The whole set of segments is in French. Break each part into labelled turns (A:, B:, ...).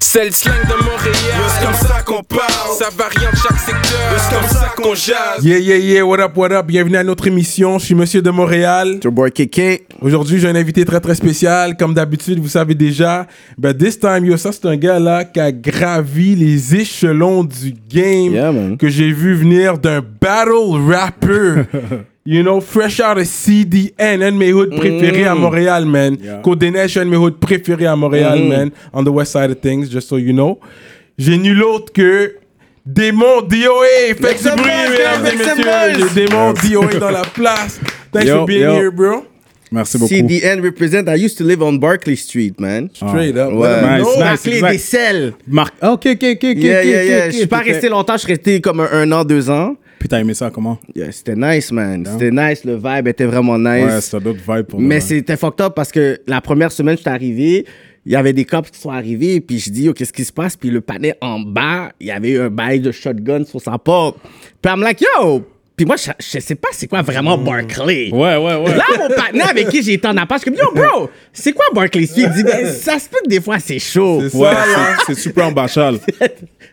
A: C'est le slang de Montréal.
B: C'est comme ça qu'on parle.
A: Ça varie en chaque secteur.
B: C'est comme ça qu'on jase.
C: Yeah, yeah, yeah, what up, what up, bienvenue à notre émission, je suis Monsieur de Montréal.
D: Your boy KK.
C: Aujourd'hui, j'ai un invité très très spécial, comme d'habitude, vous savez déjà. But this time, yo, ça c'est un gars là qui a gravi les échelons du game
D: Yeah, man.
C: que j'ai vu venir d'un battle rapper. You know, fresh out of CDN, un de mes hoods préférés
D: Mm.
C: à Montréal, man. Côte des Neiges, un de mes hoods préférés à Montréal,
D: Mm.
C: man. On the west side of things, just so you know. J'ai nul autre que Démon DOA. Faites du
D: some
C: bruit,
D: noise,
C: mesdames
D: guys,
C: et
D: make some
C: messieurs.
D: noise.
C: J'ai Démon DOA dans la place. Thanks
D: Yo,
C: for being
D: yo.
C: here, bro.
E: Merci beaucoup.
D: CDN represent. I used to live on Barclay Street, man.
C: Straight up.
D: Ouais.
E: Nice,
C: No.
E: nice.
D: Barclay
E: exact.
D: des selles.
E: Marc. Ah, Ok, ok, ok, ok.
D: Yeah,
E: ok,
D: yeah,
E: ok,
D: yeah.
E: ok.
D: Je suis pas
E: Puis
D: resté
E: t'as-
D: longtemps. Je suis resté comme un, un an, deux ans.
E: Puis t'as aimé ça comment
D: Yeah, c'était nice, man. C'était nice. Le vibe était vraiment
E: Ouais,
D: nice.
E: c'est un autre vibe pour
D: Mais
E: de vrai.
D: c'était fucked up parce que la première semaine, je suis arrivé. Il y avait des cops qui sont arrivés. Puis je dis, yo, qu'est-ce qui se passe? Puis le panier en bas, il y avait eu un bail de shotgun sur sa porte. Puis I'm like, yo! Puis moi, je, je sais pas c'est quoi vraiment Barclay.
E: Mm. Ouais, ouais, ouais.
D: Là, mon partenaire avec qui j'étais en appart, je suis comme, yo, bro, c'est quoi Barclay Street? Il dit, ben, ça se peut que des fois, c'est chaud.
C: C'est ça.
E: Ouais,
D: hein.
E: c'est- c'est super embachal.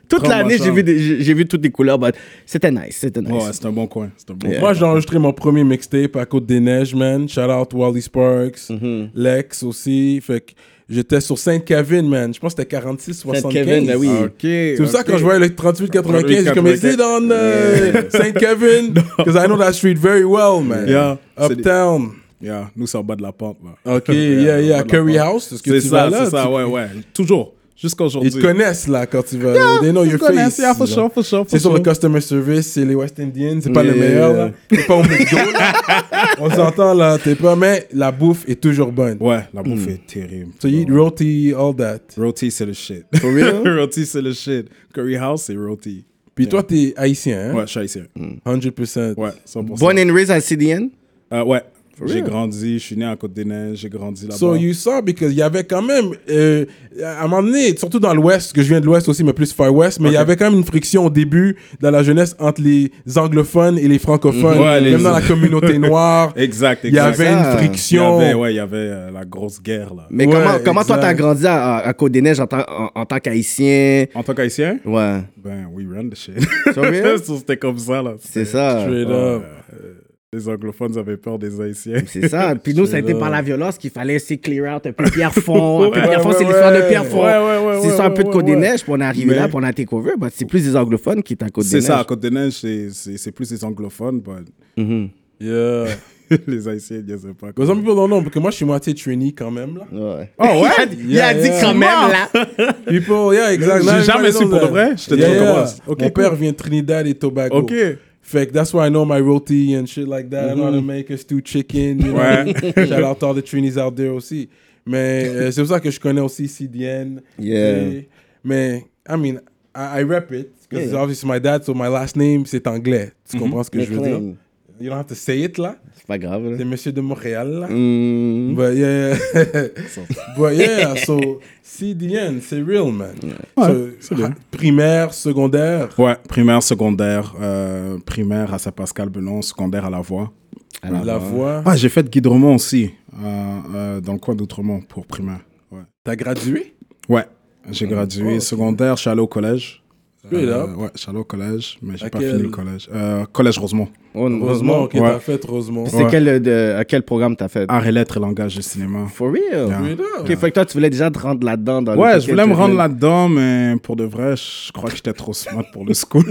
D: Toute l'année, j'ai
E: Traumatisant.
D: vu, des- j'ai j'ai vu toutes les couleurs, but c'était nice, c'était nice.
E: Ouais, c'est un bon coin. C'est un bon
C: Moi, j'ai enregistré mon premier mixtape à Côte des Neiges, man. Shout out Wally Sparks,
E: Mm-hmm.
C: Lex aussi. Fait que j'étais sur Sainte-Kevin, man. Je pense que c'était 46, 75.
D: Sainte-Kevin, ben oui.
E: coin. Ok.
C: C'est pour ça, quand je voyais le 38-95, j'ai
E: 38-95.
C: commencé dans euh, Sainte-Kevin. Because I know that street very well, man.
E: Yeah. C'est des-
C: Uptown.
E: Yeah, nous, c'est en bas de la pente. là.
C: Ok, yeah, yeah.
E: en bas de la
C: Curry
E: pente.
C: House, est-ce que
E: C'est
C: tu
E: ça,
C: vas là?
E: c'est ça,
C: Tu-
E: ouais, ouais. Toujours. Jusqu'à aujourd'hui.
C: Ils te connaissent, là, quand tu vas. they know
E: ils
C: your
E: me connaissent,
C: face.
E: yeah, for
C: genre.
E: sure, for sure, for
C: C'est sur le
E: sure.
C: customer service, c'est les West Indians, c'est pas
E: Yeah,
C: le meilleur,
E: yeah,
C: là. C'est pas au McDo, là. On s'entend, là, t'es pas, mais la bouffe est toujours bonne.
E: Ouais, la bouffe est terrible.
C: Mm. So you eat roti, all that.
E: Roti, c'est le shit.
D: For real?
E: roti, c'est le shit. Curry House, c'est roti.
C: Puis toi, t'es haïtien, hein?
E: Ouais, je suis haïtien.
D: Mm.
C: 100%.
E: Ouais, 100%.
D: Born and raised à CDN?
E: Euh, ouais. J'ai
D: real?
E: grandi, je suis né à Côte-des-Neiges, j'ai grandi là-bas.
C: So you saw, because il y avait quand même, euh, à un moment donné, surtout dans l'Ouest, que je viens de l'Ouest aussi, mais plus Far West, mais il y avait quand même une friction au début dans la jeunesse entre les anglophones et les francophones,
E: Ouais, les-
C: même dans la communauté noire.
E: Exact, exact.
C: Il y avait une
D: Ah.
C: friction.
E: Il y avait, ouais, il y avait euh, la grosse guerre, là.
D: Mais
C: Ouais,
D: comment, comment toi,
C: exact.
D: t'as grandi à, à Côte-des-Neiges en, tant- en- en tant qu'haïtien?
E: En tant qu'haïtien,
D: Ouais,
E: ben, we run the shit.
D: For real?
E: So, C'était comme ça, là.
D: c'est ça.
C: Straight up.
E: Les anglophones avaient peur des haïtiens.
D: C'est ça. Puis nous, ça a été par la violence qu'il fallait essayer de clear out un peu Pierrefonds. Un peu
E: Ouais,
D: Pierrefonds,
E: ouais,
D: c'est l'histoire de
E: ouais.
D: Pierrefonds.
E: Ouais, ouais, ouais,
D: c'est l'histoire un
E: ouais,
D: peu de
E: ouais,
D: Côte-des-Neiges.
E: ouais.
D: Puis on est arrivé
E: Mais-
D: là, puis on a take over. but c'est plus des anglophones qui étaient à
E: C'est
D: Côte-des-Neiges.
E: ça, à Côte-des-Neiges, c'est- c'est c'est plus les anglophones, but
D: Mm-hmm.
C: Yeah.
E: les haïtiens, ils ne savent pas.
C: But some people don't know, parce que moi, je suis moitié trainee quand même, là.
D: Ouais.
E: Oh, ouais?
D: Il a dit
C: yeah.
D: quand même, là.
C: People, yeah, exact.
E: J'ai
C: Now
E: jamais
C: everybody
E: su
C: knows
E: pour de
C: that.
E: vrai. Je te dis,
C: yeah,
E: on
C: yeah.
E: commence. Ok,
C: Mon
E: cool.
C: père vient de Trinidad et Tobago.
E: Ok.
C: Fait que that's why I know my roti and shit like that. I know how to make a stew chicken. You
E: Mm-hmm. Ouais.
C: know? Shout out to all the Trinis out there aussi. Mais euh, c'est pour ça que je connais aussi CDN.
D: Yeah.
C: Et- Mais, I mean, I, I rep it. Because
D: Yeah. Mm-hmm.
C: obviously my dad, so my last name, c'est anglais. Tu comprends ce que je veux dire?
D: McLean.
C: You don't have to say it là.
D: C'est pas grave, là.
C: C'est monsieur de Montréal là.
D: Hmm.
C: But yeah, but yeah. So CDN, c'est real man. So, ha- primaire, secondaire.
E: Ouais, primaire, secondaire. euh, primaire à Saint-Pascal Belon, secondaire à La Voix.
C: La voix.
E: Ah, j'ai fait Guidremont aussi, euh, euh, dans le coin d'Outremont pour primaire. Ouais,
C: T'as gradué?
E: Ouais,
D: Oh,
E: j'ai gradué. Secondaire, je suis allé au collège.
C: Straight
E: Euh,
C: up.
E: ouais, je suis allé au collège, mais j'ai
C: À
E: pas
C: quel-
E: fini le collège. Euh, collège Rosemont.
C: Heureusement,
D: Heureusement.
C: ok, t'as fait Rosemont.
D: C'est
E: Ouais.
D: quel, euh, de- à quel programme t'as fait?
E: Arts et lettres et langage du cinéma.
D: For real?
E: Yeah.
C: Straight up.
D: Ok, fait que toi, tu voulais déjà te rendre là-dedans. dans le
E: Ouais,
D: cricket
E: je voulais me rendre
D: tournament.
E: là-dedans, mais pour de vrai, je crois que j'étais trop smart pour le school.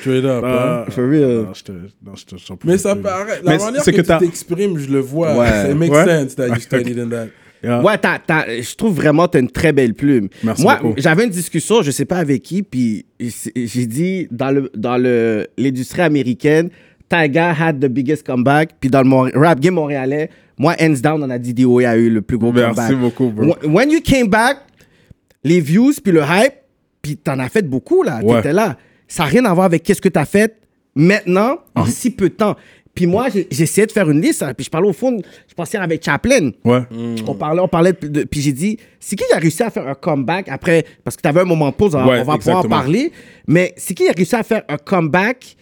C: Straight up. hein.
E: Ah,
D: For real.
E: non, je te- non, je te- j'en pouvais
C: Mais ça
E: plus.
C: paraît. La
E: Mais
C: manière que,
E: c'est que
C: tu
E: t'as-
C: t'exprimes, je le vois.
D: Ouais.
C: Ça makes
E: Ouais.
C: sense that you studied in that.
E: Yeah.
D: Ouais, t'as- t'as- je trouve vraiment que tu as une très belle plume.
E: Merci
D: Moi,
E: beaucoup.
D: j'avais une discussion, je sais pas avec qui, puis c'est- j'ai dit dans le dans le l'industrie américaine, Tyga had the biggest comeback, puis dans le Mont- rap game montréalais, moi hands down on a dit DOA a eu le plus gros
E: Merci
D: comeback.
E: beaucoup, bro.
D: Wh- When you came back, les views puis le hype, puis t'en as fait beaucoup là,
E: Ouais.
D: t'étais là. Ça n'a rien à voir avec qu'est-ce que t'as fait maintenant
E: Mm-hmm.
D: en si peu de temps. Puis moi, j'ai- j'essayais de faire une liste, hein, puis je parlais au fond, je pensais avec Chaplin.
E: Ouais.
D: On parlait, on parlait, de- de- puis j'ai dit, c'est qui qui a réussi à faire un comeback après, parce que tu avais un moment de pause, on,
E: Ouais,
D: on va pouvoir en
E: exactement.
D: parler, mais c'est qui qui a réussi à faire un comeback,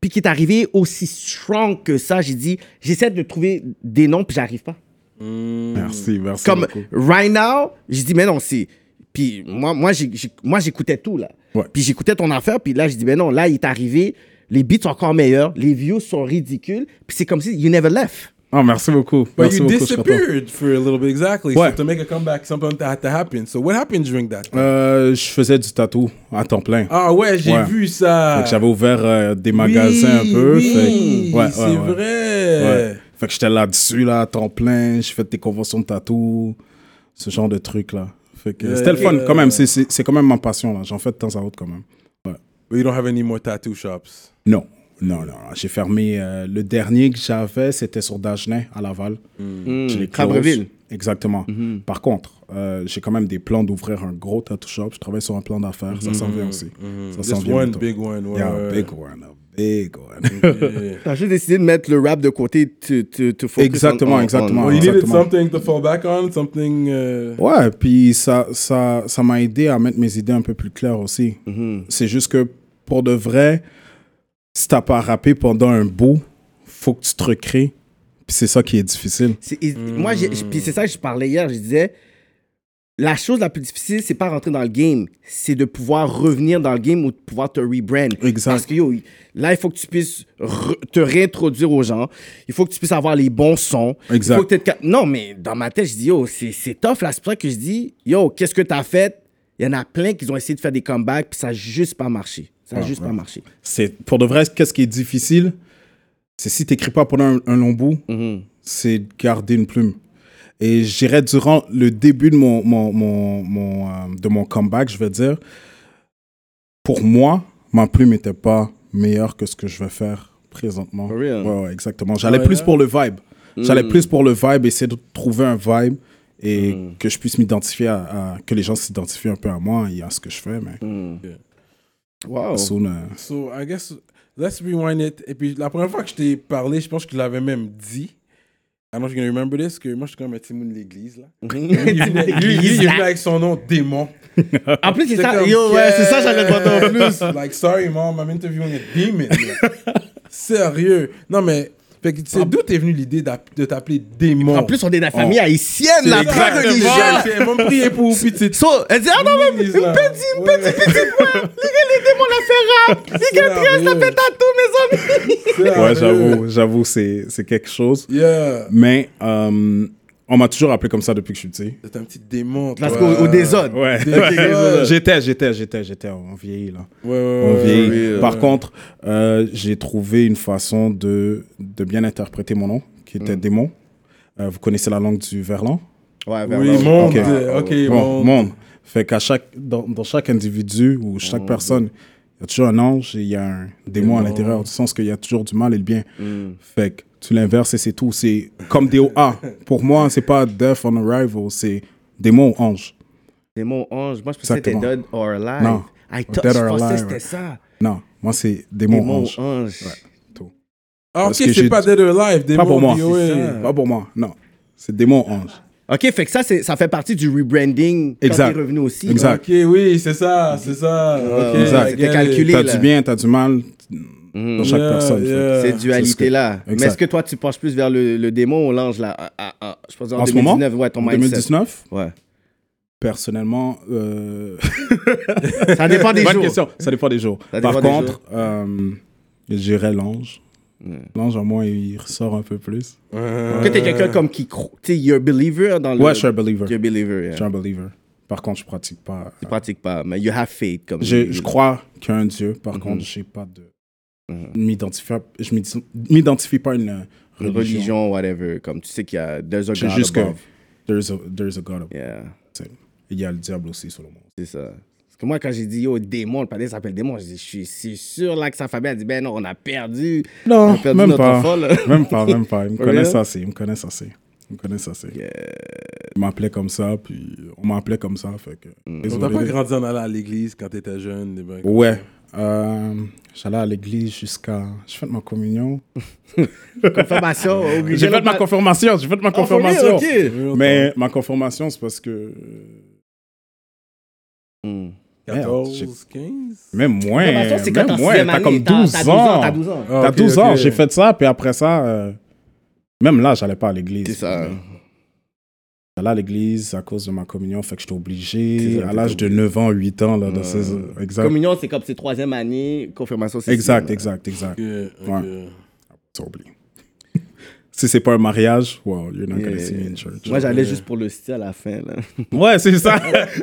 D: puis qui est arrivé aussi strong que ça, j'ai dit, j'essaie de trouver des noms, puis j'arrive pas.
E: Merci, merci
D: Comme
E: beaucoup.
D: right now, j'ai dit, mais non, c'est Puis moi, moi, j'ai- j'ai- moi, j'écoutais tout, là.
E: Ouais.
D: Puis j'écoutais ton affaire, puis là, je dis, ben non, là, il est arrivé, les beats sont encore meilleurs, les views sont ridicules, puis c'est comme si you never left.
E: Oh, merci beaucoup.
C: But
E: merci
C: you
E: beaucoup, je suis content.
C: disappeared for a little bit, exactly.
E: Ouais.
C: So to make a comeback, something had to happen. So what happened during that?
E: Euh, je faisais du tatou à temps plein.
C: Ah ouais, j'ai
E: Ouais.
C: vu ça.
E: Fait que j'avais ouvert euh, des magasins
C: Oui,
E: un peu.
C: oui,
E: fait que- ouais, ouais,
C: c'est
E: ouais.
C: vrai.
E: Ouais. Fait que j'étais là-dessus, là, à temps plein. J'ai fait des conventions de tatou, ce genre de trucs, là. Fait que
C: Yeah,
E: c'était le fun,
C: yeah.
E: quand même. C'est- C'est c'est quand même ma passion, là. J'en fais de temps à autre, quand même.
C: But you don't have any more tattoo shops.
E: Non, non, non. non. J'ai fermé. euh, le dernier que j'avais, c'était sur Dagenais, à Laval.
C: Hmm.
E: Je l'ai close.
D: Fabreville.
E: Exactement. Par contre, euh, j'ai quand même des plans d'ouvrir un gros tattoo shop. Je travaille sur un plan d'affaires. Ça s'en vient aussi. Ça s'en
C: Just
E: vient.
C: Hmm. one
E: bientôt.
C: big one. Ouais,
E: Yeah,
C: ouais.
E: a big one. A big one.
D: T'as juste décidé de mettre le rap de côté, tu, tu, tu focus
E: Exactement, exactement.
C: Well, you needed
E: Exactement.
C: something to fall back on, something. euh,
E: Ouais, puis ça ça ça m'a aidé à mettre mes idées un peu plus claires aussi. C'est juste que pour de vrai, si t'as pas rappé pendant un bout, faut que tu te recrées. Puis c'est ça qui est difficile.
D: C'est- et- Moi, j'ai- j'ai- puis c'est ça que je parlais hier, je disais, la chose la plus difficile, c'est pas rentrer dans le game, c'est de pouvoir revenir dans le game ou de pouvoir te rebrand.
E: Exact.
D: Parce que yo, là, il faut que tu puisses re- te réintroduire aux gens, il faut que tu puisses avoir les bons sons. il
E: Exact.
D: faut que t'aies de cap- non, mais dans ma tête, je dis, yo, c'est c'est tough là, c'est pour ça que je dis, yo, qu'est-ce que t'as fait? Il y en a plein qui ont essayé de faire des comebacks, puis ça a juste pas marché. Ça
E: Ah,
D: a juste pas marché.
E: C'est pour de vrai, qu'est-ce qui est difficile, c'est si t'écris pas pendant un, un long bout, c'est de garder une plume. Et je dirais, durant le début de mon, mon, mon, mon, euh, de mon comeback, je vais dire, pour moi, ma plume n'était pas meilleure que ce que je vais faire présentement.
D: For real?
E: Ouais, ouais, exactement. J'allais
C: Oh,
E: plus
C: yeah?
E: pour le vibe. J'allais plus pour le vibe, essayer de trouver un vibe et que je puisse m'identifier à, à- que les gens s'identifient un peu à moi et à ce que je fais. Mais
D: Wow.
E: soon, euh,
C: So I guess let's rewind it. Et puis la première fois que je t'ai parlé, je pense que je l'avais même dit. I don't know if you're gonna remember this, que moi je suis quand même un timon de l'église là. Lui, il venait- lui, lui, il est venu avec son nom démon.
D: En plus, c'est
C: J'étais
D: ça.
C: comme,
D: Yo, ouais, c'est ça,
C: yeah.
D: j'allais te demander en plus.
C: Like, sorry, mom, I'm interviewing a demon. là. Sérieux. Non, mais, fait que, tu sais, d'où t'es venue l'idée d'app- de t'appeler démon?
D: Ah. En plus, on est de la famille
E: Oh.
D: haïtienne, la vraie
C: Exactement.
D: religion.
C: J'ai- Elle va me prier pour vous, puis tu sais,
D: So, elle dit, ah non, mais une petite,
C: L'église, là.
D: une
C: Ouais.
D: petite, petite pointe. Les gars, les démons, la fait rap. Les gars,
C: Sérieux.
D: Trias, la fait tatou, mes amis.
C: sérieux.
E: Ouais,
C: euh.
E: j'avoue, j'avoue, c'est c'est quelque chose.
C: Yeah.
E: Mais euh, on m'a toujours appelé comme ça depuis que je suis petit.
C: T'es un petit démon. toi.
D: Parce qu'au au désordre.
E: Ouais.
C: Désolé.
E: j'étais, j'étais, j'étais, j'étais en vieilli là.
C: Ouais, ouais,
E: On
C: ouais,
E: vieillit.
C: ouais, ouais.
E: Par contre, euh, j'ai trouvé une façon de, de bien interpréter mon nom, qui était
C: Mm.
E: démon. Euh, vous connaissez la langue du verlan
D: Ouais,
C: Oui, monde.
E: Ok.
C: euh, Ok,
E: Bon,
C: monde.
E: monde. Fait qu'à chaque, dans, dans chaque individu ou chaque personne, il y a toujours un ange et il y a un démon à l'intérieur, du sens qu'il y a toujours du mal et le bien. Fait que tu l'inverses et c'est tout. C'est comme DOA. Pour moi, c'est pas Death on Arrival, c'est démon ou ange.
D: Démon, ange. Moi, je pensais que c'était
E: Exactement.
D: Dead or Alive.
E: Non.
D: I thought,
E: Dead
D: je
E: or
D: pensais
E: Alive,
D: que c'était
E: ouais.
D: ça.
E: Non, moi, c'est démon,
D: Démon,
E: ange.
D: ange.
E: Tout.
C: Ah, ok,
E: Parce que
C: c'est
E: j'ai-
C: pas Dead or Alive, démon.
E: Pas pour moi.
C: DOA.
E: Pas pour moi, non. C'est démon, ange.
D: OK, fait que ça, c'est- ça fait partie du rebranding quand
E: Exact.
D: t'es revenu aussi.
E: Exact. Euh,
C: Ok, oui, c'est ça, c'est ça. Ok,
D: ouais,
E: Exact.
C: I
D: c'était
C: get
D: calculé.
C: it.
E: T'as
D: là.
E: du bien, t'as du mal dans chaque
C: Yeah,
E: personne. Fait Euh, que
C: yeah.
D: Mm. Cette dualité-là.
E: Exact.
D: Mais est-ce que toi, tu penches plus vers le, le démon ou l'ange, là? à- à- à- je pense en,
E: En ce moment,
D: 2019, ouais, ton
E: en
D: mindset.
E: 2019,
D: Ouais.
E: personnellement, euh,
D: Ça dépend des
E: Bonne
D: jours.
E: question. Ça dépend des jours.
D: Ça
E: Par
D: dépend des Hmm.
E: contre, euh, j'irais l'ange. L'ange, à moi, il ressort un peu plus.
D: Que t'es quelqu'un comme qui croit. Tu sais, you're a believer dans le.
E: Ouais, je suis un believer.
D: You're a believer, yeah.
E: Je suis un believer. Par contre, je pratique pas. euh,
D: Tu pratiques pas, mais you have faith comme
E: Je, je crois qu'il y a un Dieu. Par
D: Hmm.
E: contre, j'ai pas de. Je m'identifie à- Je m'identi- m'identifie pas à une euh,
D: Une
E: religion.
D: religion, whatever. Comme tu sais qu'il y a deux
E: C'est
D: God
E: juste que.
D: above.
E: There's a, there's a God. above.
D: Yeah,
E: Il y a le diable aussi, selon moi.
D: c'est ça. Parce que moi, quand j'ai dit, yo, démon, le palais s'appelle démon, je dis, je suis c'est sûr là que sa famille a dit, ben non, on a perdu. on a perdu
E: Ah, même
D: notre
E: pas.
D: enfant, là.
E: Même pas, même pas. Ils me
D: For
E: connaissent
D: real?
E: assez. Ils me connaissent assez. Ils me connaissent assez. Ils m'appelaient comme ça, puis on m'appelait comme ça. Fait que.
C: Donc,
D: Hmm.
E: désolé.
C: T'as pas grandi en allant à l'église quand t'étais jeune? des bagues-
E: Ouais. Euh, J'allais à l'église jusqu'à. J'ai fait ma communion.
D: Confirmation,
E: J'ai fait ma Ah, confirmation. J'ai fait ma confirmation.
D: ok.
E: Mais ma confirmation, c'est parce que. euh,
D: Hmm.
E: Merde,
C: 14,
E: j'ai-
C: 15?
E: Même moins.
D: Confirmation, c'est quand
E: Même
D: t'as
E: moins.
D: sixième
E: T'as
D: année,
E: comme 12
D: t'as
E: ans.
D: T'as 12 ans.
C: Ah,
E: T'as
C: ok,
E: 12
C: ok.
E: ans. J'ai fait ça, puis après ça. euh, Même là, j'allais pas à l'église.
D: C'est ça.
E: J'allais J'allais à l'église à cause de ma communion, fait que j'étais obligé. À l'âge de 9 ans, 8 ans, là, dans ces- exact.
D: Communion, c'est comme c'est troisième année, confirmation, c'est
E: Exact,
D: sixième.
E: exact, exact. Ouais.
C: Ouais.
E: C'est oublié. si c'est pas un mariage, wow, you're not gonna see me in church.
D: Moi, j'allais juste pour le style à la fin. là.
E: Ouais, c'est ça.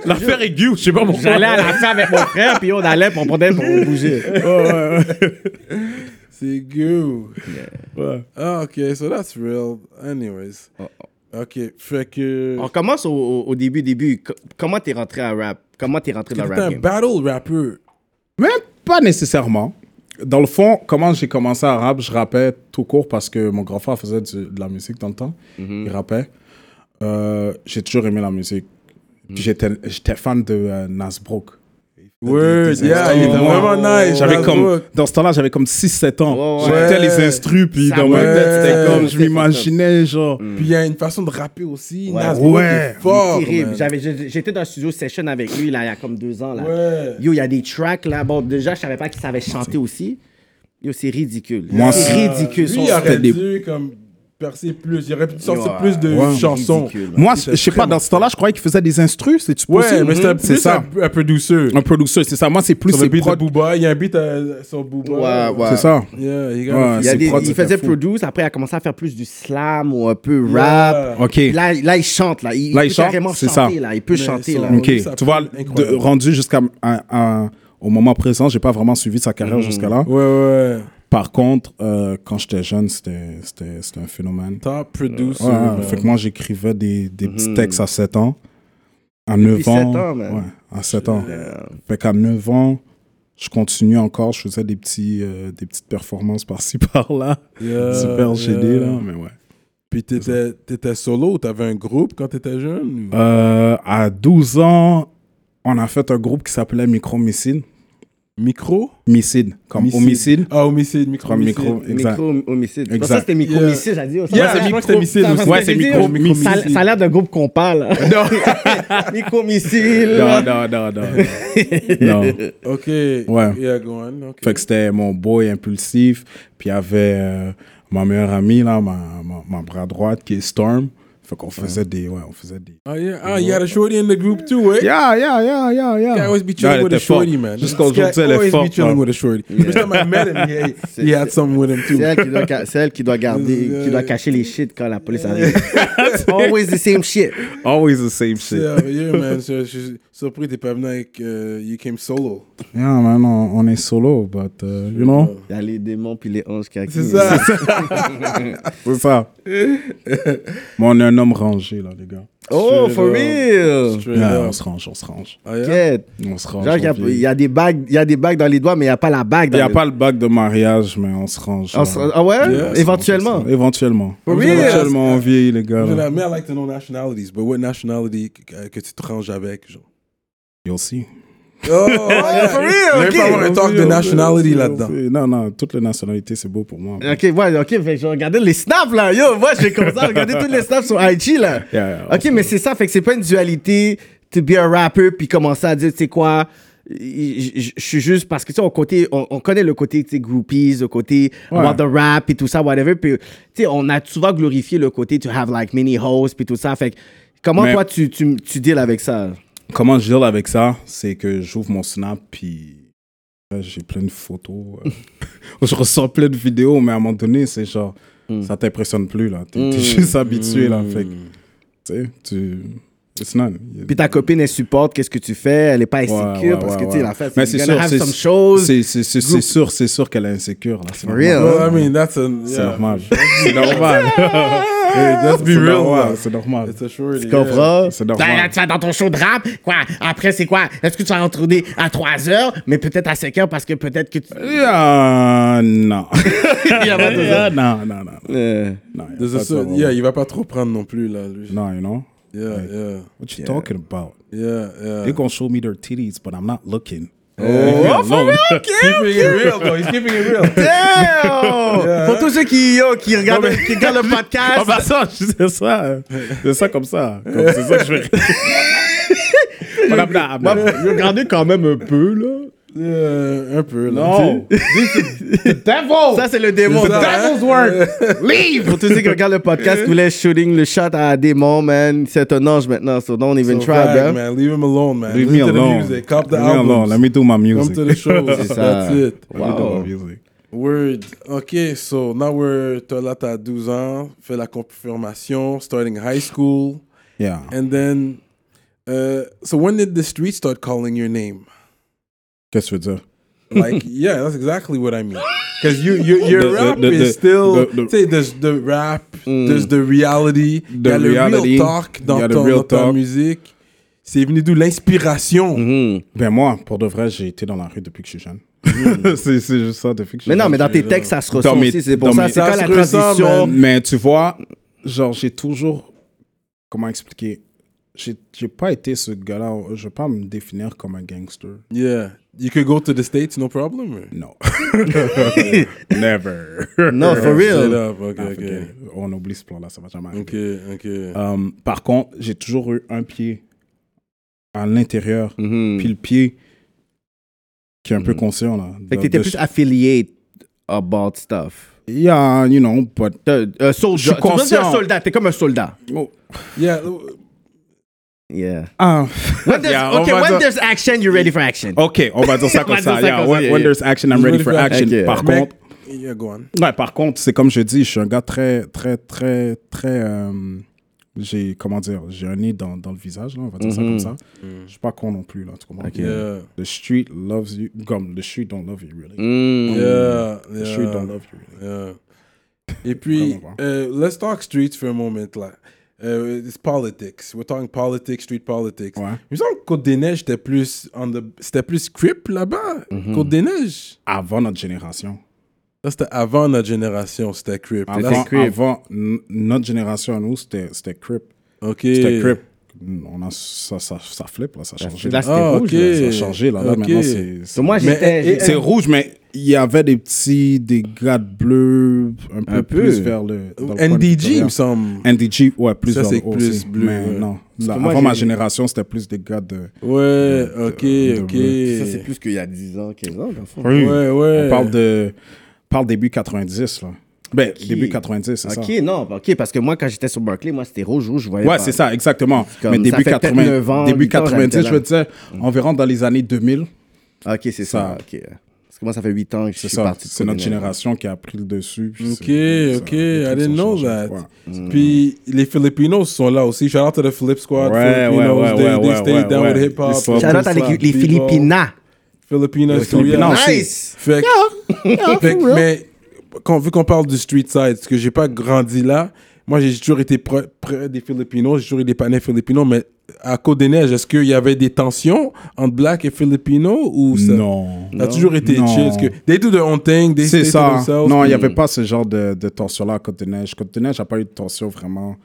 E: L'affaire aiguë, je sais pas pourquoi.
D: J'allais à la fin avec mon frère, puis on allait, puis on prenait pour bouger.
C: C'est good.
E: Ouais.
C: Ah, ok, so that's real. Anyways. Ok, fait que.
D: On commence au, au- au début, début. Co- Comment t'es rentré à rap? Comment t'es rentré dans le
C: T'es
D: rap
C: un
D: game?
C: battle rapper.
E: Mais pas nécessairement. Dans le fond, comment j'ai commencé à rap, je rappais tout court parce que mon grand frère faisait du- de la musique dans le temps.
D: Mhm.
E: Il rappait. Euh, j'ai toujours aimé la musique.
D: Mhm.
E: Puis j'étais, j'étais fan de euh, Nasbrook.
C: Word, yeah,
E: instruments.
C: il est vraiment nice.
E: Oh, J'avais comme, Hmm.
C: Nasbrook.
E: dans ce temps-là, j'avais comme 6-7 ans.
D: Ouais, ouais.
E: J'écoutais
C: Ouais.
E: les instrus, puis
D: Ça Mhm.
E: dans ma
D: ouais.
E: tête, c'était comme,
D: Ouais.
E: je m'imaginais genre.
C: Puis il y a une façon de rapper aussi.
D: Ouais.
C: Nas Brook
E: Ouais.
C: est
E: Il est
C: fort.
D: Terrible.
C: man.
D: J'avais- j'ai- J'étais dans un studio session avec lui là, il y a comme deux ans. Là.
C: Ouais.
D: Yo, il y a des tracks là. Bon, déjà, je savais pas qu'il savait chanter aussi. Yo, c'est ridicule.
E: Moi,
D: c'est
E: c'est-
D: ridicule.
C: Lui,
D: son
C: il aurait
D: style.
E: des-
C: dû comme percer plus. Il aurait pu sortir
D: Ouais.
C: plus de
E: Ouais.
C: chansons.
D: Ridicule, man.
E: Moi, je sais pas, dans ce temps-là, je croyais qu'il faisait des instrus, c'est
C: Ouais, mais c'était
E: C'est
C: plus
E: ça.
C: un, un peu douceur.
E: Un producteur, c'est ça. Moi, c'est plus
C: Sur
E: ses
C: le beat de
E: prods.
C: Booba, il y a un beat euh, sur Booba.
D: Ouais, ouais.
E: C'est ça.
C: Yeah, il
E: Ouais,
D: Il, y a
E: ses
D: des-
E: prods,
D: il
E: c'était
D: faisait
E: fou.
D: produce, après il a commencé à faire plus du slam ou un peu
C: Yeah.
D: rap.
E: Ok.
D: Puis Là, là, il chante là. Il,
E: Là, il
D: peut
E: chante,
D: carrément
E: c'est
D: chanter
E: ça.
D: là. Il peut
C: Mais
D: chanter
C: son-
D: là.
C: Ouais,
E: Ok,
C: ça
E: tu vois,
C: peut être incroyable.
E: de- rendu jusqu'à à- à- au moment présent, j'ai pas vraiment suivi sa
D: Mhm.
E: carrière jusqu'à là.
C: Ouais, ouais.
E: Par contre, euh, quand j'étais jeune, c'était c'était- c'était un phénomène.
C: Top producer.
E: Ouais,
C: man.
E: fait que moi, j'écrivais des, des petits textes à 7 ans. À 9
D: Mhm. sept
E: ans.
D: ans, man. euh,
E: ouais, à 7 ans. Fait qu'à 9 ans, je continuais encore, je faisais des, petits, euh, des petites performances par-ci, par-là.
C: Yeah,
D: Euh,
E: Super gêné,
C: yeah.
E: là, mais ouais.
C: Euh, Puis t'étais, t'étais solo ou t'avais un groupe quand t'étais jeune? ou-
E: Euh, à 12 ans, on a fait un groupe qui s'appelait Micromissile.
C: Micro?
E: Missile, comme
C: Homicide.
E: homicide.
C: Ah, homicide, micro.
E: Comme
C: homicide.
E: micro, exact.
D: Micro-homicide. Je
E: Exact.
D: pensais que c'était micro-homicide, j'ai dit. oh, ça
C: Yeah,
D: va,
C: je
D: ça-
C: crois que c'était missile
D: ça-
C: aussi.
D: ça-
E: Ouais, c'est
D: ça-
E: micro-
D: ça-
E: micro-missile.
D: Ça, ça a l'air d'un groupe qu'on parle. micro-missile.
E: Non, non, non, non. non.
C: Ok. Ouais. Yeah, go on. ok.
E: Fait que c'était mon boy impulsif. Puis il y avait euh, ma meilleure amie, là, ma, ma, ma bras droite, qui est Storm. Fait qu'on faisait des... Ouais, on faisait des...
C: Ah, yeah. Ah, you had a shorty in the group too, eh?
E: Yeah, yeah, yeah, yeah, yeah.
C: I always be
E: Yeah,
C: chilling
E: elle
C: with a
E: était forte.
C: shorty, man.
E: Jusqu'à
C: This guy
E: aujourd'hui, elle est
C: always be
E: forte.
C: chilling
E: man.
C: with a shorty. First time I met him, he, he had something with him too.
D: C'est elle qui doit, ca- c'est elle qui doit garder, qui doit cacher les shit quand la police arrive. Always the same shit.
E: Always the same shit. Yeah,
C: Sérieux, man. Je je suis surpris, t'es pas venu avec. euh, you came solo.
E: man, on, on est solo, but, euh, you know,
D: Il y a les démons puis les anges qui
C: C'est ça.
E: c'est ça. Mais on est un homme rangé, là, les gars.
D: Oh, for real.
C: Straight
E: Yeah, on
C: up.
E: se range, on se range.
C: Ah, yeah?
D: Shit.
E: On se range.
D: Genre, il y a-
E: on vit.
D: il y, a des bagues, il y a des bagues dans les doigts, mais il n'y a pas la bague.
E: Il
D: Dans
E: n'y a
D: le-
E: pas le bac de mariage, mais on se range.
D: Ah,
E: là.
D: ça- Ah ouais?
E: On se range,
D: Éventuellement.
E: on se range. Éventuellement.
D: For real?
E: Éventuellement, on vieillit, les gars.
C: You know,
E: là.
C: I mean, I like to know nationalities, but what nationality que, que- que tu te ranges avec, genre?
E: Et aussi.
C: Oh, yeah.
D: for real,
C: Même
D: ok.
C: pas avoir un talk de nationality là-dedans.
E: Non, non, toutes les nationalités, c'est beau pour moi.
D: Ok, ouais, ok, fait que je regardais les snaps là, yo, moi j'ai commencé à regarder tous les snaps sur IG là.
E: Yeah, yeah,
D: ok, mais c'est ça, fait que c'est pas une dualité to be a rapper puis commencer à dire, tu sais quoi, j- j- je suis juste parce que tu sais, on, côté- on, on connaît le côté, tu sais, groupies, le côté about the rap et tout ça, whatever, puis tu sais, on a souvent glorifié le côté to have like many hosts puis tout ça, fait que comment
E: Mais-
D: toi tu, tu, tu deals avec ça?
E: Comment je deal avec ça C'est que j'ouvre mon Snap, puis là, j'ai plein de photos. euh, je ressors plein de vidéos, mais à un moment donné, c'est genre, ça t'impressionne plus, là. T'es t'es juste habitué, là. Fait que, tu sais, tu. It's none.
D: Puis ta copine elle supporte, qu'est-ce que tu fais? Elle est pas
E: Ouais,
D: insécure
E: ouais,
D: parce que
E: ouais,
D: tu sais,
E: ouais.
D: la fête,
E: Mais c'est
D: you gonna
E: sûr,
D: have
E: c'est-
D: some shows.
E: c'est- c'est- c'est- c'est sûr, c'est sûr qu'elle est insécure, là. C'est
D: For
E: normal.
D: real.
C: Well, I mean, that's a.
E: C'est
C: yeah.
E: normal. C'est normal.
C: Hey, let's be
E: C'est
C: real.
E: normal,
C: though.
E: C'est normal.
C: It's a shorty.
D: Tu comprends?
E: C'est normal.
D: Là, là, tu vas dans ton show de rap, quoi. Après, c'est quoi? Est-ce que tu vas retourner à 3 heures, mais peut-être à 5 heures parce que peut-être que tu.
E: Yeah, non. Yeah, non, non, non. non.
D: Euh.
E: Non, y a
C: There's a
E: pas de
C: certain-
E: ça,
C: yeah, il va pas trop prendre non plus, là, lui.
E: Non, you know?
C: Yeah, yeah,
E: What you talking about?
C: yeah, yeah.
E: They're gonna show me their titties, but I'm not looking.
D: Oh, for real?
C: keeping it real, though. He's keeping it real.
D: Damn! Pour tous ceux qui, yo, qui, regardent,
E: Non, mais-
D: qui regardent le
E: Ah,
D: podcast,
E: bah ça, c'est ça. C'est ça comme ça. Comme C'est ça que je vais. But I'm not- I'm not-
D: regardez quand même un peu, là.
C: Euh, un peu, là.
E: Non. This is the devil.
D: Ça, c'est le démon.
E: the devil's work.
D: Leave! Pour tous ceux qui regardent le podcast, qui voulaient shooting le shot à un démon, man, c'est un ange maintenant, so don't even
C: So
D: try,
C: fact,
D: bro.
C: man. Leave him alone, man.
E: Leave me
C: Listen to
E: alone.
C: the music. Cop the
E: Leave me alone.
C: albums.
E: Let me do my
C: Come
E: music.
C: to the shows.
D: C'est ça.
C: That's it.
E: Let me do
D: Wow.
E: my music.
C: Word. OK, so now we're... Toi, là, t'as 12 ans. Fais la confirmation. Starting high school.
E: Yeah.
C: And then... Uh, so when did the street start calling your name?
E: Qu'est-ce que tu veux dire?
C: Like, yeah, that's exactly what I mean. Because you, you, your
E: The- the-
C: rap
E: the- the-
C: is still,
E: the- the-
C: say, there's the rap, there's the reality, il y
E: The
C: a le real
E: reality,
C: talk dans,
E: il y a le
C: ton-
E: real
C: dans ta
E: talk. Mm-hmm.
C: musique. C'est venu d'où l'inspiration?
E: Ben moi, pour de vrai, j'ai été dans la rue depuis que je suis jeune.
C: Hmm.
E: c'est c'est juste ça, depuis que je suis
D: Mais non,
E: jeune,
D: mais dans
E: j'ai-
D: tes textes, ça se
E: Dans
D: ressent
E: mes-
D: aussi. C'est pour
E: dans
D: ça,
E: mes-
D: c'est
C: ça
D: quand
C: se
D: la
C: ressent,
D: transition.
C: man.
E: Mais tu vois, genre, j'ai toujours... Comment expliquer? J'ai j'ai pas été ce gars-là. Je vais pas me définir comme un gangster.
C: Yeah. You could go to the States, no problem.
E: Non. Never.
D: Non, for
C: Straight
D: real.
C: up, ok,
E: Ah,
C: ok.
E: ok. On oublie ce plan-là, ça va jamais arriver.
C: Ok, ok.
E: Euh, par contre, j'ai toujours eu un pied à l'intérieur,
D: Mm-hmm.
E: puis le pied qui est un peu conscient, là.
D: Mm. Fait que
E: De-
D: t'étais
E: de-
D: plus affilié about stuff.
E: Yeah, you know, but...
D: T'es un
E: Je suis
D: soldat. Tu vois, t'es un
E: conscient.
D: soldat, t'es comme un soldat.
E: Oh.
C: Yeah,
D: Yeah.
E: Ah.
D: When there's,
E: Yeah, on
D: okay,
E: va
D: when
E: dire-
D: there's action, you're ready for action.
E: OK, on va dire ça
D: On va
E: comme
D: dire
E: ça.
D: ça
E: Yeah,
D: comme ça,
E: when,
D: yeah,
E: when
D: yeah.
E: there's action, I'm ready for action.
D: Ok.
E: Par
C: Mais-
E: contre...
C: yeah, go on.
E: Ouais, par contre, c'est comme je dis, je suis un gars très, très, très, très... euh, j'ai, comment dire, j'ai un nez dans, dans le visage, là, on va dire ça
D: Mm-hmm.
E: comme ça. Je suis pas con non plus, là, tu comprends?
C: Yeah,
E: The street loves you, comme the street don't love you, really.
D: Mm.
C: yeah,
E: Mm. The
C: yeah.
E: street don't love you, really.
C: Yeah. Et puis,
E: Vraiment pas.
C: euh, let's talk streets for a moment là. Euh, it's politics. We're talking politics, street politics.
E: Ouais.
C: Il me semble que Côte des Neiges, c'était plus, on the- c'était plus crip là-bas.
E: Mm-hmm.
C: Côte des Neiges.
E: Avant notre génération.
C: Là, c'était avant notre génération, c'était crip. Là,
E: Avant,
D: crip.
E: avant n- notre génération à nous, c'était c'était Crip.
C: ok.
E: C'était Crip. On a, ça, ça, ça flippe, là, ça a changé.
D: là,
E: Là,
D: c'était
C: Ah,
D: rouge,
C: ok.
E: Ça a changé, là. là
C: Ok.
E: maintenant, c'est-
D: So
E: c'est.
D: moi,
C: Mais- et-
D: j'étais.
C: et-
E: eh, C'est rouge, mais il y avait des petits, des grades bleus, un peu,
D: Un peu.
E: plus vers le. dans le coin
C: NDG, il
E: de
C: me semble.
E: NDG, ouais, plus
C: Ça,
E: vers
C: c'est
E: le haut
C: plus
E: aussi.
C: bleu,
E: Mais
C: ouais.
E: non. Là,
D: que moi,
E: avant ma
D: j'ai-
E: génération, c'était plus des grades de.
C: Ouais, ok,
E: de-
C: ok.
E: de-
D: Ça, c'est plus qu'il y a 10 ans, 15 ans, dans le fond.
C: Ouais, ouais.
E: On parle de. parle début 90, là. Ben, début 90, c'est ça.
D: Ok, non, ok, parce que moi, quand j'étais sur Berkeley, moi, c'était rouge, rouge, je voyais.
E: Ouais,
D: pas.
E: c'est ça, exactement.
D: Comme
E: Mais
D: ça
E: début,
D: fait
E: 80,
D: peut-être 9 ans,
E: début
D: 8 ans,
E: 90,
D: j'habitais
E: je veux dire, environ dans les années 2000,
D: Ok, c'est ça.
E: Ça.
D: Ok. Parce que moi, ça fait 8 ans que je
E: c'est
D: suis
E: ça.
D: parti. de
E: C'est notre
D: Côte-Nord.
E: génération qui a pris le dessus. puis
C: Ok,
E: c'est- ça,
C: ok,
E: les
C: I
E: trucs
C: didn't
E: sont
C: know
E: changés.
C: that. Mm.
E: Ouais.
C: Puis les Filipinos sont là aussi. Shout out to the Flip Squad.
E: Ouais,
C: Filipinos,
E: ouais, ouais,
C: they, they
E: ouais,
C: stay
E: ouais,
C: down
E: ouais.
C: with hip hop.
E: Ils sont
D: Shout out à les, les Philippinas.
C: Filipinos, so
E: Filipinos.
C: yeah.
D: Nice!
C: Fait, que- fait que- mais quand, vu qu'on parle du street side, parce que j'ai pas grandi là, moi j'ai toujours été près, près des Filipinos, j'ai toujours eu des panais Filipinos, mais à Côte des Neiges, est-ce qu'il y avait des tensions entre Black et Filipinos ou ça?
E: Non.
C: Ça a toujours été
E: Non.
C: chill. Parce que they do their own thing, they stay to
E: C'est ça.
C: themselves.
E: Non, il n'y avait pas ce genre de, de tension-là à Côte-des-Neiges. Côte-des-Neiges n'a pas eu de tension vraiment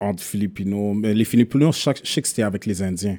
E: entre Filipinos. Mais les Filipinos, je sais je sais que c'était avec les Indiens.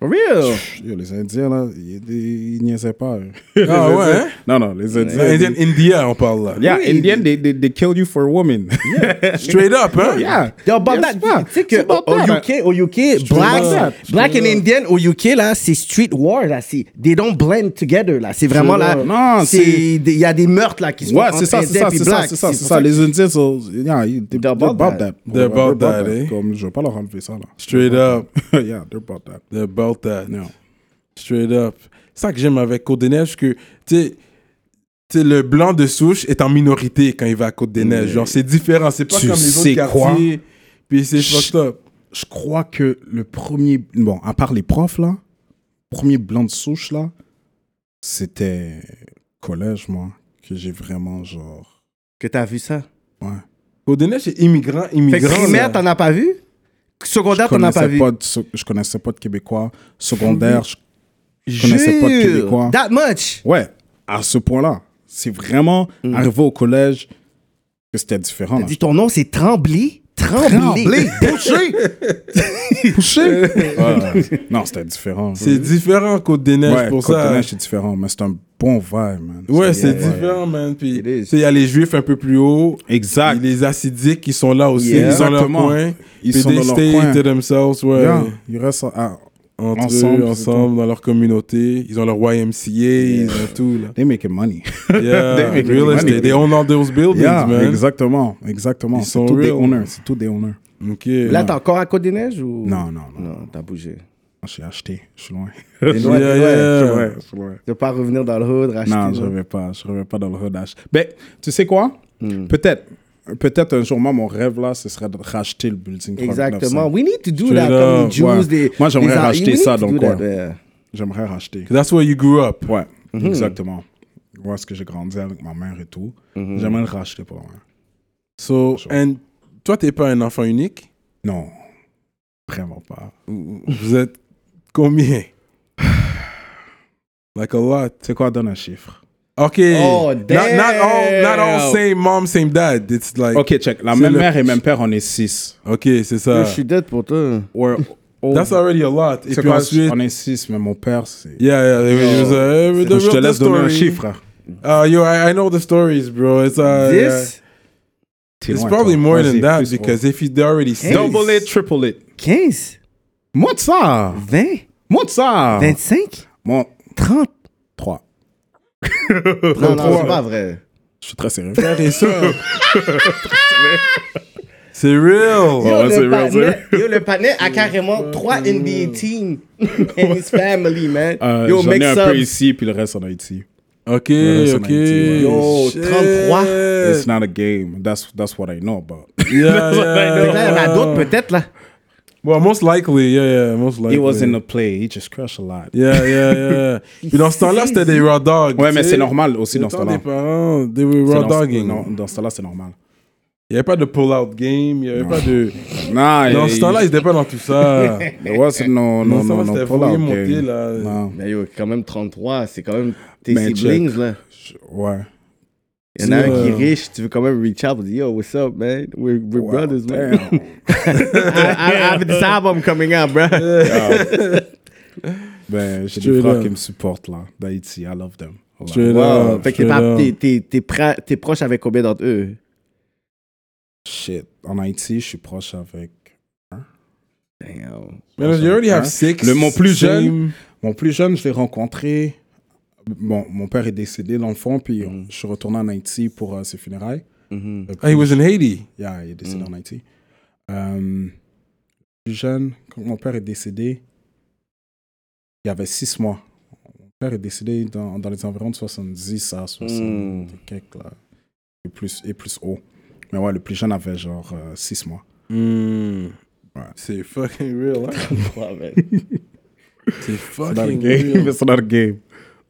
D: For real!
E: Pff, yo, les Indiens, là, ils, ils niaisaient pas. eux.
C: Ah
E: Les
C: ouais,
E: Indiens-
C: hein?
E: Non, non, les Indiens.
C: Indian, India, on parle là.
E: Yeah, Indian, they, they, they kill you for a woman.
C: Straight up, hein?
E: yeah.
D: Yo, about
E: Yes,
D: that,
E: ma.
D: tu sais que
E: C'est about
D: au, au
E: that.
D: UK, au UK, black,
E: about that.
D: black and Indian au UK là, c'est street war là, c'est they don't blend together là, c'est vraiment là,
E: up. Non,
D: c'est
E: c'est-
D: il y a des meurtres là qui se font
E: Ouais,
D: entre
E: c'est ça, c'est
D: Indiens
E: ça,
D: puis
E: c'est ça,
D: Black.
E: c'est ça, c'est
D: pour
E: ça. Les Indiens, so, yeah, you- they-
D: They're
E: they're
D: about
E: about
D: that.
E: that.
C: They're about that, eh?
E: Comme, je vais pas leur enlever ça, là.
C: Straight up.
E: yeah, they're about that.
C: They're about that.
E: No.
C: Straight up. C'est ça que j'aime avec Côte des Neiges, que tu sais, tu sais, le blanc de souche est en minorité quand il va à Côte des Neiges. Genre, c'est différent. C'est pas
E: Tu
C: comme les
E: sais
C: autres
E: quoi?
C: quartiers. Puis c'est
E: Chut.
C: fucked up.
E: Je crois que le premier, bon, à part les profs, là, premier blanc de souche, là, c'était collège, moi, que j'ai vraiment, genre,
D: Que t'as vu ça?
E: ouais.
C: Côte des Neiges, c'est immigrant,
D: Fait que
C: immigrant.
D: primaire,
C: là.
D: t'en as pas vu? Secondaire, t'en as
E: euh, connaissais
D: pas vu?
E: de so- je connaissais pas de Québécois. Secondaire, je
D: Je
E: connaissais pas de Québécois.
D: That much.
E: Ouais, à ce point-là. C'est vraiment
D: Mm.
E: arrivé au collège que c'était différent.
D: T'as
E: là.
D: dit ton nom c'est Tremblay. Tremblay.
E: Poussé! Poussé! Ouais. Non, c'était différent.
C: C'est différent, Côte des Neiges,
E: ouais,
C: pour
E: Côte
C: ça.
E: d'Ivoire, c'est différent, mais c'est un bon vibe, man.
C: Ouais,
E: C'est un
C: c'est
E: bon vibe.
C: différent, man. Puis,
D: It is.
C: tu sais, il y a les Juifs un peu plus haut.
E: Exact.
C: Et Les acidiques qui sont là aussi.
D: Yeah.
C: Ils sont dans leur
E: Exactement.
C: coin.
E: Ils
C: Puis
E: sont
C: they
E: dans leur
C: stay
E: coin.
C: to themselves, ouais.
E: Yeah, il reste ah, à-
C: entre eux,
E: Ensemble, c'est
C: ensemble, dans leur communauté. Ils ont leur YMCA, ils ont tout. Là.
E: They making money.
C: Yeah,
E: They make
C: real
E: money.
C: estate. They own all those buildings,
E: yeah,
C: man.
E: exactement, exactement.
C: Ils
E: C'est
C: sont
E: tous des
C: real.
E: owners, c'est tous des owners.
C: Ok.
D: Là, t'es encore à Côte-des-Neiges ou.
E: Non, non, non.
D: Non, t'as bougé.
E: J'ai acheté, je suis loin.
C: loin, t'es loin.
E: Je suis loin, je suis loin.
D: De pas revenir dans le hood, racheter.
E: Non, je
D: là.
E: reviens pas, je reviens pas dans le rodage. Mais tu sais quoi
C: Hmm.
E: Peut-être, peut-être un jour, moi, mon rêve là, ce serait de racheter le building. 3900.
D: Exactement. We need to do
C: Straight
D: that, comme
C: up,
D: les Jews.
E: ouais.
D: Des,
E: Moi, j'aimerais
D: des-
E: racheter
D: we need
E: ça
D: to
E: dans
D: do
E: le coin.
D: that, yeah.
E: J'aimerais racheter.
C: That's where you grew up.
E: Ouais,
C: Hmm.
E: exactement. Voir ce que j'ai grandi avec ma mère et tout.
C: Hmm.
E: J'aimerais le racheter pour moi.
C: So, and toi, t'es pas un enfant unique.
E: Non, vraiment pas.
C: Vous êtes combien? Like a lot.
E: C'est quoi, donne un chiffre.
C: Ok.
D: Oh,
C: Not, not all, not all
D: damn.
C: same mom, same dad. It's like.
E: Ok, check. La
C: C'est
E: même
C: le-
E: mère et même père, on est six.
C: Ok, c'est
D: Yo,
C: ça.
D: Je suis dead pour toi.
E: We're old.
C: That's already a lot. Et
E: C'est
C: puis
E: quoi,
C: ensuite.
E: on est six, mais mon père, c'est.
C: Yeah, yeah. it was, uh, the
E: je te
C: real- the
E: laisse donner un
C: story.
E: chiffre. hein.
C: Uh, yo, I, I know the stories, bro. It's
E: Ah,
C: uh, yeah.
D: 10,
E: T'es
C: It's
E: loin,
C: probably
E: toi.
C: more
E: Moi,
C: than
E: j'ai
C: that
E: plus, gros.
C: because if you already see,
E: Double it, triple it.
D: 15,
E: Monte ça!
D: 20,
E: Monte ça!
D: 25,
E: Monte
D: 30.
E: 3. Euh,
D: Non, non, c'est pas vrai.
E: Je suis très sérieux.
C: frère et sœur. C'est real.
E: ouais, c'est
D: le
E: vrai, c'est
D: panais, yo, le panais a carrément 3 NBA teams and his family, man.
E: Euh,
D: yo,
E: J'en
D: mix
E: ai un
D: up.
E: peu ici, puis le reste en Haïti.
C: Ok,
E: reste en
C: ok.
E: Haïti, ouais.
D: Yo, 33.
E: It's
C: Shit.
E: not a game. That's, that's what I know about.
C: Yeah,
D: Fait que là, il y en
C: yeah.
D: a d'autres peut-être, là.
C: Well, most likely, yeah, yeah, most likely.
E: He was in the play. He just crashed a lot.
C: Yeah, yeah, yeah. Puis dans ce temps-là, c'était des raw dogs. eh?
E: Ouais,
C: tu
E: mais
C: sais.
E: c'est normal aussi
C: Le
E: dans ce
C: temps
E: temps-là.
C: des parents, hein. they were
E: C'est
C: raw
E: dans ce-
C: dogging.
E: non, Dans ce temps-là, c'est normal.
C: Il n'y avait pas de pull-out game, il n'y avait pas de...
E: Non,
C: Dans ce temps-là, ils n'étaient pas dans tout ça.
E: There was no, no,
C: Dans ce
E: no,
C: temps-là,
E: no
C: c'était
E: pull-out
C: fouillé, monté,
E: game.
C: là.
E: Non,
D: Mais yo, quand même 33, c'est quand même tes
E: Ben, check.
D: siblings, là.
E: je- ouais.
D: Il y en a
C: C'est,
D: un qui est
C: euh,
D: riche, tu veux quand même reach out pour dire Yo, what's up, man? We're, we're
E: Wow,
D: brothers, man.
E: damn.
D: I, I have this album coming out, bro.
E: Ben, j'ai
C: Straight
E: des frères
C: up.
E: qui me supportent, là, d'Haïti. I love them. a lot.
C: Straight
D: Wow.
C: up,
D: Fait que t'es
C: straight
D: pas-
C: up.
D: t'es- t'es- t'es pra- t'es proche avec combien d'entre eux?
E: Shit. En Haïti, je suis proche avec...
D: Damn.
C: Man, you already have
E: Hein?
C: six.
E: Le mon plus jeune,
C: same-
E: Mon plus jeune, je l'ai rencontré. Bon, mon père est décédé, l'enfant, puis je suis retourné en Haïti pour euh, ses funérailles. Et
C: Mm. Ah, he was in Haiti.
E: puis, yeah, il est décédé en Haïti. Euh, plus jeune, quand mon père est décédé, il y avait six mois. Mon père est décédé dans, dans les environs de 70 à 60
D: Mm.
E: et quelques, là. Et plus, et plus haut. Mais ouais, le plus jeune avait genre euh, six mois. Mm.
C: Hmm. C'est fucking real, hein?
D: Ouais, man.
C: C'est
E: C'est not a
C: fucking
E: game.
C: real.
E: It's not a game.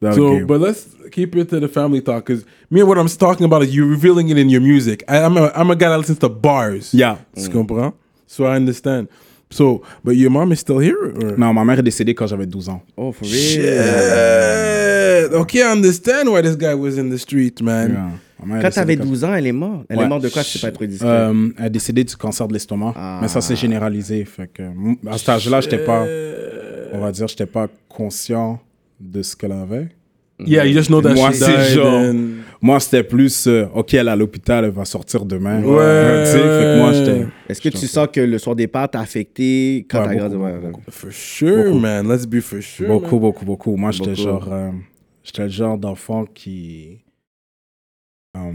E: Not a
C: So,
E: game.
C: but let's keep it to the family talk, because me and what I'm talking about is you revealing it in your music. I, I'm, a, I'm a guy that listens to bars.
E: Yeah. Mm.
C: Tu comprends? So I understand. So, but your mom is still here? Or?
E: Non, ma mère est décédée quand j'avais 12 ans.
D: Oh, for real.
C: Shit. Okay, I understand why this guy was in the street, man.
E: Yeah. Ma mère est
D: Quand
E: décédée
D: t'avais 12 ans, elle est morte. Elle
E: Ouais.
D: est morte de quoi? Je sais pas trop discret.
E: Euh, elle est décédée du cancer de l'estomac. Mais ça, c'est généralisé. Fait que, m- à cet âge-là, j'étais pas, on va dire, j'étais pas conscient de ce qu'elle avait.
C: Yeah, you just know that
E: Moi,
C: she
E: c'est
C: died.
E: genre,
C: and-
E: moi, c'était plus, euh, OK, elle est à l'hôpital, elle va sortir demain.
C: Ouais.
E: Tu sais, fait que moi, j'étais.
D: Est-ce que tu sens que le soir des pâtes t'a affecté quand t'as
E: Ouais,
D: grandi?
E: beaucoup,
D: Ouais, ouais.
C: For sure, man. Let's be for sure. man.
E: Beaucoup, beaucoup, beaucoup. Moi, j'étais
D: Beaucoup.
E: genre, euh, j'étais le genre d'enfant qui, euh,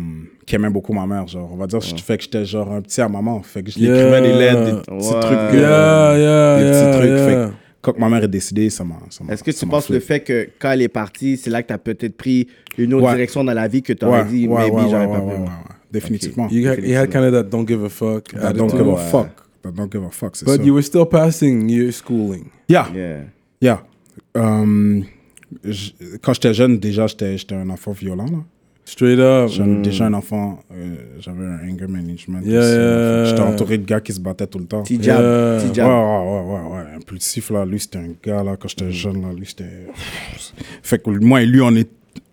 E: qui aimait beaucoup ma mère. Genre, on va dire, je fait que j'étais genre un petit à maman. Fait que je
C: Yeah.
E: l'écrivais des lettres, des petits
D: Ouais.
E: trucs. que-
C: Yeah, yeah,
E: des petits
C: yeah,
E: trucs, fait
C: yeah.
E: Quand ma mère est décédée, ça m'a. ça m'a-
D: Est-ce que
E: ça
D: tu
E: m'a
D: penses le
E: flippé.
D: fait que quand elle est partie, c'est là que t'as peut-être pris une autre
E: Ouais.
D: direction dans la vie que t'aurais dit, maybe j'aurais pas
E: ouais,
D: pris.
E: ouais, ouais. Définitivement.
C: You had, you had kind of that don't give a fuck.
E: I don't
C: attitude.
E: give a
D: Ouais.
E: fuck. I don't give a fuck, c'est ça.
C: But you were still passing your schooling.
E: Yeah,
D: Yeah.
E: yeah. Um, j- quand j'étais jeune, déjà, j'étais j'étais un enfant violent. là.
C: Straight up.
E: J'étais déjà un enfant, euh, j'avais un anger management.
C: Yeah,
E: aussi,
C: yeah.
E: là. J'étais entouré de gars qui se battaient tout le temps.
D: Petit
C: Yeah.
D: jab, petit
E: Euh, Ouais,
D: jab.
E: ouais, ouais, ouais, ouais, impulsif là. Lui, c'était un gars là, quand j'étais jeune là, lui, c'était. Fait que moi et lui, on est.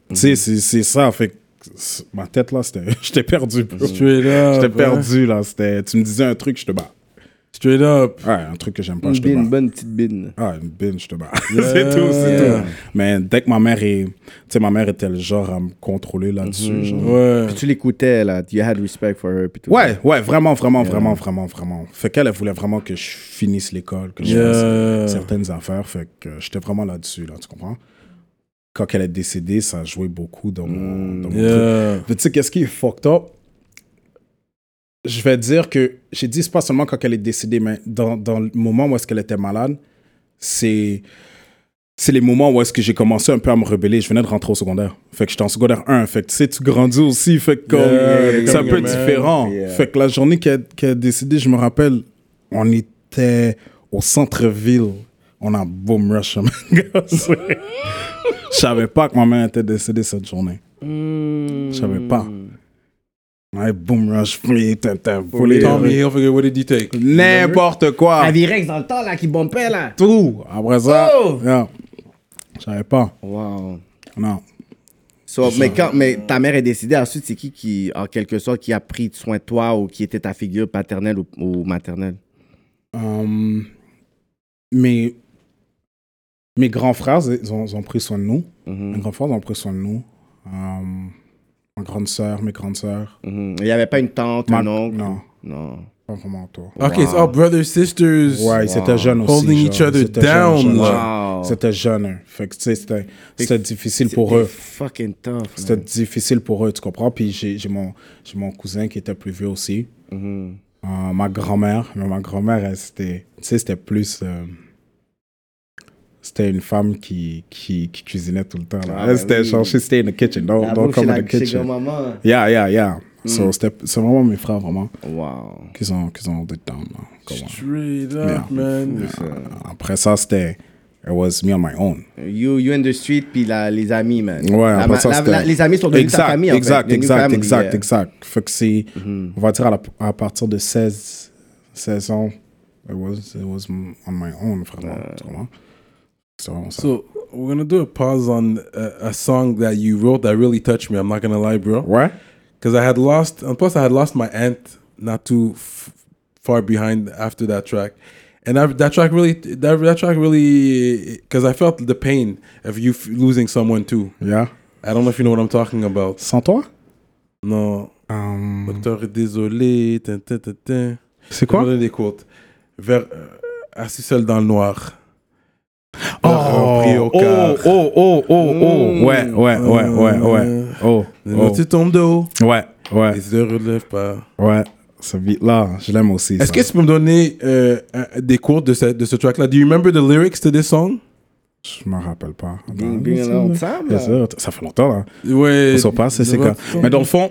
E: Tu sais, c'est- c'est ça. Fait que c'est- ma tête là, c'était. J'étais perdu, bro.
C: Straight up.
E: J'étais
C: hein.
E: perdu là. C'était. Tu me disais un truc, je te bats.
C: Straight up.
E: Ouais, un truc que j'aime pas,
D: Une
E: je te
D: bine,
E: bats.
D: une bonne petite bine.
E: Ah, une bine, je te bats. c'est tout, c'est
C: Yeah.
E: tout. Mais dès que ma mère est. Tu sais, ma mère était le genre à me contrôler là-dessus.
C: Mm-hmm.
E: genre.
C: Ouais.
D: Puis tu l'écoutais, là. You had respect for her. puis tout.
E: Ouais, ouais, vraiment, vraiment, vraiment, vraiment, vraiment. Fait qu'elle, elle voulait vraiment que je finisse l'école, que je
C: Yeah.
E: fasse certaines affaires. Fait que j'étais vraiment là-dessus, là, tu comprends? Quand elle est décédée, ça a joué beaucoup dans mon, dans mon truc.
C: Yeah.
E: Mais tu sais, qu'est-ce qui est fucked up? Je vais dire que j'ai dit, c'est pas seulement quand elle est décédée, mais dans, dans le moment où est-ce qu'elle était malade, c'est. C'est les moments où est-ce que j'ai commencé un peu à me rebeller. Je venais de rentrer au secondaire. Fait que j'étais en secondaire 1. Fait que tu sais, tu grandis aussi. Fait que comme,
C: Yeah,
E: c'est un
C: becoming
E: peu
C: a man.
E: différent.
D: Yeah.
E: Fait que la journée qu'elle qu'elle a décédé, je me rappelle, on était au centre-ville. On a boom rush. Je savais pas que ma mère était décédée cette journée. Je savais pas.
D: Hmm.
E: Ouais, boom rush, free, tintin, poulet,
C: Tommy Hilfiger, what did he take?
E: n'importe quoi.
D: La Virex dans le temps, là, qui bombait, là.
E: Tout. Après ça,
D: Oh!
E: yeah. je savais pas.
D: Wow.
E: Non.
D: So, mais quand mais ta mère est décédée, ensuite, c'est qui qui, en quelque sorte, qui a pris soin de toi ou qui était ta figure paternelle ou, ou maternelle?
E: Hum, mes, mes grands frères, ils ont, ils ont pris soin de nous.
D: Mm-hmm.
E: Mes grands frères ont pris soin de nous. Hum, ma grande sœur, mes grandes sœurs.
D: Mhm. Il n'y avait pas une tante,
E: Ma-
D: un oncle? Ah,
E: non.
D: Non.
E: Pas vraiment toi.
C: Ok, it's all brothers, sisters.
E: Ouais, ils étaient jeunes aussi.
C: Holding
E: genre,
C: each other
E: ils étaient jeunes,
C: down,
E: jeunes,
C: là.
E: jeunes.
D: Wow.
E: C'était jeune. hein. Fait que, tu sais, c'était c'était difficile pour
D: C'était
E: eux.
D: fucking tough.
E: C'était
D: man.
E: difficile pour eux, tu comprends? Puis j'ai j'ai mon, j'ai mon cousin qui était plus vieux aussi.
D: Mm-hmm.
E: Euh, ma grand-mère, mais ma grand-mère, elle, c'était tu sais, c'était plus. euh, c'était une femme qui, qui, qui cuisinait tout le temps. Là.
D: Ah,
E: Elle,
D: ben
E: c'était
D: oui.
E: genre, she stay in the kitchen. Don't,
D: La
E: don't
D: bouffe chez
E: come in
D: la
E: the
D: chez
E: kitchen.
D: grand-maman.
E: Yeah, yeah, yeah. So,
D: Mm.
E: c'était- c'est vraiment mes frères, vraiment,
D: Wow.
E: qui ont, qui ont des temps. Là. Comment-
C: Straight up,
E: Yeah.
C: man.
E: Ah. euh, Après ça, c'était. It was me on my own.
D: You, you in the street, puis la- les amis, man.
E: Ouais,
D: La-
E: après ça,
D: la-
E: c'était-
D: la- les amis sont devenus
E: exact,
D: ta famille, en
E: Exact,
D: fait. The new
E: exact,
D: family, euh. Mm-hmm.
E: exact,
D: yeah.
E: exact. Fait que c'est, on va dire à, la- à partir de 16, 16 ans, it was, it was on my own, vraiment.
D: Euh.
E: tu comprends? C'est vraiment ça.
C: So, we're gonna do a pause on a, a song that you wrote that really touched me. I'm not gonna lie, bro.
E: ouais?
C: Because I had lost, and plus I had lost my aunt not too f- far behind after that track, and I, that track really, that, that track really, because I felt the pain of you f- losing someone too.
E: Yeah.
C: I don't know if you know what I'm talking about.
E: Sans toi?
C: No,
E: Um,
C: docteur est désolé. tin, tin, tin, tin.
E: c'est
C: Je vais
E: quoi?
C: vous donner des quotes. Vers, euh, assis seul dans le noir.
E: Oh,
C: Pris au
E: oh,
C: cœur.
E: oh, oh, oh,
D: Mm.
E: oh. Ouais, ouais, ouais, ouais, ouais. Oh,
C: Quand
E: oh.
C: tu tombes de haut,
E: Ouais, ouais,
C: et se relève pas.
E: ouais. Ce beat-là, je l'aime aussi.
C: Est-ce
E: ça.
C: que tu peux me donner euh, un- des quotes de ce, de ce track-là? Do you remember the lyrics to this song?
E: Je me rappelle pas.
D: Being- being alone ensemble,
E: Bien
D: là.
E: sûr, ça fait longtemps, là.
C: Ouais.
E: On se passe, c'est gars. Mais dans le fond,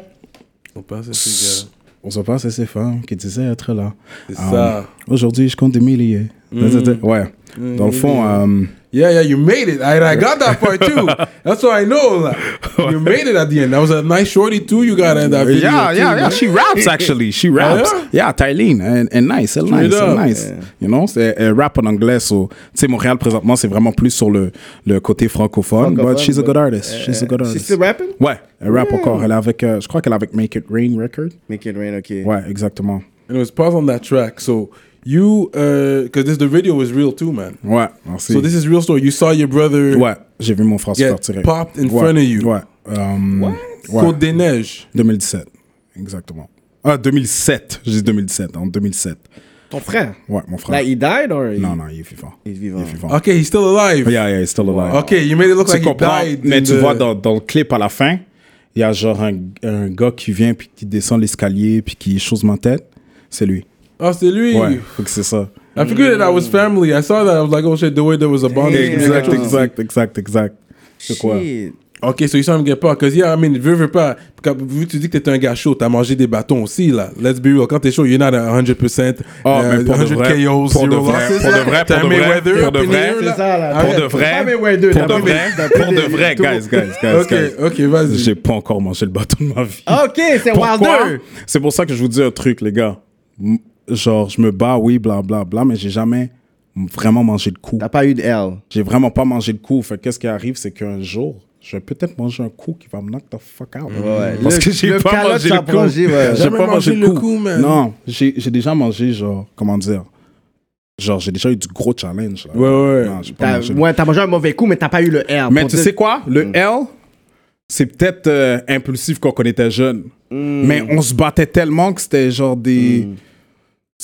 C: On passe, c'est gars.
E: On se passe à ces femmes qui disaient être là.
C: C'est
E: Euh,
C: ça. Hmm.
E: Aujourd'hui, je compte des milliers. Ouais. Dans le fond, euh,
C: Yeah, yeah, you made it. I, I got that part too. That's what I know. like, you made it at the end. That was a nice shorty too. You got in that video.
E: yeah,
C: too,
E: yeah, yeah.
C: man.
E: She raps actually. She raps.
C: Ah,
E: yeah, Tylene. And, and nice. Elle nice.
C: up.
E: Elle nice. You know, c'est- elle rap en anglais. So, tu sais, Montréal présentement, c'est vraiment plus sur le, le côté francophone.
D: Francophone,
E: But she's a
D: but-
E: good artist.
C: Euh,
E: she's a good
D: She's
E: artist.
D: Eh, still rapping?
E: Ouais, elle rap
C: Hmm.
E: encore. Elle est avec, euh, je crois qu'elle est avec Make It Rain Record.
D: Make it rain, OK.
E: Ouais, exactement.
C: And it was pause on that track. So you, because this the video was real too, man.
E: Ouais, merci.
C: So this is real story. You saw your brother.
E: ouais, j'ai vu mon frère se
C: Get
E: faire tirer.
C: popped in
E: Ouais,
C: front of you.
E: Ouais. Euh, ouais.
C: Côte des Neiges.
E: 2017, exactement. Ah, 2007, j'ai dit 2007, en 2007.
D: Ton frère?
E: Ouais, mon frère.
D: Like, he died or... he-
E: Non, non, il est vivant.
D: Il est vivant.
E: Il est vivant.
C: Okay, he's still alive.
E: Yeah, yeah, he's still alive.
C: Okay, you made it look
E: Tu
C: like he
E: comprends,
C: died.
E: mais
C: in
E: tu
C: the-
E: vois, dans, dans le clip à la fin, il y a genre un, un gars qui vient, puis qui descend l'escalier, puis qui chose ma tête. C'est lui.
C: Oh, c'est lui.
E: Ouais, faut que c'est ça.
C: I figured that I was family. I saw that. I was like, oh shit, the way there was a bond.
D: Damn.
E: Exact,
D: Yeah.
E: exact, exact, exact. C'est quoi?
D: Shit.
C: Ok, so you saw him get popped. Cause yeah, I mean, veux, veux pas. Quand, vu que tu dis que t'étais un gars chaud, t'as mangé des bâtons aussi, là. Let's be real. Quand t'es chaud, you're not at 100%.
E: Ah,
C: euh,
E: mais pour de
C: 100
E: vrai,
C: KOs,
E: pour de
C: zero
E: vrai,
C: losses,
E: pour de
C: là.
E: vrai,
C: T'as
E: pour de vrai,
C: Mayweather
E: pour
C: up
E: de
C: in
E: vrai,
C: here,
E: c'est
C: là.
D: ça, là.
C: Ah
E: Pour
C: ouais.
E: de vrai,
D: Tommy Wilder,
E: pour de
D: Tommy
E: vrai,
D: Wilder.
E: pour de vrai, guys, guys, guys,
C: Ok,
E: guys.
C: ok, vas-y.
E: J'ai pas encore mangé le bâton de ma vie.
D: OK, c'est
E: Pourquoi?
D: Ah, Wilder.
E: C'est pour ça que je vous dis un truc, les gars. M- Genre, je me bats, oui, blablabla, bla, bla, mais j'ai jamais m- vraiment mangé de coup.
D: T'as pas eu de L.
E: J'ai vraiment pas mangé de coup. Fait que qu'est-ce qui arrive, c'est qu'un jour, je vais peut-être manger un coup qui va me knock the fuck out.
D: Ouais.
E: Parce
D: Le-
E: que j'ai
D: le
E: pas
D: calotte
E: mangé le
D: s'approche, ouais.
E: coup. J'ai
C: Jamais
E: pas mangé
C: mangé
E: le
C: le
E: coup.
C: coup, man.
E: Non, j'ai j'ai déjà mangé, genre, comment dire, Genre, j'ai déjà eu du gros challenge. Là.
C: Ouais, ouais.
E: Non, j'ai pas
D: T'as
E: mangé.
D: ouais, t'as mangé un mauvais coup, mais t'as pas eu le R.
E: Mais
D: Pour
E: tu
D: dire- Mm.
E: sais quoi? Le L, c'est peut-être euh, impulsif quand on était jeune.
D: Mm.
E: Mais on se battait tellement que c'était genre des. Tu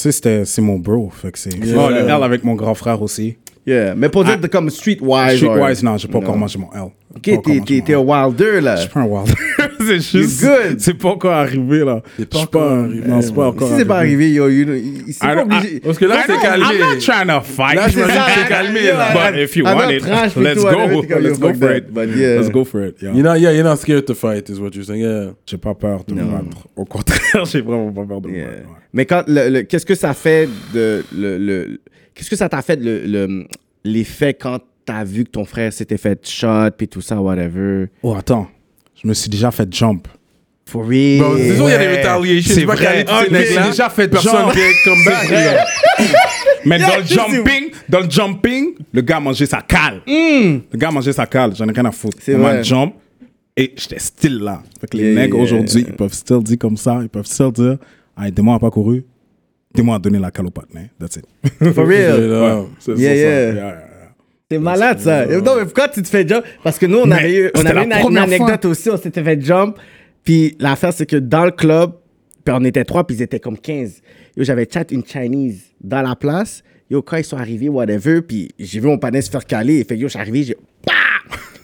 E: sais, c'était- c'est mon bro. Fait que c'est. Oh, le L avec mon grand frère aussi.
D: Yeah. Mais pour dire de- comme streetwise.
E: Ah. Streetwise,
D: or-
E: non, j'ai pas encore mangé mon L. J'ai
D: Ok,
E: pas encore
D: t'es-
E: mangé
D: t'es
E: mon
D: t'es un
E: L.
D: wilder, là.
E: Je suis pas un wild. c'est juste.
D: good.
E: C'est pas encore arrivé, là.
C: pas
E: Je suis pas
C: encore
E: un-
C: arrivé.
E: Non, c'est pas encore
D: Si c'est pas arrivé, yo, you know, il- c'est
E: I
D: pas
E: don't-
D: obligé.
E: I- oh,
C: Parce que là,
E: I
C: c'est
E: don't-
C: calmé.
E: I'm not trying to fight.
C: Là, je me dis, c'est calmé, là.
E: But if you
D: I'm
E: want
D: not
E: it,
D: trash, but
E: let's
D: you want
E: go.
D: it, you
E: Let's go
D: fuck
E: for
D: that.
E: it.
D: But yeah.
E: Let's go for it. yeah.
C: You're not, yeah, you're not scared to fight, is what you're saying. Yeah.
E: J'ai pas peur de me battre. Au contraire, j'ai vraiment pas peur de me
D: Yeah.
E: battre. ouais.
D: Mais quand le, le- qu'est-ce que ça fait de le, le- qu'est-ce que ça t'a fait le, le- l'effet quand t'as vu que ton frère s'était fait shot puis tout ça whatever
E: Oh, attends. Je me suis déjà fait jump.
D: for real
C: Bon, disons, il y a des retaliations.
E: C'est
C: C'est pas
E: vrai.
C: calé,
E: Ah,
C: tu sais,
E: mais
C: mec, là.
E: j'ai déjà fait
C: personne
E: genre.
C: qui est comme back. là.
E: Bah, Mais dans
D: Yeah,
E: le
D: je sais où.
E: jumping, dans le jumping, le gars mangeait sa cale. Le gars mangeait sa cale. J'en ai rien à foutre.
D: Hmm. C'est
E: On m'a
D: vrai.
E: jump et j'étais still là. Fait que les
D: Yeah,
E: nègres
D: yeah.
E: aujourd'hui, ils peuvent still dire comme ça. Ils peuvent still dire, ah, Démon a pas couru. Démon a donné la cale au partenaire. That's it.
D: for
C: Straight
D: real
C: up.
E: C'est
D: Yeah,
E: ça.
D: yeah.
E: yeah.
D: c'est malade ça non mais pourquoi tu te fais jump parce que nous on
E: euh, Mais
D: avait eu on
E: c'était
D: avait
E: la
D: une, une
E: première
D: anecdote aussi on s'était fait jump puis l'affaire c'est que dans le club puis on était trois puis ils étaient comme 15 yo j'avais chat une Chinese dans la place yo quand ils sont arrivés whatever puis j'ai vu mon panel se faire caler fait que yo j'arrivais j'ai Puis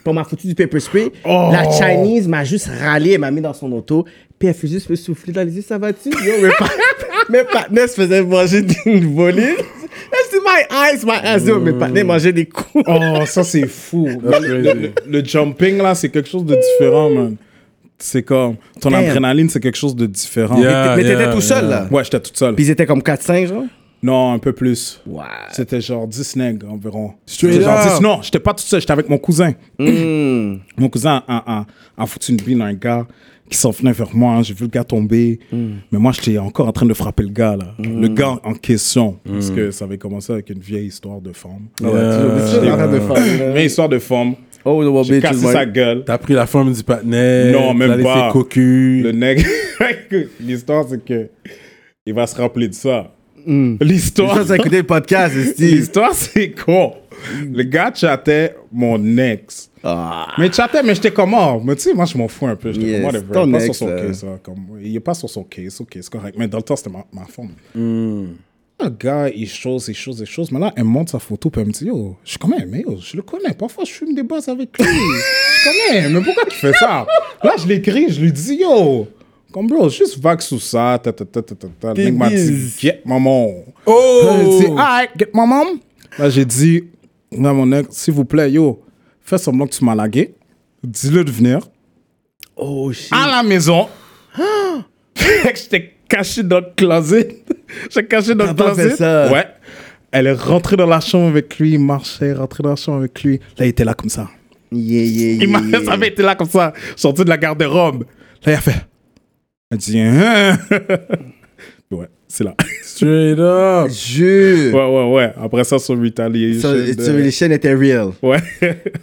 D: on m'a foutu du pepper spray.
E: Oh.
D: La Chinese m'a juste râlé, elle m'a mis dans son auto. Puis elle fait juste me souffler dans les yeux, ça va-tu? Yo, mes, pa- mes partenaires se faisaient manger d'une volée. Là, c'est my eyes, my ass. Yo, mes partenaires mangeaient des coups.
E: Mm. Oh, ça, c'est fou. le, le- le jumping, là, c'est quelque chose de différent, man. C'est comme, ton
D: Damn.
E: adrénaline, c'est quelque chose de différent.
C: Yeah.
D: mais t'étais tout seul,
C: yeah.
D: là.
E: Ouais, j'étais toute seule.
D: Puis ils étaient comme 4-5, genre.
E: Non, un peu plus.
D: Wow.
E: C'était genre 10 nègres environ.
C: Straight
E: C'était genre
C: up. Hmm.
E: 10. Non, j'étais pas tout seul, j'étais avec mon cousin. Mon cousin a, a- a foutu une bille à un gars qui s'en venait vers moi. J'ai vu le gars tomber.
C: Hmm.
E: Mais moi, j'étais encore en train de frapper le gars, là. Le gars en question.
C: Hmm.
E: Parce que ça avait commencé avec une vieille histoire de femme.
C: Ah
D: Toujours en train de faire,
E: Une
D: là.
E: vieille histoire de femme.
D: Oh, the
E: J'ai
D: bitch
E: Euh, cassé
D: is
E: sa
D: mine.
E: gueule.
C: T'as pris la forme du patinet.
E: Non, même pas.
C: cocu.
E: Le nègre. L'histoire, c'est que. Il va se rappeler de ça.
C: Hmm.
E: L'histoire.
D: Ça, ça a écouté le podcast, Steve.
E: L'histoire, c'est con. Le gars chattait mon ex. Mais il chattait, mais j'étais comme, oh, mais tu sais, moi, je m'en fous un peu. J'étais
D: Ah. Yes,
E: comme, whatever.
D: ton
E: Il est pas
D: ex, euh.
E: sur son
D: là.
E: case, là, comme, il est pas sur son case, ok, c'est correct. Mais dans le temps, c'était ma, ma forme. Le gars, il chose, il chose, il chose. Mais là, elle montre sa photo, puis elle me dit, yo, je suis quand même, yo, je le connais. Parfois, je fume des bosses avec lui. je connais, mais pourquoi tu fais ça? Là, je l'écris, je lui dis, yo, comme bro, juste vague sous ça, ta ta ta ta ta ta. Le mec m'a dit,
D: bise.
E: get maman. Là,
C: Oh!
E: j'ai dit, alright, get my mom. Là, j'ai dit, là, mon ex, s'il vous plaît, yo, fais semblant que tu m'as lagué. Dis-le de venir.
D: Oh, shit.
E: À la maison. Fait que J'étais caché dans le closet. J'étais caché dans le
D: pas
E: closet.
D: fait ça.
E: Ouais. Elle est rentrée dans la chambre avec lui, il marchait, rentrée dans la chambre avec lui. Là, il était là comme ça.
D: Yeah, yeah,
E: Il m'a
D: yeah,
E: ça
D: yeah.
E: avait été là comme ça, sorti de la garde-robe. Là, il a fait. Elle dit, hein? Ouais, c'est là.
C: Straight up.
D: Jure.
E: Ouais, ouais, ouais. Après ça, son retaliation.
D: So,
E: de-
D: so les chaînes étaient real.
E: Ouais.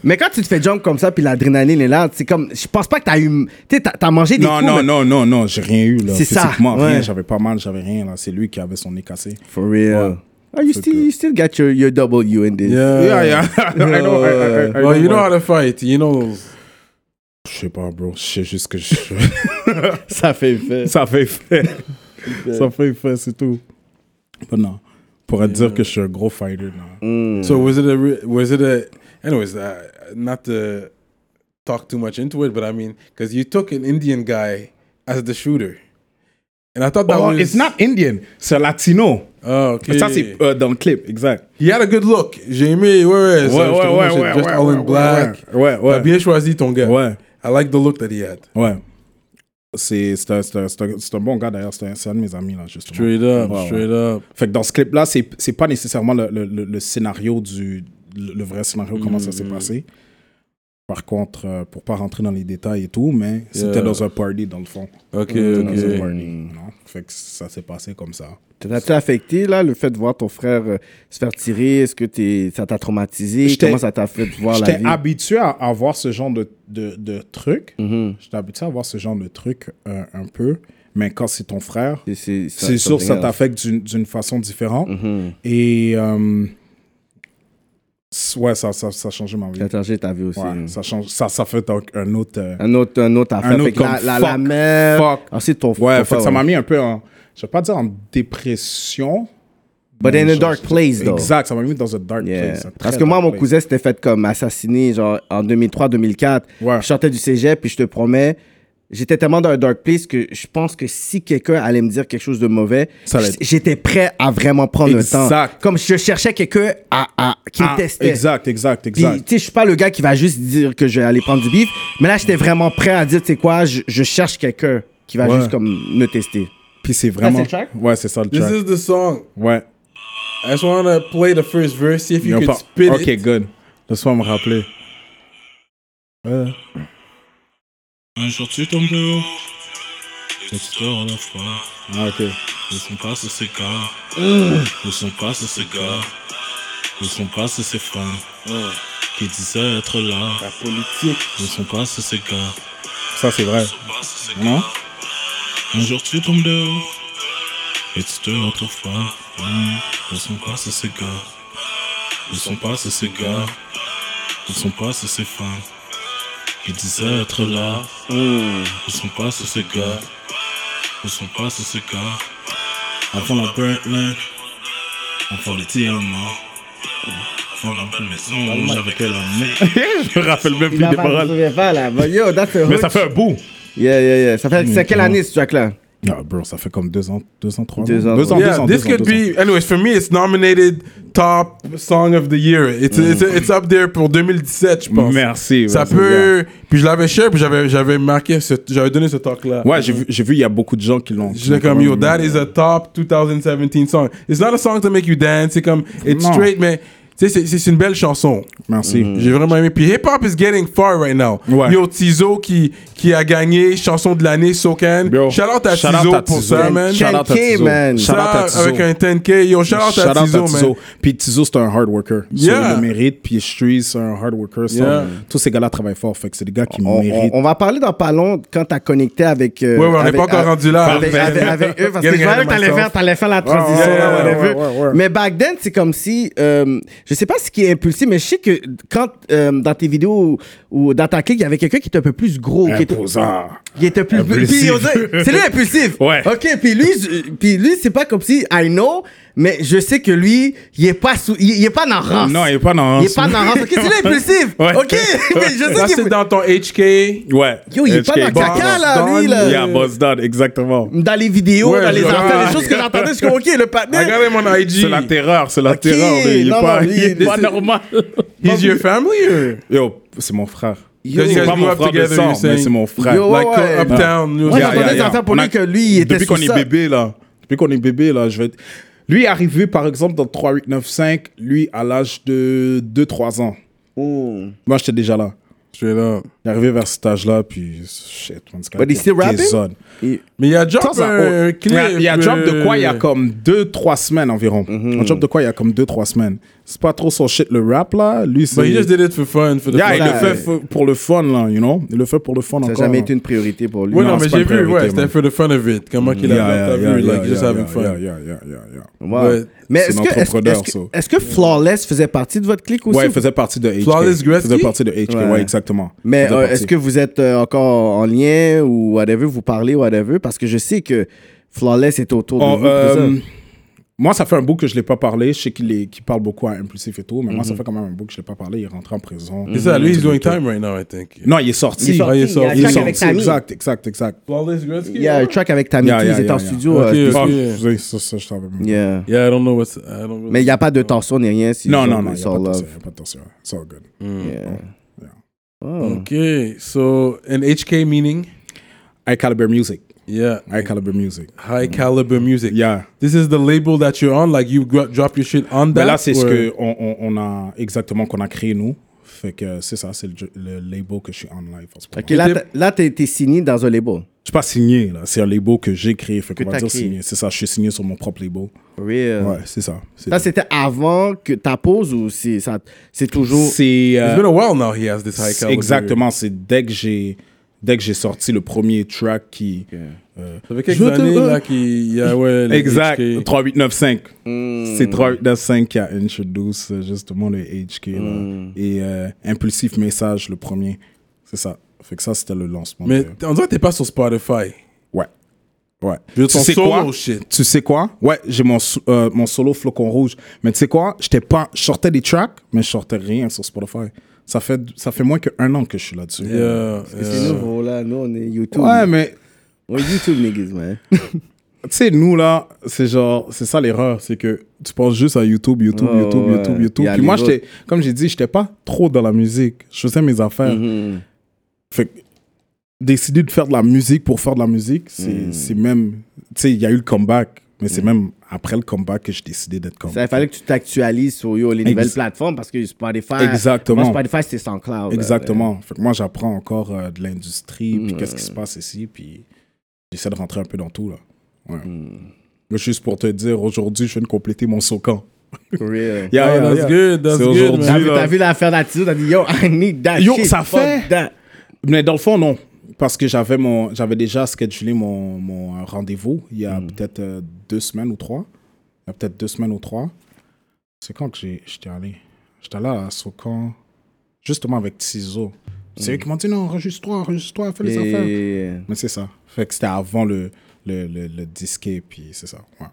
D: Mais quand tu te fais jump comme ça, puis l'adrénaline est là, c'est comme. Je pense pas que t'as eu. Tu sais, t'as- t'as mangé des
E: non,
D: coups.
E: non,
D: mais-
E: non, non, non, j'ai rien eu là.
D: C'est ça,
E: Physiquement,
D: ouais.
E: rien, j'avais pas mal, j'avais rien là. C'est lui qui avait son nez cassé.
D: For real. Oh, you, still, you still got your, your W in this.
C: Yeah.
E: Yeah, yeah. I know, I- I- I- I
C: Well, you know
E: what-
C: how to fight. You know.
E: Je sais pas, bro. Je sais juste que je...
D: Ça fait fait.
E: ça fait fait. ça fait fait, c'est tout. Mais non, pourrait dire que je suis un gros fighter. Non.
C: So was it a re- was it a anyways uh, not to talk too much into it, but I mean because you took an Indian guy as the shooter, and I thought that
E: Oh,
C: was
E: it's not Indian, c'est latino.
C: Oh, okay.
E: Ça c'est euh, dans le clip, exact.
C: He had a good look. J'ai aimé. Ouais, ouais,
E: Ouais, ouais, ouais, ouais,
C: uh, Just
E: ouais,
C: all
E: ouais,
C: in
E: ouais,
C: black.
E: ouais, ouais.
C: T'as bien choisi ton gars.
E: Ouais.
C: I like the look that he had.
E: Ouais. C'est c'est un, c'est un- c'est un- c'est un bon gars d'ailleurs, c'est un, c'est un de mes amis là, justement.
C: Straight up,
E: Ouais, ouais.
C: straight up.
E: Fait que dans ce clip-là, c'est c'est pas nécessairement le, le- le- le scénario du. le, le vrai scénario, comment ça
D: Mm-hmm.
E: s'est passé. Par contre, euh, pour pas rentrer dans les détails et tout, mais c'était dans un party dans le fond.
C: Ok,
E: Dans un
C: ok.
E: party, non? Fait que ça s'est passé comme ça.
D: T'as-tu affecté, là, le fait de voir ton frère euh, se faire tirer? Est-ce que t'es- ça t'a traumatisé?
E: J'étais-
D: Comment ça t'a fait de voir la
E: J'étais
D: vie?
E: habitué à
D: Mm-hmm.
E: avoir ce genre de, de, de truc. J'étais habitué à avoir ce genre de truc euh, un peu. Mais quand c'est ton frère,
D: C'est- c'est- ça-
E: c'est sûr ça
D: something else. Mm-hmm.
E: t'affecte d'une- d'une façon différente. Et euh, s- ouais, ça, ça, ça a changé ma vie.
D: Ça a changé ta vie aussi.
E: Ouais,
D: hein.
E: ça, change, ça, ça fait donc un autre. euh,
D: Un autre, un autre affaire.
E: Un autre
D: Fait que la,
E: comme
D: la, la
E: fuck,
D: mère.
E: fuck.
D: Ah, c'est ton
E: ouais,
D: ton
E: fait que
D: frère,
E: ça m'a
D: ouais.
E: mis un peu en. Je vais pas dire en dépression.
D: But in
E: mais
D: a
E: je-
D: dark place, though.
E: Exact, ça m'a mis dans un dark
D: Yeah.
E: place. un
D: Parce
E: très
D: que moi,
E: dark
D: mon
E: place.
D: cousin s'était fait comme assassiner genre en 2003-2004.
E: Ouais.
D: Je sortais du cégep, puis je te promets, j'étais tellement dans un dark place que je pense que si quelqu'un allait me dire quelque chose de mauvais,
E: Ça allait
D: j-
E: être-
D: j'étais prêt à vraiment prendre le temps.
E: Exact.
D: Comme je cherchais quelqu'un à, à- qui
E: Ah,
D: testait.
E: Exact, exact,
D: Puis,
E: exact.
D: tu sais, je suis pas le gars qui va juste dire que je vais aller prendre du bif, mais là, j'étais vraiment prêt à dire, tu sais quoi, je, je cherche quelqu'un qui va
E: Ouais.
D: juste comme me tester.
E: Puis c'est vraiment.
D: c'est le track?
E: Ouais, c'est ça le
C: This
E: track.
C: is the song.
E: Ouais.
C: I just wanna play the first verse, see if you
E: Ils ont
C: can
E: pas-
C: spit
E: ok,
C: it.
E: good. Laisse-moi me rappeler. Ouais.
F: Un jour tu tombes de haut et tu te relèves pas.
E: Ah, ok.
F: Ne sont pas sur ses gars. Ne sont pas sur ses gars. Ne sont pas sur ses femmes. Qui disaient être là.
E: La politique.
F: Ne sont pas sur ses gars.
E: Ça, c'est vrai. Non?
F: Un jour tu tombes de haut et tu te retrouves pas. Ne sont pas sur ses gars. Ne sont pas sur ses gars. Ne sont pas sur ses femmes. Qui disaient être là. Ne sont pas sur ses gars. Ne sont pas sur ses gars. Avant la Birdland, avant les diamants, avant la belle maison rouge avec elle en main.
E: Je me rappelle même plus des paroles.
D: pas là. Yo, that's a
E: Mais ça fait un bout.
D: Yeah, yeah, yeah. Ça fait, c'est quelle
E: bon.
D: année ce track-là?
E: Ah, bro, ça fait comme deux ans, deux ans, trois ans.
D: Deux ans,
E: Deux ans,
D: ouais.
E: deux
C: Yeah,
E: ans,
C: this
E: deux ans,
C: could
E: deux ans.
C: be. Anyways, for me, it's nominated top song of the year. It's
E: Mm.
C: it's, it's up there pour 2017, je pense.
E: Merci,
C: Ça
E: merci,
C: peut. Puis je l'avais cher, puis j'avais j'avais marqué, ce- j'avais donné ce talk là.
E: Ouais, j'ai vu, j'ai vu, il y a beaucoup de gens qui l'ont. qui
C: Je l'ai
E: l'ont
C: comme
E: quand
C: yo,
E: même
C: that
E: mis.
C: is a top 2017 song. It's not a song to make you dance. C'est comme it's
E: Non.
C: straight, mais tu sais, c'est- c'est c'est une belle chanson.
E: Merci.
C: J'ai vraiment aimé. Puis hip hop is getting far right now.
E: Ouais.
C: Yo, Tizo qui, qui a gagné chanson de l'année, Socan.
E: Yo,
C: Shout out à
E: shout
C: Tizo
E: out à
C: pour
E: Tizo.
C: ça, man.
E: Shout out à
D: 10K,
E: Tizo.
D: man.
E: Shout out
C: Ça,
E: à Tizo.
C: avec un 10K. Yo, shout out à Tizo, man.
E: Puis Tizo, c'est un hard worker. So,
C: Yeah.
E: il le mérite. Puis Street, c'est un hard worker. So,
C: Yeah.
E: Tous ces gars-là travaillent fort. Fait que c'est des gars qui
D: On, on-
E: méritent.
D: on va parler dans pas long quand t'as connecté avec. euh,
C: Ouais, ouais, on n'est
D: avec-
C: pas encore
D: avec-
C: rendu là.
D: Avec, avec- avec eux, parce que
C: Getting
D: je
C: ahead
D: voyais
C: of
D: que t'allais
C: myself.
D: faire, t'allais faire la transition.
C: ouais,
D: là,
C: ouais,
D: whatever.
E: ouais, ouais, ouais.
D: Mais back then, c'est comme si. euh, je sais pas ce qui est impulsif, mais je sais que quand euh, dans tes vidéos ou, ou dans ta clique, il y avait quelqu'un qui était un peu plus gros. Qui était,
E: Imposant.
D: qui était plus.
E: Impulsif.
D: puis on dirait- c'est lui impulsif.
E: Ouais.
D: OK, puis lui, je- puis lui c'est pas comme si I know, mais je sais que lui, il est pas, sous, il, il est pas dans rance.
E: Non, il est pas dans
D: Il est pas dans rance. Ok, c'est lui impulsif.
E: Ouais.
D: Ok, mais je
C: Ça,
D: sais qu'il
C: c'est dans ton HK.
E: Ouais.
D: Yo, il est pas dans le
E: HK.
D: caca, là,
C: Bon,
D: lui, là.
E: Yeah, Buzz Dodd, exactement.
D: Dans les vidéos,
C: Ouais,
D: dans les
C: je-
D: affaires,
C: ah.
D: les choses que j'entendais, je suis comme, OK, le
C: I
D: partenaire.
C: got him on IG.
E: C'est la terreur, c'est la terreur. mais Il est
D: non,
E: pas,
D: non,
E: il est
D: lui,
E: pas
D: c'est-
E: normal.
C: He's your family or?
E: Yo, c'est mon frère.
D: Yo.
E: C'est pas
C: Grew
E: mon
C: up
E: frère de
C: together,
E: sang,
C: you're
E: mais
C: saying.
E: c'est mon frère.
D: Yo,
C: Like uh,
D: ouais.
E: Ah.
C: Uptown. New
D: Moi,
C: York.
D: j'entendais
E: yeah,
D: des
E: yeah.
D: affaires pour
E: On
D: lui
E: a-
D: que lui, il était
E: Depuis
D: sous
E: qu'on est
D: ça.
E: bébé, là. Depuis qu'on est bébé, là, je vais. Lui est arrivé, par exemple, dans 3895, lui, à l'âge de 2-3 ans.
D: Hmm.
E: Moi, j'étais déjà là.
C: Straight up.
E: Il est arrivé vers cet âge-là, puis shit, on se
D: But he's still rapping?
C: Mais il y a drop
E: Sans ça,
C: un
E: oh,
C: clip.
E: Il y a- il y a job de quoi il y a
C: euh,
E: comme 2-3 semaines environ.
D: Mhm.
E: Un job de quoi il y a comme 2-3 semaines. C'est pas trop son shit, le rap, là. Lui, c'est.
C: But he just did it for fun. For the
E: Yeah,
C: fun.
E: il le fait f- pour le fun, là, you know. Il le fait pour le fun
D: Ça
E: encore.
D: n'a jamais
E: là.
D: été une priorité pour lui.
C: Ouais,
E: Non,
C: non, mais
E: c'est pas
C: j'ai
E: une
C: vu,
E: priorité,
C: ouais, c'était
E: man.
C: for the fun of it. Comment qu'il a t'as vu, like, just having fun.
E: yeah, yeah, yeah, yeah, yeah.
D: Wow.
C: Ouais.
D: Mais
E: C'est
D: est-ce que, est-ce,
E: l'entrepreneur,
D: est-ce que-
E: ça.
D: est-ce que Flawless faisait partie de votre clique aussi?
E: Ouais, il faisait partie de HK.
C: Flawless Gretzky?
E: faisait partie de HK, ouais,
D: Ouais.
E: exactement.
D: Mais
E: Faisait
D: euh,
E: partie.
D: est-ce que vous êtes euh, encore en lien ou whatever, vous parlez whatever? Parce que je sais que Flawless est autour
E: Oh,
D: de vous.
E: euh,
D: tout ça.
E: Moi, ça fait un bout que je ne l'ai pas parlé. Je sais qu'il est- qu'il parle beaucoup à Impulsif et tout, mais
D: Mhm.
E: moi, ça fait quand même un bout que je ne l'ai pas parlé. Il est rentré en prison.
C: C'est ça, lui, he's doing time right now, I think.
E: Non, il est
D: Il
E: sorti.
D: est sorti,
C: Ah, il est sorti. il est
D: avec
E: sorti,
D: Tammy.
E: Exact, exact, exact.
C: Flawless Gretzky?
D: Il y a un track avec Tammy,
E: Yeah,
D: ils
E: yeah,
D: étaient en
E: yeah,
D: studio.
C: yeah.
D: euh,
C: Ok.
E: Ah,
C: Yeah.
E: oui, ça, ça, je savais même.
D: yeah.
C: Yeah, I don't know what's. I don't really
D: Mais il n'y a pas de torsion ni rien. Si
E: Non,
D: ils
E: non,
D: ont-
E: non, il
D: ils
E: n'y a
D: sont
E: pas de
D: love.
E: tension, il y a pas de tension. It's all good.
D: Yeah.
E: Yeah.
D: Oh.
C: Okay, so an HK meaning?
E: High caliber music.
C: Yeah,
E: High caliber music.
C: high caliber music.
E: Yeah.
C: This is the label that you're on. Like you gro- drop your shit on that.
E: Ben là, c'est ce
C: or-
E: qu'on on, on a exactement qu'on a créé, nous. Fait que c'est ça, c'est le, le label que je suis en live. en ce moment.
D: Ok, là, t'as- là, t'es t'es signé dans un label.
E: Je suis pas signé, là. C'est un label que j'ai créé. Fait
D: Que
E: qu'on va
D: t'as
E: dire
D: créé. Euh.
E: signé. C'est ça, je suis signé sur mon propre label.
D: Real.
E: Ouais, c'est ça. C'est
D: Ça,
E: tout.
D: c'était avant que ta pause ou c'est ça- c'est toujours.
E: C'est, euh,
C: It's been a while now. He has this high
E: c'est
C: caliber.
E: exactement. C'est dès que j'ai dès que j'ai sorti le premier track qui. euh,
C: Ça fait quelques
E: Je te
C: années
E: vois.
C: là qu'il y a ouais, le
E: Exact,
C: HK.
E: 3895.
D: Hmm.
E: C'est 3895 qui a introduce euh, justement le HK. là.
D: Hmm.
E: Et euh, Impulsif Message, le premier. C'est ça. Fait que ça, c'était le lancement.
C: Mais
E: de-
C: t- on dirait que t'es pas sur Spotify.
E: Ouais. Ouais.
C: veux ton solo shit.
E: Tu sais quoi? Ouais, j'ai mon, so- euh, mon solo flocon rouge. Mais tu sais quoi? J'étais pas, je sortais des tracks, mais je sortais rien sur Spotify. Ça fait, ça fait moins qu'un an que je suis là-dessus.
C: Yeah,
D: C'est
C: yeah.
D: nouveau, là. Nous, on est YouTube.
E: Ouais, mais
D: On est YouTube, niggas, man.
E: tu sais, nous là, c'est genre, c'est ça l'erreur. C'est que tu penses juste à YouTube, YouTube,
D: Oh,
E: YouTube,
D: ouais.
E: YouTube,
D: Il
E: YouTube.
D: y a
E: Puis moi,
D: les
E: j'étais, comme j'ai dit, j'étais pas trop dans la musique. Je faisais mes affaires.
D: Mhm.
E: Fait que décider de faire de la musique pour faire de la musique, c'est
D: Mhm.
E: c'est même. Tu sais, il y a eu le comeback, mais c'est même après le comeback que j'ai décidé d'être comme.
D: Ça, il fallait que tu t'actualises sur yo, les
E: Ex-
D: nouvelles plateformes parce que Spotify.
E: Exactement.
D: Moi, Spotify, c'était sans cloud.
E: Exactement. Fait que moi, j'apprends encore euh, de l'industrie,
D: Mhm.
E: puis qu'est-ce qui se passe ici, puis j'essaie de rentrer un peu dans tout, là. Ouais.
D: Mhm.
E: Mais Juste pour te dire, aujourd'hui, je viens de compléter mon socan.
D: For real.
E: Yeah,
C: Oh,
E: Ah, yeah,
C: that's
E: yeah.
C: good, that's
E: C'est
C: good,
E: aujourd'hui,
C: man.
D: T'as vu,
E: là.
D: t'as vu l'affaire d'attitude, t'as dit yo, I need that
E: Yo,
D: shit.
E: ça
D: fuck
E: fait-
D: that.
E: Mais dans le fond, non. Parce que j'avais mon, j'avais déjà schedulé mon, mon euh, rendez-vous il y
D: Hmm.
E: a peut-être euh, deux semaines ou trois. Il y a peut-être deux semaines ou trois. C'est quand que j'ai- j'étais allé J'étais allé à Socan, justement avec Tizo. C'est eux qui m'ont dit non, enregistre-toi, enregistre-toi, fais les affaires.
D: Hmm. Et-
E: Mais c'est ça. Fait que c'était avant le, le, le, le disqué, puis c'est ça. Ouais.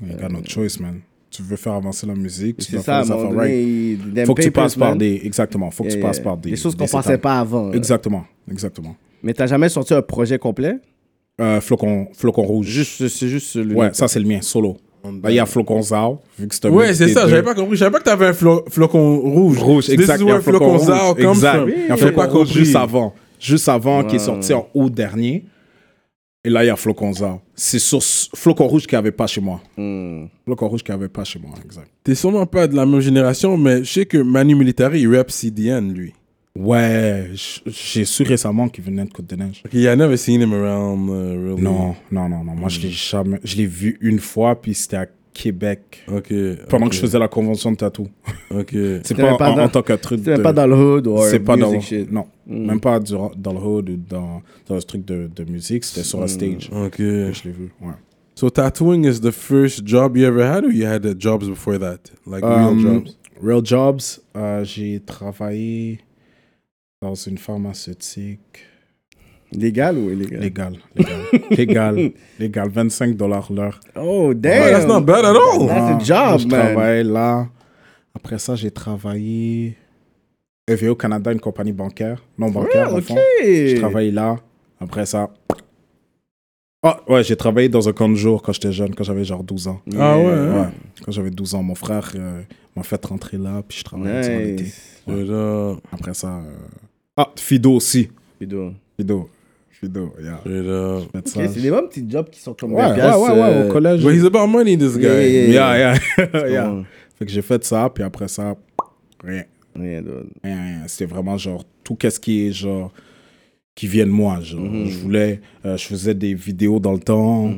E: We got no choice, man. Tu veux faire avancer la musique, tu
D: Euh. C'est
E: dois
D: ça, à
E: faire
D: un
E: les
D: moment
E: affaires
D: donné,
E: right.
D: il- them
E: Faut que tu
D: papers,
E: passes par
D: man.
E: des. Exactement, faut que tu
D: Yeah,
E: passes
D: yeah.
E: par des.
D: Des choses qu'on
E: des
D: pensait
E: étapes.
D: pas avant. là.
E: Exactement, exactement.
D: Mais t'as jamais sorti un projet complet
E: Euh, flocon, flocon rouge.
D: Juste, c'est juste celui
E: Ouais, ça c'est le mien, solo. Bah, il y a Flocon Zao, vu que c'est un
C: Ouais,
E: mix
C: c'est
E: des
C: ça,
E: deux.
C: j'avais pas compris. Je savais pas que t'avais un flo- flocon rouge.
E: Rouge,
C: This
E: exact. il
C: is
E: y a
C: where flocon zao comes
E: exact.
C: from.
E: Il y a
C: J'ai pas
E: Flocon Rouge
C: compris.
E: juste avant. Juste avant, qui est sorti en août dernier. Et là, il y a Flocon Zao. C'est sur ce- Flocon Rouge qu'il n'y avait pas chez moi.
C: Hmm.
E: Flocon Rouge qu'il n'y avait pas chez moi, exact.
C: T'es sûrement pas de la même génération, mais je sais que Manu Militari, il rap CDN, lui.
E: Ouais, j- j'ai su récemment qu'il venait de Côte-des-Neiges.
C: Okay, yeah, I never seen him around, uh, really.
E: Non, non, non, non. Moi,
C: Hmm.
E: je l'ai jamais... Je l'ai vu une fois, puis c'était à Québec.
C: Ok.
E: Pendant
C: ok,
E: que je faisais la convention de tatou.
C: Ok.
E: C'est
D: T'avais
E: pas,
D: pas
E: en,
D: dans-
E: en tant que truc
D: C'était
E: de-
D: pas dans le hood ou
E: c'est pas dans,
D: music shit.
E: non
D: Mm.
E: même pas du- dans le hood ou dans, dans le truc de, de musique c'était
D: Mm.
E: sur un stage
C: Ok.
E: je l'ai vu ouais.
C: So tattooing is the first job you ever had, or you had uh, jobs before that, like
E: Um,
C: real jobs.
E: real jobs euh, j'ai travaillé dans une pharmaceutique
D: Légal ou illégal
E: légale légale légale légale 25 dollars l'heure
D: Oh,
E: eh,
D: damn.
C: Hey, that's not bad at all.
D: Oh, That's a
E: Ah,
D: job,
E: je
D: man.
E: travaille là après ça j'ai travaillé EVO Canada une compagnie bancaire non bancaire dans le fond. J'ai travaillé là. Après ça. Ah, ouais, j'ai travaillé dans un camp de jour quand j'étais jeune, quand j'avais genre 12 ans.
C: Ah ouais.
E: Ouais.
C: hein?
E: Quand j'avais 12 ans, mon frère euh, m'a fait rentrer là, puis je travaillais tout ça l'été.
D: Nice.
C: Straight up,
E: Après ça. euh, Ah, Fido aussi.
D: Pudo.
E: Fido. Fido, yeah.
C: straight up.
E: Je vais mettre
D: Ok,
E: ça.
D: c'est des bons petits jobs qui sont comme
E: Ouais,
D: des
E: ouais,
D: piastres,
E: ouais, ouais,
D: euh,
E: au collège.
C: But he's about money, this guy.
D: Yeah, yeah,
E: Yeah, yeah. yeah.
D: bon.
E: Fait que j'ai fait ça, puis après ça, rien.
D: rien d'autre.
E: rien, rien. C'était vraiment genre tout qu'est-ce qui est genre qui vient de moi. Genre.
D: Mm-hmm.
E: Je voulais, euh, je faisais des vidéos dans le temps.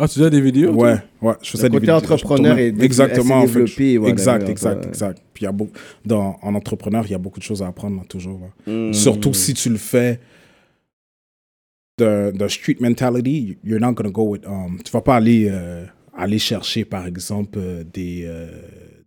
C: Ah, tu as des vidéos? toi?
E: Ouais, ouais, je faisais des
D: côté
E: vidéos,
D: entrepreneur
E: je
D: et
E: tournais. exactement,
D: assez
E: fait que je-
D: développé, voilà, euh,
E: exact,
D: ouais,
E: exact,
D: ouais.
E: exact. Puis il y a beaucoup dans en entrepreneur, il y a beaucoup de choses à apprendre là, toujours. là.
D: Mm.
E: Surtout si tu le fais de, de street mentality, you're not gonna go with. Um, tu vas pas aller euh, aller chercher par exemple euh, des euh,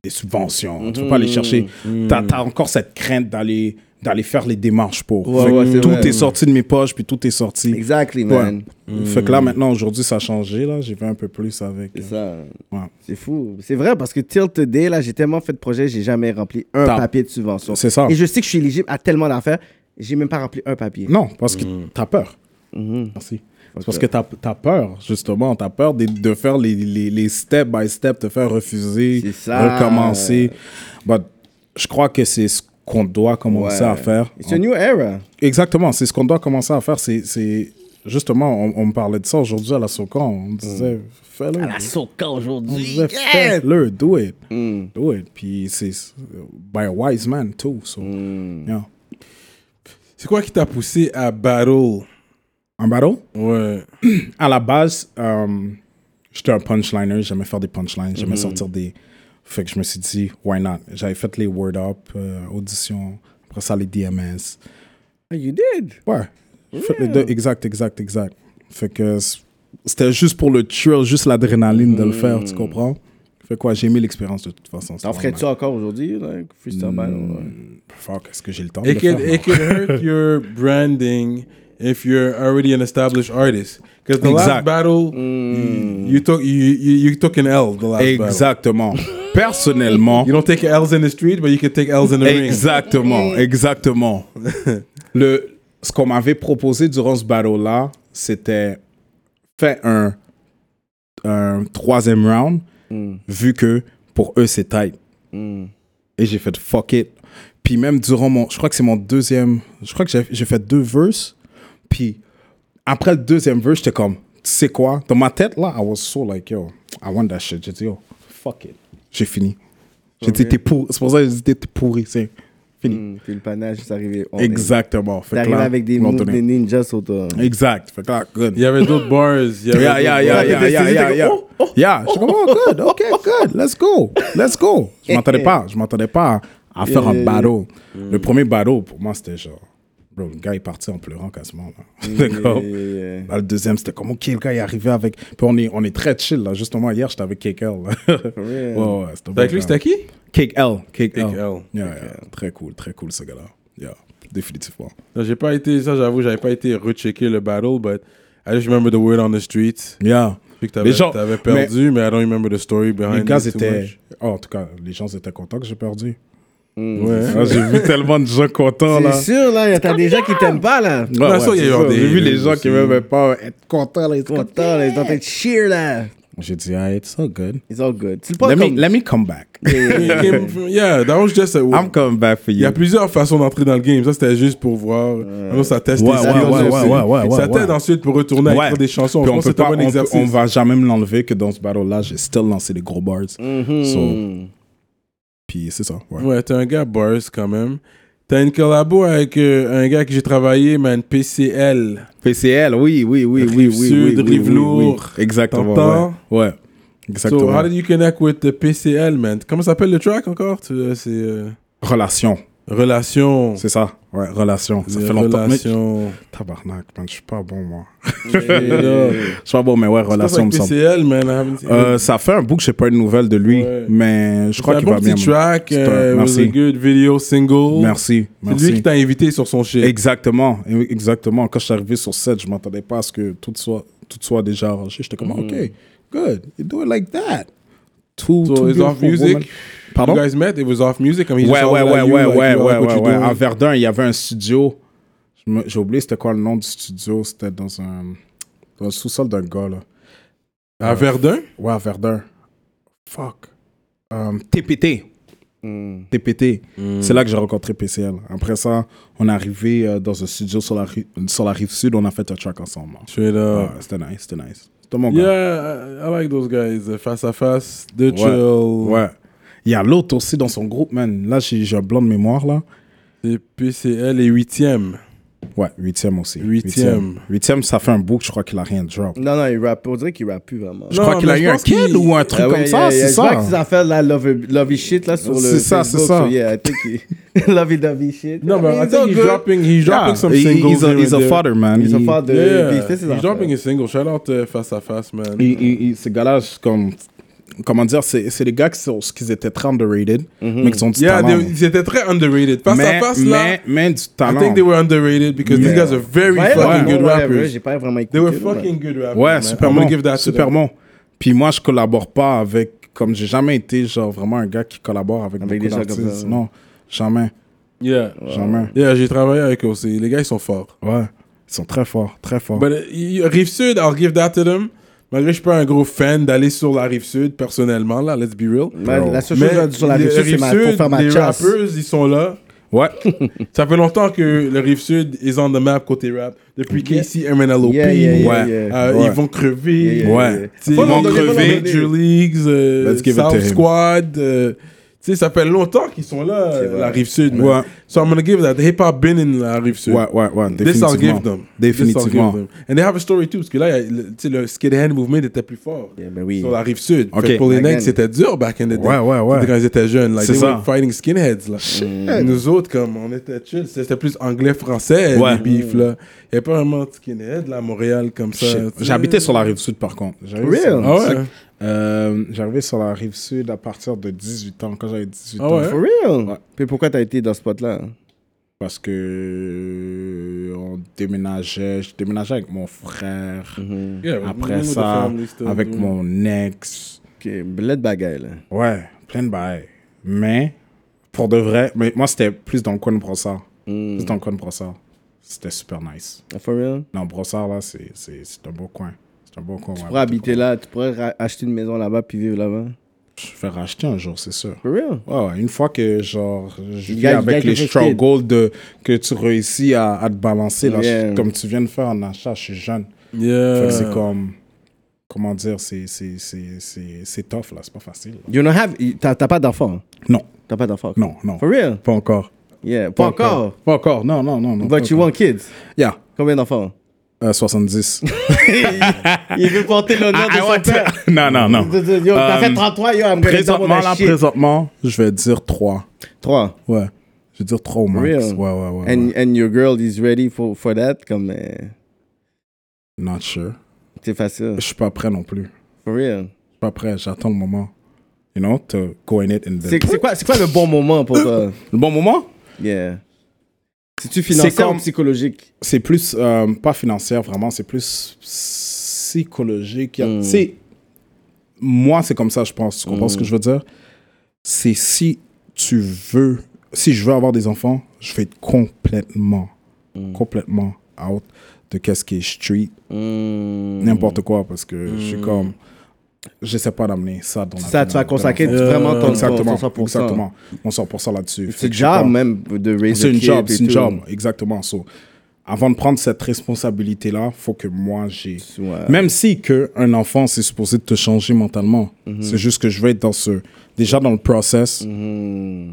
E: des subventions. Tu vas pas aller chercher.
D: Mm.
E: T'as as encore cette crainte d'aller d'aller faire les démarches pour.
D: Ouais,
E: Fait que
D: ouais, c'est
E: tout
D: vrai,
E: est
D: ouais.
E: sorti de mes poches puis tout est sorti.
D: Exactly,
E: Ouais.
D: man.
E: Fait
D: Mm.
E: que là maintenant aujourd'hui ça a changé là, j'ai fait un peu plus avec.
D: C'est
E: euh,
D: ça.
E: Ouais.
D: C'est fou. C'est vrai parce que till today, là, j'ai tellement fait de projets, j'ai jamais rempli un
E: T'as-
D: papier de subvention.
E: C'est ça.
D: Et je sais que je suis éligible à tellement d'affaires, j'ai même pas rempli un papier.
E: Non, parce que
D: Mm.
E: t'as peur.
D: Mm-hmm.
E: Merci. C'est parce que t'as as peur, justement. T'as peur de, de faire les, les, les step by step, te faire refuser,
D: C'est ça.
E: recommencer. But je crois que c'est ce qu'on doit
D: Ouais.
E: commencer à faire.
D: It's a new era.
E: Exactement, c'est ce qu'on doit commencer à faire. C'est- C'est justement, on, on me parlait de ça aujourd'hui à la Socan.
D: Mm.
E: On disait, fais-le. À la Socan aujourd'hui. On disait, fais-le, do it.
D: Mm.
E: Do it. Puis c'est by a wise man, too. So,
D: Mm.
E: yeah.
C: C'est quoi qui t'a poussé à battle?
E: En battle?
C: Ouais.
E: à la base, euh, j'étais un punchliner, j'aimais faire des punchlines,
D: Mhm.
E: j'aimais sortir des. Fait que je me suis dit, why not? J'avais fait les Word Up, euh, audition, après ça les DMS.
D: Oh, you did?
E: Ouais. Fait le deux, exact, exact, exact. Fait que c- c'était juste pour le thrill, juste l'adrénaline de le faire, tu comprends? Fait quoi, j'ai aimé l'expérience de toute façon.
D: Mm. T'en ferais-tu encore aujourd'hui, like, freestyle battle?
E: Mm.
D: ouais.
E: Fuck, est-ce que j'ai le temps
C: It
E: de le
C: could
E: faire?
C: it could hurt your branding if you're already an established artist. Because the last
E: Exact. Mm.
C: battle, you, you took you, you you took an L the last battle.
E: Exactement. Personnellement,
C: You don't take L's in the street, but you can take L's in the ring.
E: exactement, exactement. Le, ce qu'on m'avait proposé durant ce battle-là, c'était faire un, un troisième round, vu que pour eux, c'est tight. Et j'ai fait fuck it. Puis même durant mon. Je crois que c'est mon deuxième. Je crois que j'ai- j'ai fait deux verses. Puis après le deuxième verse, j'étais comme, tu sais quoi? Dans ma tête, là, I was so like, yo, I want that shit. J'ai dit, yo, fuck it. J'ai fini. J'ai dit, t'es pourri. C'est pour ça que j'ai dit, t'es pourri. C'est fini.
D: Hmm, Puis le panage est arrivé. on est-
E: Exactement. Fait que
D: T'arrives
E: là,
D: avec des
E: ils m'ont
D: moves des
E: donné.
D: ninjas sur toi.
E: Exact. Fait que là, good.
C: Il y avait d'autres bars. il y avait
E: Yeah, yeah,
C: d'autres
E: yeah,
C: bars.
E: yeah, yeah, yeah, yeah. Yeah, je suis comme, oh, good, ok, good, let's go, let's go. Je m'attendais pas, je m'attendais pas à faire un battle. Le premier battle, pour moi, c'était genre, bro, le gars est parti en pleurant quasiment. Là. C'était comme- Là, le deuxième, c'était comme, ok, le gars est arrivé avec. Puis on est, on est très chill, là. Justement, hier, j'étais avec KKL. là. ouais, ouais, c'était bon,
C: T'as avec lui,
E: là.
C: c'était qui?
E: KKL. KKL.
C: KKL.
E: Yeah, yeah, Très cool, très cool, ce gars-là. Yeah, définitivement.
C: Non, j'ai pas été, ça j'avoue, j'avais pas été rechecker le battle, but I just remember the word on the streets.
E: Yeah.
C: Puis que t'avais,
E: Les gens-
C: t'avais
E: mais-
C: perdu, mais... I don't remember the story behind
E: Les gars
C: it too
E: étaient.
C: much. Mm.
E: oh, en tout cas, les gens étaient contents que j'ai perdu.
C: Ouais.
E: Ah, j'ai vu tellement de gens contents là.
D: C'est sûr, là, y a- t'as des gens qui t'aiment pas, là.
E: Ouais,
C: Non,
E: ouais,
C: ça, il y a
E: c'est
C: eu
E: ça.
C: des-
E: J'ai vu les gens
C: aussi.
E: qui ne veulent pas être contents là. ils sont contents.
D: Content, là, ils sont en train de cheer, là.
E: J'ai dit, ah, it's all good.
D: It's all good. Tu le
E: Let
D: portes
E: me,
D: comme...
E: let me come back.
C: It came from- yeah, that was just a-
E: I'm coming back for
C: Il y
E: you.
C: a plusieurs façons d'entrer dans le game. Ça, c'était juste pour voir. Alors, ça teste
E: Ouais,
C: les
E: ouais,
C: skills
E: ouais,
C: aussi.
E: ouais, ouais, ouais,
C: Ça t'aide
E: ouais.
C: ensuite pour retourner à écrire des chansons.
E: Puis
C: Je
E: on
C: pense
E: peut
C: que c'est un
E: pas,
C: bon
E: on, peut-
C: exercice.
E: on va jamais me l'enlever que dans ce battle-là, j'ai still lancé des gros bars. So,
D: Hmm.
E: puis c'est ça. Ouais.
C: Mm-hmm. Ouais, t'es un gars bars quand même. T'as une collabo avec euh, un gars que j'ai travaillé, man, PCL.
E: PCL, oui, oui, oui, oui, oui, oui,
C: Rive-Sud,
E: oui, oui, oui,
C: Rive-Lourd.
E: Exactement.
C: T'entends?
E: Ouais. ouais.
C: So,
E: Exactement.
C: how did you connect with the PCL, man? Comment s'appelle le track encore? Tu- euh, C'est euh,
E: Relation,
C: Relation.
E: c'est ça. Ouais, relation. Ça
C: Les
E: fait longtemps. mais-
C: relations.
E: Tabarnak, man, je suis pas bon, moi.
C: Yeah.
E: Je suis pas bon, mais ouais, relation,
C: Relation,
E: me semble.
C: PCL, man. I haven't seen-
E: Euh, ça fait un bout que j'ai pas eu de nouvelles de lui,
C: Ouais.
E: mais je
C: C'est
E: crois
C: un
E: qu'il
C: bon
E: va
C: petit
E: bien.
C: track.
E: C'est un-
C: euh, it was a
E: merci.
C: good video single.
E: Merci,
C: C'est lui qui
E: merci.
C: t'a invité sur son shit.
E: Exactement, exactement. Quand je suis arrivé sur set, je m'attendais pas à ce que tout soit, tout soit déjà arrangé. J'étais
C: Mm.
E: comme, OK, good, you do it like that. Two,
C: So
E: two
C: it's off
E: beautiful
C: music.
E: women. Pardon?
C: You guys met, it was off music. I mean, he
E: Ouais,
C: just
E: ouais,
C: hollered
E: ouais,
C: at you,
E: ouais,
C: like,
E: ouais,
C: you know,
E: ouais,
C: like, what
E: ouais,
C: you
E: ouais.
C: doing.
E: À Verdun, il y avait un studio. Je me- J'ai oublié c'était quoi le nom du studio. C'était dans un, dans le sous-sol d'un gars, là.
C: À Verdun?
E: Ouais, à Verdun. Fuck. Euh, TPT. TPT. C'est là que j'ai rencontré PCL. Après ça, on est arrivé euh, dans un studio sur la, rue- sur la rive sud. On a fait un track ensemble. hein.
C: Straight up.
E: Ouais, c'était nice, c'était nice. C'était mon gars.
C: Yeah, I I like those guys. Uh, Face à face, de
E: Ouais.
C: chill.
E: Ouais. Il y a l'autre aussi dans son groupe, man. Là, j'ai j'ai un blanc de mémoire, là.
C: Et puis c'est elle et huitième.
E: Ouais, huitième aussi.
C: Huitième.
E: Huitième, ça fait un bout que je crois qu'il a rien drop.
D: Non, non, il rappe. On dirait qu'il rappe plus, vraiment.
E: Je crois
C: Non,
E: qu'il
C: mais
E: a
C: je
E: eu un
C: pense qu'il-
E: kid ou un truc
D: Ah ouais,
E: comme
D: yeah,
E: ça,
D: yeah,
E: c'est
D: Je vois que ces
E: ça.
D: affaires là, lovey, lovey shit là sur le
E: C'est ça, c'est
D: Facebook,
E: ça.
D: so yeah, I think he- lovey dovey shit.
C: Non, mais I
D: mean,
C: think
D: it's
C: he's
D: all
C: dropping, he's
E: Yeah.
C: dropping some
E: He-
C: singles.
E: he's a,
C: here
E: he's
C: and
E: a
C: there.
E: father, man.
D: good. He's a
E: He-
D: father,
C: Yeah,
D: puis c'est ses
C: he's
D: affaires.
C: dropping a single. Shout out uh, Face à face, man.
E: il- il- il- ces gars-là, c'est comme. Comment dire, c'est c'est des gars qui, sont, qui étaient très underrated, mais qui ont du
C: Yeah,
E: talent.
C: they, ils étaient très underrated. Face
E: mais,
C: à face, là,
E: mais, mais du
C: I
E: talent.
C: think they were underrated because these
E: Yeah.
C: guys are very
D: Ouais,
C: fucking
D: ouais,
C: good
D: ouais, ouais,
C: rappers.
D: J'ai pas vraiment écouté.
C: They were
D: là, mais-
C: fucking good rappers.
E: Ouais,
C: man.
E: super
C: I'm gonna
E: bon.
C: give that to
E: super
C: them.
E: bon. Puis moi, je collabore pas avec. Comme j'ai jamais été, genre, vraiment un gars qui collabore avec,
D: Avec
E: beaucoup
D: des gens comme
E: d'artistes.
D: ça, ouais.
E: Non, jamais.
C: Yeah.
E: Jamais.
C: Yeah, j'ai travaillé avec eux aussi. Les gars, ils sont forts.
E: Ouais. Ils sont très forts, très forts.
C: But uh, y- Rive-Sud, I'll give that to them. Malgré que je suis pas un gros fan d'aller sur la Rive-Sud, personnellement, là, let's be real.
D: Ouais, la seule chose que j'ai dit sur la
C: le
D: Rive-Sud, c'est ma-
C: Rive-Sud,
D: pour faire ma
C: les
D: chasse.
C: rappeurs, ils sont là.
E: Ouais.
C: Ça fait longtemps que le Rive-Sud is on the map côté rap. Depuis
D: Yeah.
C: Casey, MNLOP,
D: Yeah, yeah, yeah,
E: Ouais.
D: yeah.
C: euh,
E: Ouais.
C: ils vont crever.
D: Yeah, yeah,
E: Ouais.
D: yeah.
C: Tu sais,
E: Faut
C: Ils vont
E: leur donner, faut
C: crever.
E: leur donner.
C: Major Leagues, euh,
E: Let's give it to
C: South
E: him.
C: Squad. euh, tu sais, ça fait longtemps qu'ils sont là,
D: vrai.
C: la Rive-Sud. man.
E: Ouais.
C: So I'm gonna give that. The hip hop been in la rive sud.
E: Ouais, ouais, ouais,
C: This I'll
E: définitivement.
C: give them. This I'll
E: Définitivement.
C: give them. And they have a story too, parce que là, il y a le- tu sais, le skinhead movement était plus fort
D: ben oui.
C: sur la rive sud.
E: Ok.
C: Fait que pour les
D: Again.
C: nègres, c'était dur back in the day.
E: Ouais, ouais, ouais.
C: C'était Quand ils étaient jeunes, like,
E: C'est
C: they
E: ça.
C: were fighting skinheads. Là.
D: Mm.
C: Nous autres, comme on était chill, c'était plus anglais-français,
E: Ouais.
C: les beefs. Là. Il n'y avait pas vraiment de skinheads là, à Montréal comme ça.
E: Shit.
C: tu sais.
E: J'habitais sur la rive sud par contre. J'arrivais
D: Real?
E: sur-
C: Ah ouais?
E: Euh, J'arrivais sur la rive sud à partir de 18 ans, quand j'avais 18
C: Ah
E: ans.
C: ouais?
D: For real?
E: Ouais.
D: Puis pourquoi t'as été dans ce spot-là?
E: Parce que euh, on déménageait, je déménageais avec mon frère.
D: Mhm.
C: Yeah, but
E: Après
C: we were the
E: ça,
C: family still,
E: avec
C: yeah.
E: mon ex.
D: Ok, bled bagaille, là.
E: Ouais, plein de bails. Mais, pour de vrai, mais moi c'était plus dans le coin de Brossard.
D: Hmm.
E: Plus dans le coin de Brossard. C'était super nice.
D: For real?
E: Dans Brossard, là, c'est- c'est c'est un beau coin. C'est un beau coin.
D: Tu pourrais habiter là, tu pourrais ra- acheter une maison là-bas puis vivre là-bas.
E: Je vais racheter un jour, c'est sûr.
D: For real?
E: Ouais, ouais, une fois que genre je vis
D: gagne-
E: avec
D: gagne
E: les
D: quelque
E: struggles de, que tu réussis à, à te balancer, là, je-
D: Yeah. Euh.
E: comme tu viens de faire en achat, je suis jeune. Fait
C: Yeah.
E: que c'est comme. Comment dire, c'est c'est- c'est- c'est- c'est tough, là, c'est pas facile. là.
D: You don't have... y- T'as t'as pas d'enfant?
E: Non,
D: T'as pas d'enfant?
E: non, non.
D: For real?
E: Pas encore.
D: Yeah. Pas encore?
E: Pas encore, non, non, non. non pas
D: But you
E: encore.
D: want kids?
E: Yeah,
D: Combien d'enfants?
E: euh, 70.
D: Il veut porter l'honneur de
E: I
D: son
E: want-
D: père.
E: non, non, non.
D: Yo, T'as
E: Euh,
D: fait 33, yo, I'm gonna double
E: Présentement,
D: that
E: là,
D: shit.
E: présentement, je vais dire 3.
D: 3.
E: Ouais, je vais dire 3 au max.
D: Real.
E: Ouais, ouais, ouais.
D: And,
E: ouais.
D: and your girl is ready for, for that? Comme, euh,
E: Not sure.
D: c'est facile.
E: Je suis pas prêt non plus.
D: For real.
E: suis pas prêt, j'attends le moment. You know, to go in it and then.
D: C'est c'est quoi, c'est quoi le bon moment pour toi?
E: Le bon moment,
D: Yeah. C'est-tu financier
E: comme-
D: ou psychologique?
E: c'est plus, euh, pas financière vraiment, c'est plus psychologique. Il y a- Tu sais, moi, c'est comme ça, je pense. Tu comprends ce que je veux dire? C'est si tu veux, si je veux avoir des enfants, je vais être complètement, complètement out de qu'est-ce qui est street, n'importe quoi, parce que je suis comme, j'essaie pas d'amener ça dans la
D: Ça,
E: vie
D: tu vas
E: d'un- d'un
D: consacrer
E: enfant.
D: vraiment ton,
E: Exactement,
D: ton 100%.
E: exactement. On sort pour ça là-dessus. Fait
D: C'est
E: que je suis
D: job
E: comme-
D: même de raise
E: C'est
D: a
E: une
D: kid
E: job,
D: et
E: c'est une
D: tout.
E: job, exactement. So, avant de prendre cette responsabilité-là, faut que moi j'ai.
D: Ouais.
E: Même si que un enfant c'est supposé te changer mentalement,
D: Mhm.
E: c'est juste que je vais être dans ce déjà dans le process,
D: Mhm.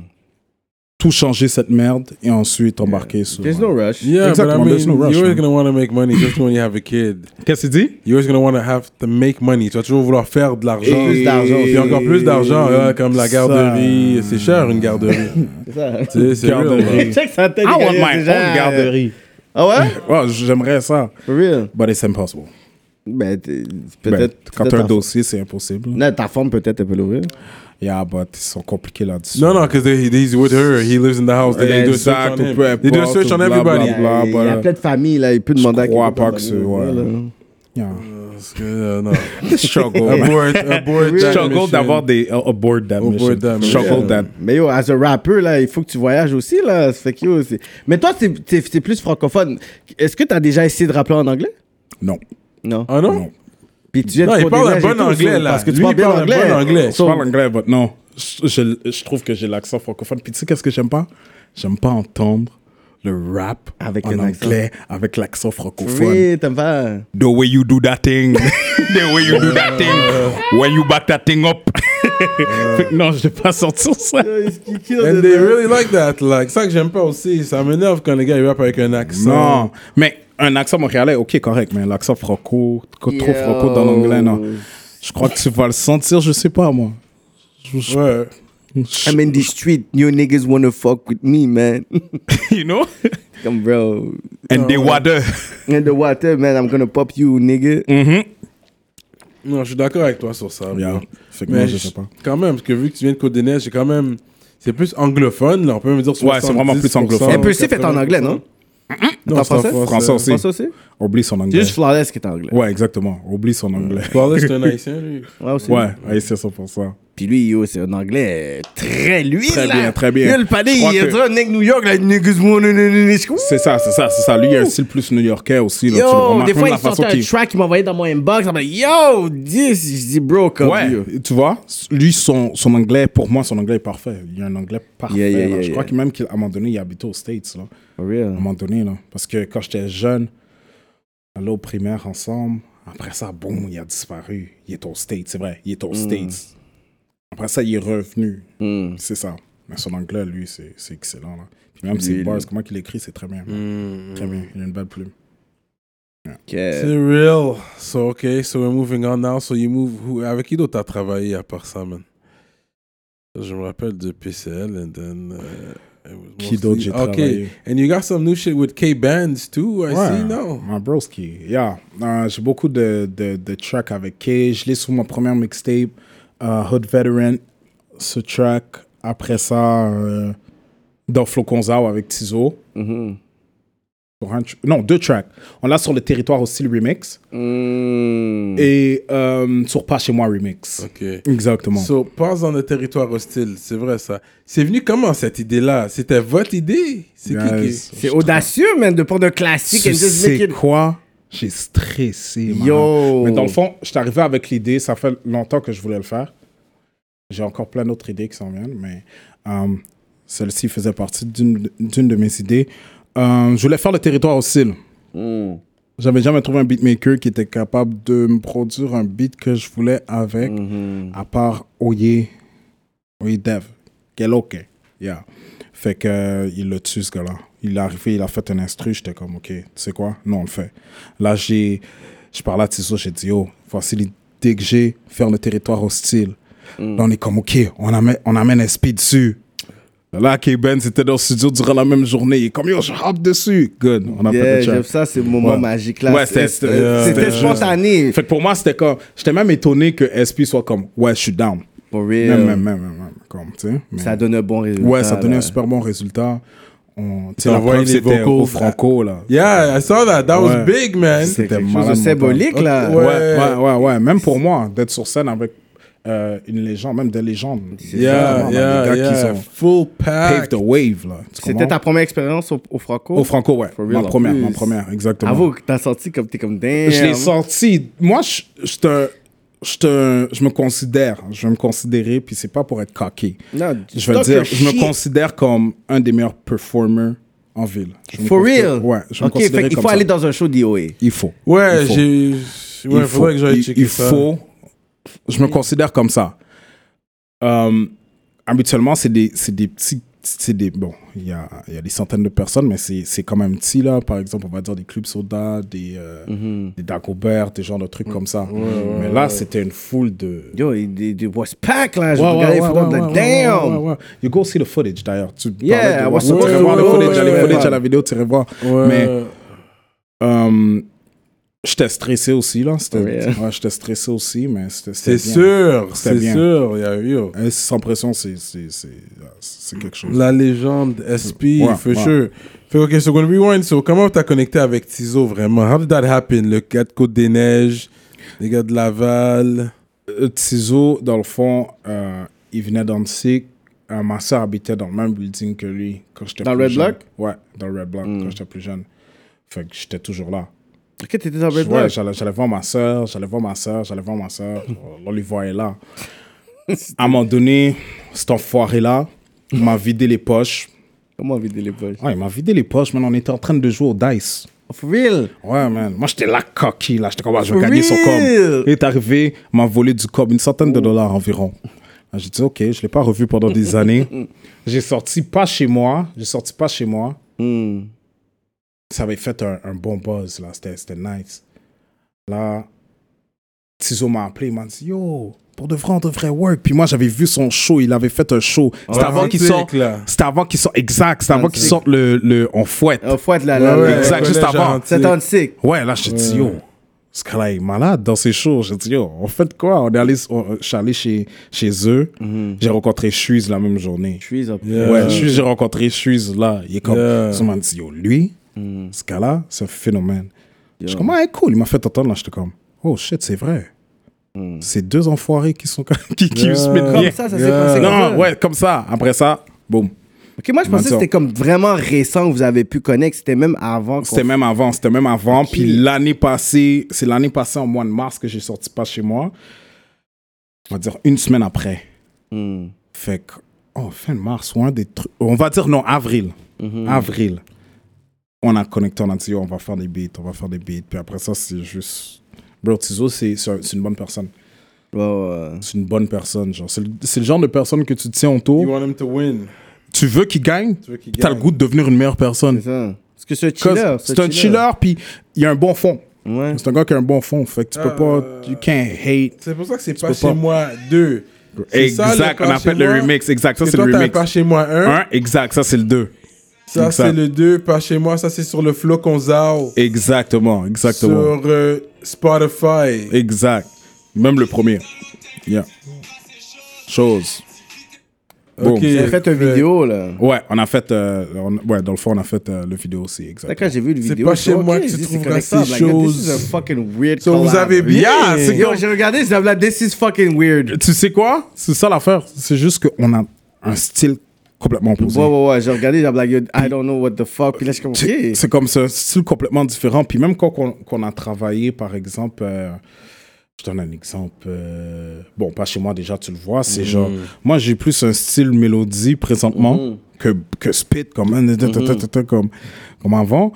E: tout changer cette merde et ensuite embarquer sur.
D: There's no rush.
C: Yeah,
E: Exactement,
C: but I
E: there's
C: mean,
E: no rush,
C: you're always
E: man.
C: gonna want to make money just when you have a kid.
E: Qu'est-ce qu'il dit?
C: You're always gonna want to have to make money. Tu vas toujours vouloir faire de l'argent.
D: Plus d'argent.
C: Et encore plus d'argent, là, comme la garderie. C'est cher une garderie.
D: C'est ça.
C: Tu sais, c'est real, là.
E: Garderie.
D: Check sa tête.
E: I
D: il
E: want
D: gagne
E: my
D: déjà.
C: euh,
E: own garderie.
D: Ah ouais?
E: Ouais, j'aimerais ça,
D: For real?
E: but it's impossible.
D: Ben, t'es-
E: Ben,
D: peut-être.
E: quand
D: peut-être
E: t'as un
D: ta-
E: dossier, c'est impossible.
D: Non, ta forme peut-être, elle peut l'ouvrir.
E: Yeah, but ils sont compliqués là-dessus.
C: No, no, because he's with her. He lives in the house. They, they do a search on
E: Exact, ou
C: him.
E: peu
C: They do a
E: importe,
C: search on
E: ou bla,
C: everybody.
E: bla, bla. Ah,
D: euh, il y
E: bah,
D: a plein de familles, là. Il peut demander à
E: crois
D: quelqu'un
E: pas
D: de
E: que c'est-
D: l'ouvrir, là.
E: ouais. Yeah.
C: Parce que, euh, non.
E: Struggle.
C: Abort, abort that
E: Struggle
C: mission.
E: d'avoir des uh, aboard that
C: Aboard
E: mission.
C: that mission.
E: Struggle that.
D: Mais yo, as a rapper, là, il faut que tu voyages aussi, là. Fait que yo, c'est- Mais toi, t'es- t'es t'es plus francophone. Est-ce que t'as déjà essayé de rapper en anglais?
E: Non.
D: Non.
C: Ah non?
E: Non.
D: Puis tu viens
C: Non,
D: de
C: il
D: Côte des
C: parle un
D: Neiges
C: bon
D: et tout,
C: anglais,
D: so-
C: là.
D: Parce que tu
C: Lui,
D: parles
C: il
D: bien
C: parle un
D: anglais.
C: bon anglais.
E: Je
D: So-
E: parle anglais, mais non. Je, je- je trouve que j'ai l'accent francophone. Puis tu sais qu'est-ce que j'aime pas? J'aime pas entendre le rap
D: Avec
E: en
D: un accent.
E: anglais avec l'accent francophone.
D: Oui, t'aimes pas.
E: The way you do that thing. The way you do that thing. When you back that thing up. Fait que non, je vais pas sortir ça.
C: And they really like that. Like, ça que j'aime pas aussi. Ça m'énerve quand les gars ils rappent avec un accent.
E: Non, mais un accent montréalais, ok, correct, mais l'accent franco, trop
D: Yo.
E: franco dans l'anglais, non. Je crois que tu vas le sentir, je sais pas, moi. Je- je-
C: Ouais.
E: je-
D: I'm in the street, you niggas wanna fuck with me, man.
E: you know?
D: Comme, bro,
E: And they water.
D: in the water, man, I'm gonna pop you, nigga.
C: Non, je suis d'accord avec toi sur ça.
E: Mm-hmm. Yeah.
C: bro.
E: Fait que
C: Mais
E: moi, je sais pas.
C: quand même, parce que vu que tu viens de Côte-des-Neiges, c'est quand même. C'est plus anglophone, là. On peut même dire 70%.
E: Ouais, c'est vraiment plus anglophone.
D: Impulsif est en anglais, non?
C: Non, c'est en français.
D: Français?
E: Français aussi.
D: Tu penses aussi?
E: Oublie son anglais.
D: C'est juste Flawless qui est en anglais.
E: Ouais, exactement. Oublie son anglais.
C: Flawless, c'est un haïtien, lui.
D: Ouais, aussi.
E: Ouais, haïtien 100%.
D: Puis lui, yo, c'est un anglais euh, très lui,
E: Très
D: là.
E: bien, très bien.
D: Yo, le palais,
E: Je
D: il
E: crois
D: est
E: que-
D: un nigga New York, là, niggas wanna...
E: C'est ça, c'est ça, c'est ça. Lui, il a un style plus new-yorkais aussi. Là, tu le
D: Yo,
E: remarques,
D: des
E: même
D: fois,
E: la
D: il
E: façon
D: sortait un
E: qu'il-
D: track, il m'envoyait dans mon inbox, il m'a dit, yo, 10, je dis, bro, comme, yo.
E: Ouais, euh, tu vois, lui, son, son anglais, pour moi, son anglais est parfait. Il a un anglais parfait.
D: Yeah, yeah,
E: là.
D: yeah,
E: je crois
D: yeah.
E: que même qu'à un moment donné, il habitait aux States. Là. À un moment donné, là. Parce que quand j'étais jeune, on allait au primaire ensemble. Après ça, boum, il a disparu. Il est aux States, c'est vrai. Il est aux
D: Mm.
E: States. Après ça, il est revenu. C'est ça. Mais son anglais, lui, c'est c'est excellent. Là. Puis Même ses
D: Lui,
E: bars,
D: lui.
E: comment qu'il écrit, c'est très bien. Très bien. Il a une belle plume.
D: Que-
C: C'est real. So, okay, so we're moving on now. So you move. Who, avec qui d'autre t'as travaillé à part ça, man? Je me rappelle de PCL and then. uh, it was
E: Qui d'autre j'ai
C: mostly- Ok,
E: travaillé?
C: And you got some new shit with K-Bands too, I see now.
E: Ma broski. Yeah. Euh, J'ai beaucoup de, de, de tracks avec K. Je l'ai sur mon premier mixtape, euh, Hood Veteran, ce track. Après ça, euh, dans Floconzao avec Tizo.
C: Mm-hmm.
E: Pour un tr- non, deux tracks. On l'a sur le territoire aussi, le remix.
D: Mm.
E: Et euh, sur Pas chez moi remix.
C: Ok.
E: Exactement.
C: So, passe dans le territoire hostile, c'est vrai ça. C'est venu comment cette idée-là? C'était votre idée? C'est qui
E: Guys,
C: qui.
D: C'est audacieux, man, de prendre un classique
E: Tu
D: and just make
E: sais
D: it.
E: quoi? J'ai stressé, man.
D: Yo.
E: Mais dans le fond, je suis arrivé avec l'idée. Ça fait longtemps que je voulais le faire. J'ai encore plein d'autres idées qui s'en viennent, mais euh, celle-ci faisait partie d'une d'une de mes idées. Euh, je voulais faire le territoire hostile.
D: Mm.
E: J'avais jamais trouvé un beatmaker qui était capable de me produire un beat que je voulais avec, à part Oye, Oye Dev, quel ok, yeah. Fait que euh, il le tue ce gars-là. Il est arrivé, il a fait un instru, j'étais comme ok, tu sais quoi, non on le fait. Là j'ai, je parlais à Tissot, j'ai dit oh, voici l'idée que j'ai, faire le territoire hostile.
D: Mm.
E: Là on est comme ok, on amène, on amène un speed dessus. Là, K-Benz était dans le studio durant la même journée. Il est comme, yo, je rappe dessus. Good. On a fait
D: Yeah,
E: le track.
D: j'aime ça, c'est le moment
E: Ouais.
D: magique là.
E: Ouais,
D: C'est-
E: c'était- euh,
D: c'était c'était
E: c'était
D: spontané.
E: Fait que pour moi, c'était comme. J'étais même étonné que SP soit comme, ouais, je suis down.
D: For real.
E: Même, même, même, même, même, comme, tu sais. mais-
D: euh, Ça donne un bon résultat.
E: ouais, ça donnait
D: là.
E: un super bon résultat. On, tu sais,
C: T'as
E: la
C: envoyé les
E: preuve, c'était
C: vocals,
E: au Franco, là.
C: Yeah, I saw that. That was
E: Ouais.
C: big, man.
D: C'est
E: C'était
D: quelque chose de
E: malade mental.
D: symbolique là.
E: Ouais,
C: Ouais.
E: ouais, ouais, ouais. Même pour moi, d'être sur scène avec euh, une légende, même des légendes.
C: Yeah,
E: Vraiment, là,
C: yeah,
E: des gars
C: yeah.
E: qui ont
C: Full
E: paved
C: pack.
E: the wave, là. Tu comprends?
D: C'était ta première expérience au, au Franco
E: Au Franco, ouais.
D: For real,
E: Ma
D: en
E: première,
D: plus.
E: ma première, exactement.
D: Avoue que t'as sorti comme t'es comme damn.
E: Je l'ai sorti. Moi, je, je, te, je, te, je me considère. Je vais me considérer, puis c'est pas pour être cocky.
D: Non,
E: je veux
D: talk
E: dire,
D: your
E: je me
D: shit.
E: considère comme un des meilleurs performers en ville. Je me
D: For
E: considère-
D: real.
E: Ouais, je me
D: ok,
E: considère
D: fait qu'il
E: comme
D: faut
E: ça.
D: aller dans un show d'IOA.
E: Il faut.
C: Ouais,
E: Il faut.
C: j'ai. Ouais,
E: il faut.
C: faudrait que j'aille
E: il,
C: checker
E: il
C: ça.
E: faut. Je me considère comme ça. Euh, habituellement, c'est des, c'est des petits. C'est des, bon, il y a, il y a des centaines de personnes, mais c'est c'est quand même petit, là. Par exemple, on va dire des clubs soda, des, euh, des Dagobert, des genres de trucs comme ça. mais là, c'était une foule de.
D: Yo, il il- il was pack là. Je
E: Ouais,
D: regardais les
E: ouais,
D: photos
E: ouais,
D: de la
E: ouais, ouais, ouais,
D: damn.
E: ouais, ouais. You go see the footage, d'ailleurs. Tu
D: Yeah,
E: parlais de-
D: I was
E: tu
D: supposed
E: irais
D: to-
E: voir le
D: ouais,
E: footage,
D: ouais,
E: allez,
D: ouais,
E: footage
D: ouais.
E: à la vidéo, tu irais voir.
C: Ouais.
E: Mais euh, j'étais stressé aussi, là. C'était-
D: Ouais.
E: ouais, j'étais stressé aussi, mais c'était
C: C'est
E: c'était bien.
C: sûr,
E: C'était
C: c'est
E: bien.
C: sûr. Il y a eu.
E: Euh, Sans pression, c'est c'est- c'est- c'est quelque chose.
C: La légende SP,
E: Ouais,
C: for
E: ouais.
C: sure. Fait ok, so gonna rewind. So, comment t'as connecté avec Tizo vraiment? How did that happen? Le gars de Côte-des-Neiges, les gars de Laval.
E: Euh, Tizo, dans le fond, euh, il venait d'Annecy. Euh, ma soeur habitait dans le même building que lui quand j'étais
D: Dans
E: plus
D: le Red
E: jeune.
D: Block? Hmm.
E: Ouais, dans le Red Block quand j'étais plus jeune. Fait que j'étais toujours là.
D: Ok, t'étais dans
E: Je-
D: Red
E: ouais,
D: Bull.
E: j'allais, j'allais voir ma soeur, j'allais voir ma soeur, j'allais voir ma soeur. On lui voyait là. À un moment donné, cet enfoiré-là m'a vidé les poches.
D: Comment vider les poches?
E: Ouais, il m'a vidé les poches, man. On était en train de jouer au dice.
D: For real.
E: Ouais, man. Moi, j'étais là, cocky, là. J'étais comme, ah, je vais
D: For
E: gagner son
D: real?
E: cob. Il est arrivé, m'a volé du cob, une centaine de dollars environ. Là, J'ai dit, OK, je ne l'ai pas revu pendant des années. J'ai sorti pas chez moi. J'ai sorti pas chez moi.
D: Mm.
E: Ça avait fait un, un bon buzz, là. C'était c'était nice. Là, Tizo m'a appelé, il m'a dit, yo, pour de vrai, on devrait work. Puis moi, j'avais vu son show. Il avait fait un show. C'était
C: Ouais,
E: avant qu'il
C: antique,
E: sorte.
C: là.
E: C'était avant qu'il sorte. Exact. C'était avant qu'il
D: Antique.
E: sorte le, le On fouette.
D: Oh, fouette là.
C: Ouais,
D: là,
C: ouais,
D: là.
E: exact, juste
C: collège
E: avant.
C: antique.
D: C'est un sick.
E: Ouais, là, j'ai dit, yo, ce gars-là est malade dans ses shows. J'ai dit, yo, on fait quoi? On est allé, on- je suis allé chez, chez eux. J'ai rencontré Shuiz la même journée.
D: Je suis up.
C: Mhm. Yeah.
E: Ouais, Shuiz, j'ai rencontré Shuiz là. Il est comme,
C: Yeah. Mhm.
E: ils m'ont dit, yo, lui, ce gars-là, c'est un phénomène. Je suis comme, ah, cool. Il m'a fait entendre là. J'étais comme, oh shit, c'est vrai. C'est deux enfoirés qui sont qui, qui
C: Mhm. Yeah.
E: se mettent
D: Comme
E: bien.
D: ça, ça s'est passé. comme
E: Non,
D: ça.
E: ouais, comme ça. Après ça, boum.
D: Ok, moi je pensais que
E: Mention.
D: c'était comme vraiment récent que vous avez pu connaître. C'était même avant. qu'on-
E: C'était même avant, c'était même avant. Puis l'année passée, c'est l'année passée en mois de mars que j'ai sorti pas chez moi. On va dire une semaine après.
D: Hmm.
E: Fait que, oh, fin de mars ou un des trucs. On va dire non, avril. Avril. On a connecté, on a dit, Yo, on va faire des beats, on va faire des beats. Puis après ça, c'est juste. Bro, Tizo, c'est c'est un- c'est une bonne personne.
D: Ouais, ouais.
E: C'est une bonne personne. genre. C'est le, c'est le genre de personne que tu tiens autour.
C: You want him to win.
E: tu veux qu'il gagne,
C: qu'il
E: t'as le
C: gagne.
E: goût de devenir une meilleure personne.
D: C'est ça. Parce que c'est un
E: Cause
D: chiller.
E: C'est un chiller, puis il y a un bon fond.
D: Ouais.
E: C'est un gars qui a un bon fond, fait que tu peux pas,
C: Euh,
E: you can't hate.
C: C'est pour ça que c'est pas
E: peux
C: chez
E: pas.
C: moi deux. C'est ça, le
E: Exact,
C: pas
E: on
C: chez
E: appelle le
C: moi.
E: remix, exact, ça
C: Parce
E: c'est
C: que
E: le
C: toi, t'as
E: remix.
C: pas chez moi un.
E: Un, exact, ça c'est le deux.
C: ça,
E: exact.
C: c'est le deux. Pas chez moi, ça, c'est sur le flocon Zao.
E: Exactement, exactement.
C: Sur euh, Spotify.
E: Exact. Même le premier. Yeah. Chose. Boom.
C: Ok.
D: J'ai fait une
C: Fait-
D: vidéo, là.
E: Ouais, on a fait. euh, on- ouais, dans le fond, on a fait euh, le vidéo aussi.
D: Là,
E: Exact.
D: quand j'ai vu le
C: C'est
D: vidéo,
C: pas
D: je suis
C: chez
D: ok,
C: moi que
D: je
C: tu
D: dis, c'est
C: trouveras ça,
D: connectable, like,
C: chose.
D: This is a fucking weird
C: So, vous
D: collab.
C: avez bien. Euh,
E: Yeah, c'est
D: Yo,
E: comme-
D: j'ai regardé, j'ai like, this is fucking weird.
E: Tu sais quoi C'est ça l'affaire. C'est juste qu'on a un style complètement opposé.
D: Ouais, ouais, ouais, j'ai regardé, j'ai like, yo, I don't know what the fuck. Puis là, je suis comme,
E: Tu-
D: ok.
E: C'est comme ça, un style complètement différent. Puis même quand on, qu'on a travaillé, par exemple, euh, je donne un exemple. euh, bon, pas chez moi déjà, tu le vois. C'est genre, moi j'ai plus un style mélodie présentement que, que spit, comme, hein, un- comme, comme avant.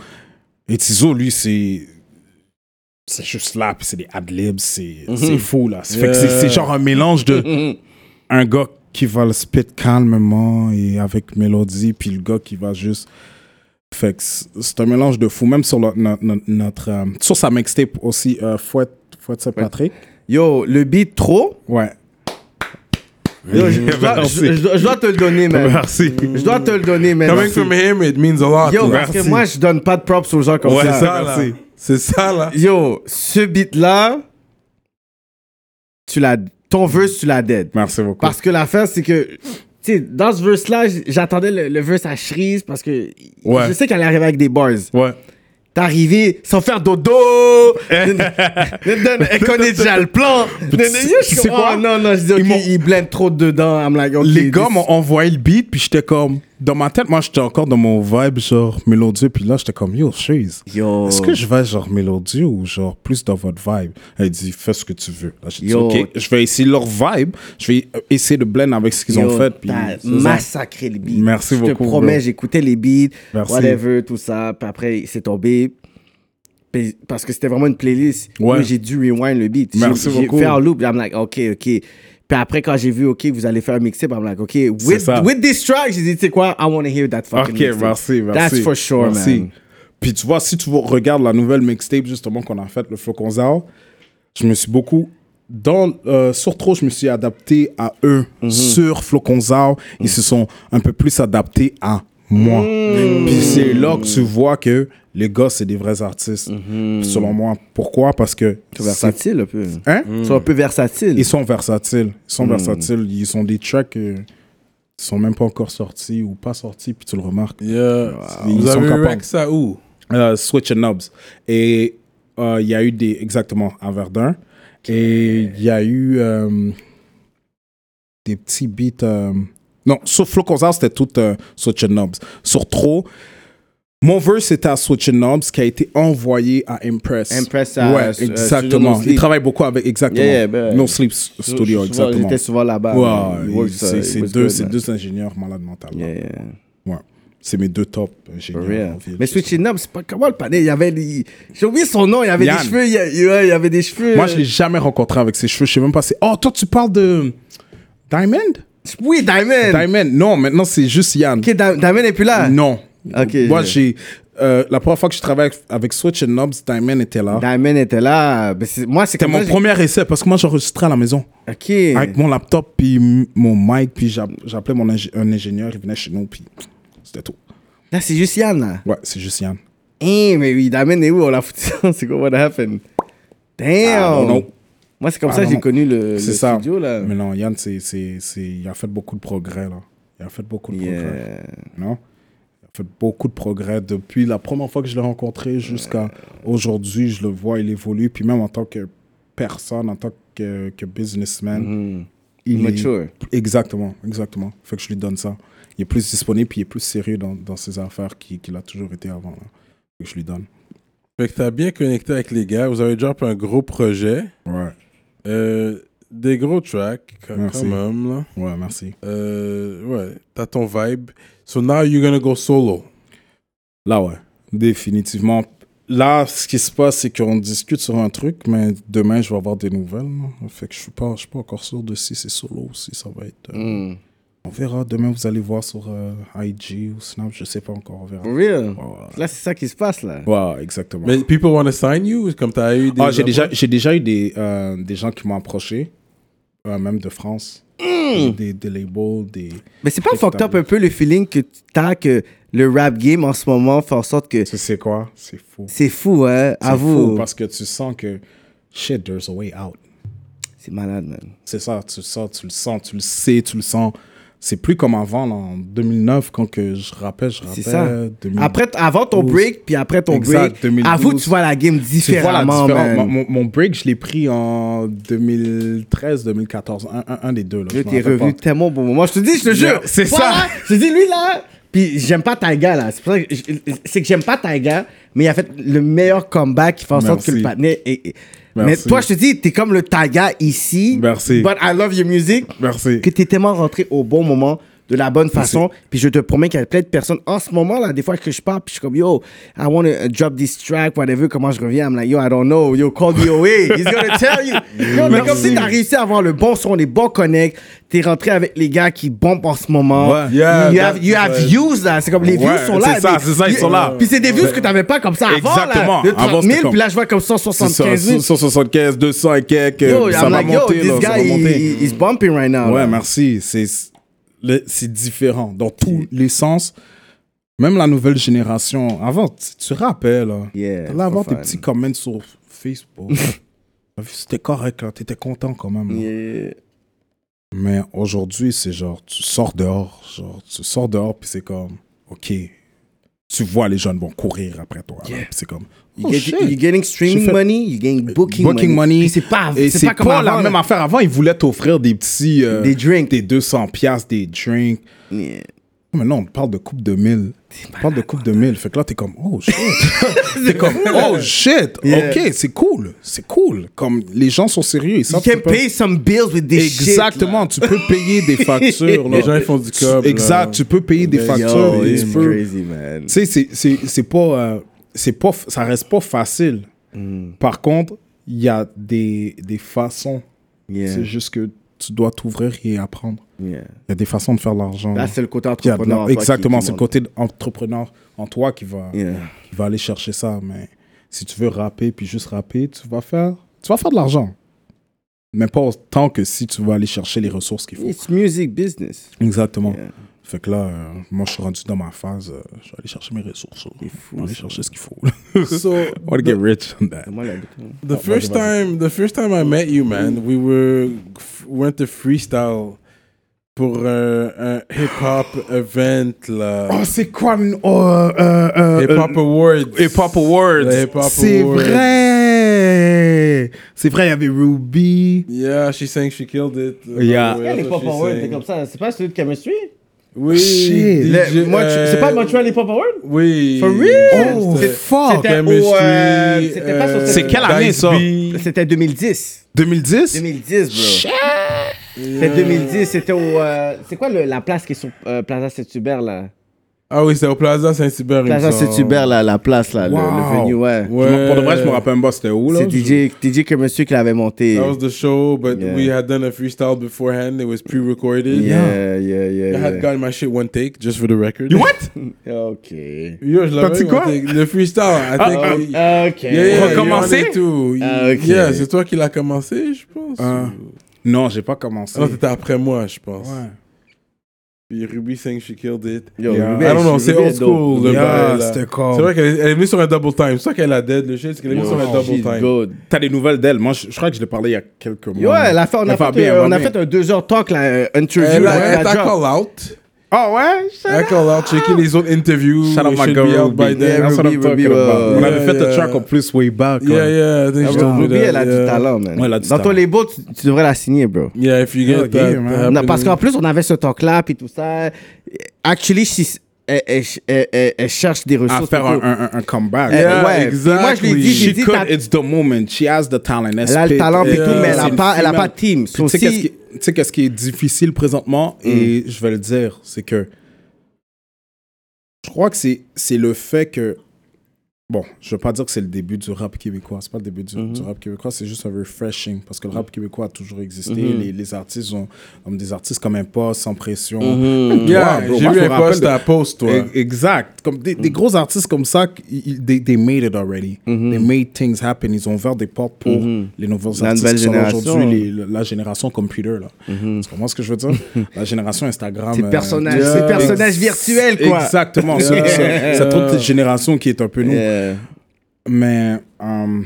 E: Et Tizo, lui, c'est. C'est juste là, puis c'est des ad-libs, c'est c'est fou là. C'est- fait que c'est- c'est genre un mélange de un gars qui va le spit calmement et avec mélodie, puis le gars qui va juste. Fait que c- c'est un mélange de fou, même sur le- no- no- notre. euh, sur sa mixtape aussi, euh, Fouette, Fouette Saint-Patrick.
D: Yo, le beat trop.
E: Ouais.
D: Yo, je, je dois,
E: Merci.
D: je- je dois- je dois te le donner, man.
E: Merci.
D: Je dois te le donner, man.
C: Coming from him, it means a lot.
D: Yo,
C: là.
D: parce que moi, je donne pas de props aux gens comme
E: Ouais,
C: c'est
D: ça.
C: ça, là.
E: merci.
C: C'est ça, là.
D: Yo, ce beat-là, tu l'as. Ton verse, tu l'as dead.
E: Merci beaucoup.
D: Parce que l'affaire, c'est que, tu sais, dans ce verse-là, j- j'attendais le, le verse à Cherise parce que
E: Ouais.
D: je sais qu'elle arrivait avec des bars.
E: Ouais.
D: T'es arrivé sans faire dodo. Elle connaît déjà le plan.
E: tu sais-
D: Yo, je
E: tu sais
D: suis comme,
E: quoi?
D: oh, non, non, je dis, ok,
E: Ils m'ont-
D: il blende trop dedans. I'm like, ok,
E: Les
D: this-
E: gars m'ont envoyé le beat, puis j'étais comme. Dans ma tête, moi, j'étais encore dans mon vibe, genre mélodieux, puis là, j'étais comme, yo, cheese.
D: Yo.
E: Est-ce que je vais genre mélodieux ou genre plus dans votre vibe Elle dit fais ce que tu veux. Là, j'ai dit
D: Yo.
E: ok, je vais essayer leur vibe, je vais essayer de blend avec ce qu'ils ont
D: Yo,
E: fait. Puis
D: T'as
E: c'est ça.
D: massacré les beats.
E: Merci
D: Je te
E: beaucoup,
D: promets,
E: bro.
D: j'écoutais les beats,
E: Merci.
D: whatever, tout ça. Puis après, c'est tombé. Puis- Parce que c'était vraiment une playlist.
E: Ouais.
D: Moi, J'ai dû rewind le beat. J'ai-
E: Merci beaucoup.
D: J'ai fait en loop. I'm like, OK, OK. Puis après, quand j'ai vu, OK, vous allez faire un mixtape, I'm like, OK, with,
E: ça.
D: with this track, j'ai dit, tu sais quoi, I want to hear that fucking
E: Ok,
D: mixtape.
E: merci, merci.
D: That's for sure,
E: Merci.
D: man.
E: Puis tu vois, si tu regardes la nouvelle mixtape justement qu'on a faite, le Flocon Zao, je me suis beaucoup. Dans, euh, sur Trop, je me suis adapté à eux.
D: Mhm.
E: Sur Flocon Zao, ils se sont un peu plus adaptés à moi.
D: Mhm.
E: Puis c'est là que tu vois que les gars, c'est des vrais artistes.
D: Mhm.
E: Selon moi. Pourquoi Parce que. c'est-
D: Versatile un peu.
E: Hein
D: Ils sont un peu versatiles.
E: ils sont versatiles. Ils
D: Mhm.
E: sont versatiles. Ils ont des tracks euh, qui sont même pas encore sortis ou pas sortis, puis tu le remarques. Ils
C: Vous
E: sont
C: avez
E: capables.
C: rack ça où?
E: Euh, Switch and Knobs. Et euh, il y a eu des. Exactement, à Verdun. Et il y a eu euh, des petits beats. euh, non, sur Flocosa, c'était tout euh, Switch and Knobs. Sur Trop. Mon verse c'était à Switch and Knobs qui a été envoyé à Impress.
D: Impress à, euh,
E: Ouais,
D: Studio No
E: exactement.
D: Sleep.
E: Ils travaillent beaucoup avec. Exactement.
D: Yeah, yeah, ben-
E: no Sleep Studio,
D: Souvent,
E: exactement.
D: J'étais souvent là-bas. man.
E: Ouais,
D: It works, uh,
E: c'est
D: it
E: c'est
D: was
E: deux,
D: good,
E: c'est
D: man.
E: deux ingénieurs malades mentales. là.
D: Yeah, yeah.
E: Ouais. C'est mes deux top
D: For
E: ingénieurs.
D: real.
E: en ville.
D: Mais Switching Up, c'est pas comment le panel Il y avait. les- J'ai oublié son nom, il y avait
E: Yann.
D: des cheveux. Il y, a- il y a- il y avait des cheveux.
E: Moi, je l'ai jamais rencontré avec ses cheveux. Je sais même pas. si- Oh, toi, tu parles de Diamond
D: Oui, Diamond.
E: Diamond. Non, maintenant, c'est juste Yann.
D: Ok, Di- Diamond est plus là.
E: Non.
D: Ok.
E: Moi, j'ai. euh, la première fois que je travaillais avec, avec Switch and Knobs, Diamond était là.
D: Diamond était là. Ben, c'est- moi, c'est
E: C'était
D: comme
E: mon
D: ça,
E: premier essai parce que moi, j'enregistrais à la maison.
D: j'ai- Ok.
E: Avec mon laptop, puis m- mon mic, puis j'app- j'appelais mon ingé- un ingénieur, il venait chez nous, puis c'était tout.
D: Là, c'est juste Yann, là.
E: Ouais, c'est juste Yann.
D: Eh, mais oui, Diamond est où On l'a foutu. c'est quoi, what happened Damn.
E: Ah, non.
D: Moi, c'est comme
E: Ah,
D: ça que j'ai
E: non.
D: connu Euh, le, le
E: C'est ça.
D: studio, là.
E: Mais non, Yann, c'est, c'est, c'est- il a fait beaucoup de progrès, là. Il a fait beaucoup de progrès.
D: Yeah.
E: Non? Il a fait beaucoup de progrès depuis la première fois que je l'ai rencontré jusqu'à aujourd'hui. Je le vois, il évolue. Puis même en tant que personne, en tant que, que businessman, il
D: Mature.
E: est... Exactement, exactement. Fait que je lui donne ça. Il est plus disponible, puis il est plus sérieux dans, dans ses affaires qu'il, qu'il a toujours été avant, là. Fait que je lui donne.
C: Fait que t'as bien connecté avec les gars. Vous avez drop un gros projet.
E: Ouais,
C: Euh, des gros tracks, quand
E: Merci.
C: quand même, là.
E: ouais, merci.
C: Euh, ouais, t'as ton vibe. So now you're gonna go solo.
E: Là, ouais. Définitivement. Là, ce qui se passe, c'est qu'on discute sur un truc, mais demain,
D: Hmm.
E: je vais avoir des nouvelles. là. Fait que je suis pas, je suis pas encore sûr de si c'est solo ou si ça va être. euh, On verra. Demain, vous allez voir sur euh, IG ou Snap. Je sais pas encore. On verra.
D: For real.
E: Ouais.
D: Là, c'est ça qui se passe, là.
E: Ouais, exactement.
C: Mais people want to sign you, comme t'as
D: Oh,
C: eu des.
E: Ah, j'ai déjà, j'ai déjà eu des, euh, des gens qui m'ont approché, euh, même de France.
D: Hmm.
E: Des, des labels, des.
D: Mais c'est pas fucked up un peu le feeling que t'as que le rap game en ce moment fait en sorte que
E: Tu sais quoi C'est fou.
D: c'est fou, hein,
E: C'est
D: à
E: fou
D: vous.
E: parce que tu sens que shit, there's a way out.
D: C'est malade, man.
E: C'est ça, tu sens, tu le sens, tu le sais, tu le sens. C'est plus comme avant, là, en 2009, quand que je rappelle, je rappelle.
D: C'est ça.
E: 2000.
D: Après, t- avant ton break, puis après ton
E: Exact,
D: break, à
E: 2012.
D: vous, tu vois la game
E: Tu vois la
D: différemment, man.
E: différence. Mon, mon- mon break, je l'ai pris en 2013, 2014, un, un- un des deux. Là, je
D: Là,
E: m'en
D: t'es
E: rappelle
D: revenu
E: pas.
D: tellement au bon moment. Je te dis, je te jure.
E: Yeah, c'est
D: Voilà,
E: ça.
D: Je te dis, lui, là. Puis j'aime pas Taiga, là. C'est pour ça que je- c'est que j'aime pas Taiga, mais il a fait le meilleur comeback qui fait en sorte
E: Merci.
D: que le patinet est. est- Mais
E: Merci.
D: toi, je te dis, t'es comme le Taiga ici.
E: Merci.
D: But I love your music.
E: Merci.
D: Que t'es tellement rentré au bon moment, de la bonne façon. Puis je te promets qu'il y a plein de personnes en ce moment, là, des fois que je parle, puis je suis comme, yo, I want to drop this track, whatever, comment je reviens. I'm like, yo, I don't know. Yo, call me away. He's gonna tell you. Yo, mais comme si t'as réussi à avoir le bon son, les bons connects. T'es rentré avec les gars qui bombent en ce moment.
E: Ouais.
C: Yeah,
D: you
C: that-
D: have, you have views, là. C'est comme les
E: Ouais,
D: views sont là.
E: c'est ça,
D: mais-
E: c'est ça, ils sont là.
D: Puis c'est des views que t'avais pas comme ça avant.
E: Exactement.
D: Là, de
E: Avant,
D: 30
E: c'était
D: 000,
E: comme-
D: puis là, je vois comme 175 000.
E: 175, 200 et quelques.
D: Yo,
E: ça
D: I'm
E: va
D: like, yo,
E: monter, là,
D: this
E: ça va
D: guy, Ah,
E: monter.
D: he- he's bumping right now.
E: Ouais,
D: là.
E: merci. C'est le- c'est différent dans tous les sens. Même la nouvelle génération. Avant, tu, tu rappelles. Là,
D: Yeah,
E: là avant,
D: for
E: tes
D: fun.
E: petits comments sur Facebook. T'as vu, C'était correct, là. T'étais content quand même. là.
D: Yeah.
E: Mais aujourd'hui, c'est genre, tu sors dehors. Genre, tu sors dehors, puis c'est comme, OK. Tu vois, les jeunes vont courir après toi. là, puis c'est comme,
D: You
E: oh,
D: get-
E: shit.
D: you're getting streaming
E: J'ai fait- Euh,
D: money, you're getting booking,
E: Booking money.
D: Puis C'est pas,
E: Et
D: c'est pas comme
E: la
D: avant,
E: même
D: là.
E: affaire. Avant, ils voulaient t'offrir des petits. euh,
D: Des drinks.
E: Des 200 piastres, des drinks.
D: Yeah.
E: Maintenant, on parle de coupe de mille. On parle de coupe de mille. Fait que là, t'es comme, oh shit. t'es comme, oh shit.
D: Yeah.
E: Ok, c'est cool. C'est cool. Comme les gens sont sérieux. Ils
D: You
E: savent
D: can
E: qu'ils peuvent-
D: pay some bills with this shit. là.
E: Exactement. tu peux payer des factures. là.
C: Les gens, ils font du
E: Tu-
C: cob, là.
E: Exact. Tu peux payer des
D: Yo,
E: factures.
D: it's
E: tu peux-
D: crazy, man.
E: tu sais, c'est- c'est c'est pas, euh, c'est pas, f- ça reste pas facile.
D: Mm.
E: Par contre, il y a des, des façons.
D: Yeah.
E: C'est juste que tu dois t'ouvrir et apprendre.
D: Yeah.
E: Il y a des façons de faire de l'argent.
D: Là, c'est le côté
E: Il y a de
D: entrepreneur.
E: l'en-
D: toi, qui-
E: Exactement,
D: qui
E: c'est le
D: monte.
E: côté entrepreneur en toi qui va,
D: Yeah.
E: qui va aller chercher ça. Mais si tu veux rapper puis juste rapper, tu vas faire, tu vas faire de l'argent. Mais pas autant que si tu vas aller chercher les ressources qu'il faut.
D: It's music business.
E: Exactement.
D: Yeah.
E: Fait que là, euh, moi, je suis rendu dans ma phase. euh, je vais aller chercher mes ressources. là. je vais aller chercher ce qu'il faut.
C: So,
E: I want to get rich on that.
D: Moi, la bouton.
C: The first time, the first time I met you, man, we were f- went to freestyle pour euh, un hip hop event là,
E: Oh, c'est quoi une- oh, euh, euh,
D: uh,
E: euh,
C: hip hop awards,
E: Hip Hop Awards.
C: Le Hip Hop
E: C'est
C: Awards.
E: vrai. C'est vrai, il y avait Ruby.
C: Yeah, she sang, she killed it.
E: Yeah.
C: Ouais,
D: Yeah,
C: that's
D: les Pop
C: what she
D: Awards,
C: sang.
D: c'est comme ça. C'est pas celui de chemistry?
C: Oui.
E: Shit.
C: DJ,
D: Le- moi, tu- C'est pas
C: euh,
D: Montreal les Pop Awards?
C: Oui.
D: For real?
E: Oh,
C: C'était-
E: c'est fort.
D: C'était au, euh, c'était pas sur-
C: euh,
E: C'est quelle année,
C: Dice
E: ça?
C: B.
D: C'était 2010.
E: 2010?
D: 2010, bro. C'était 2010, c'était au. euh, c'est quoi le- la place qui est sur euh, Plaza Saint-Hubert, là?
C: Ah oui, c'était au Plaza Saint-Hubert. il me
D: Plaza
C: semble.
D: Saint-Hubert, là, la place, là, le- le,
E: Wow.
D: venue, ouais.
E: Je me- Pour de vrai, je me rappelle même pas c'était où. là.
D: C'est DJ, DJ que monsieur qui l'avait monté.
C: That was the show, but
D: Yeah.
C: we had done a freestyle beforehand. It was pre-recorded.
D: Yeah, yeah, yeah.
C: I had
D: yeah.
C: gotten my shit one take, just for the record.
E: What?
D: Ok.
C: Yo, je l'avais
E: dit
C: eu,
E: quoi? Ah,
C: on était- Le freestyle, I think.
D: Ok.
C: Yeah, yeah,
E: Recommencer?
C: you on it too.
D: Ah, ok.
C: Yeah, c'est toi qui l'as commencé, je pense.
E: Ah. Non, j'ai pas commencé.
C: Non, Ah, c'était après moi, je pense.
E: Ouais.
C: Puis Ruby Singh, she killed it.
D: Yo,
E: Yeah.
D: Ruben,
C: I don't know,
D: Ruben,
C: c'est old school. le bail,
E: Yeah,
C: là.
E: c'était cool.
C: C'est vrai qu'elle est elle est venue sur un double time. C'est ça qu'elle a dead, le shit, c'est qu'elle est venue sur un
D: Yo,
C: double
D: she's
C: time.
D: good.
E: Oh, T'as des nouvelles d'elle. Moi, je, je crois que je l'ai parlé il y a quelques mois.
D: Yo, ouais, la fin, on a,
E: Elle va
D: fait,
E: bien, elle
D: euh,
E: va
D: on a
E: bien.
D: fait un deux heures talk, là, un interview.
C: Elle a,
D: là,
C: elle a
D: la drop.
C: call out.
E: Ah ouais?
C: Elle a call out. Checker les autres interviews.
E: Shout out
C: It
E: my
C: should
E: girl
C: be out by
E: Ruby.
C: then.
D: Yeah,
E: That's what I'm
D: Ruby,
E: talking
D: Ruby,
E: about.
D: ouais,
E: On
C: ouais.
E: avait fait
C: Yeah,
E: le track
C: yeah.
E: en plus way back.
C: Yeah,
E: là.
C: yeah,
E: Ah,
C: I think she told me
D: Ruby,
C: that,
D: elle a du
C: yeah.
D: talent, man.
E: Ouais, elle a du
D: Dans ton
E: talent.
D: label, tu, tu devrais la signer, bro.
C: Yeah, if you get
E: Hell yeah,
C: that.
E: man.
C: happening.
D: Non, parce qu'en plus, on avait ce talk-là, puis tout ça. Actually, she- elle, elle- elle- elle- elle cherche des
E: À
D: ressources.
E: faire un,
D: plutôt.
E: un, un- un comeback.
D: Elle-
C: Yeah,
D: ouais. Puis Moi, je lui ai dit, j'ai
E: She
D: dit,
E: could,
D: t'as-
E: it's the moment. She has the talent.
D: elle a le
E: spit.
D: talent et
E: Yeah.
D: tout, mais elle a
E: C'est
D: pas,
E: une
D: elle a pas
E: female.
D: de team.
E: Puis Tu sais
D: So,
E: qu'est-ce
D: si-
E: qui, tu sais qu'est-ce qui est difficile présentement,
D: Mm.
E: et je vais le dire, c'est que je crois que c'est c'est le fait que Bon, je veux pas dire que c'est le début du rap québécois. C'est pas le début du,
D: Mm-hmm.
E: du rap québécois, c'est juste un refreshing. Parce que le
D: Mm.
E: rap québécois a toujours existé.
D: Mm-hmm.
E: les, les artistes ont comme des artistes comme Impost, Sans Pression.
D: Mm-hmm.
C: Yeah,
E: Ouais, bro,
C: j'ai
E: moi,
C: eu
E: je me
C: un
E: rappelle
C: post
E: de-
C: à post, toi.
E: E- Exact. Comme des,
D: Mm.
E: des gros artistes comme ça, ils- ils- they, they made it already. They made things happen. Ils ont ouvert des portes pour les nouveaux
D: Mm-hmm. La
E: artistes
D: nouvelle
E: qui sont là
D: génération. Mm-hmm.
E: aujourd'hui, les- la- la génération computer. Là. Tu comprends ce que je veux dire? la génération Instagram.
D: Ces
E: euh,
D: personnages,
E: yeah.
D: ces personnages virtuels, quoi.
E: Exactement. C'est- C'est c'est toute cette génération qui est un peu nous.
D: Euh,
E: Mais euh,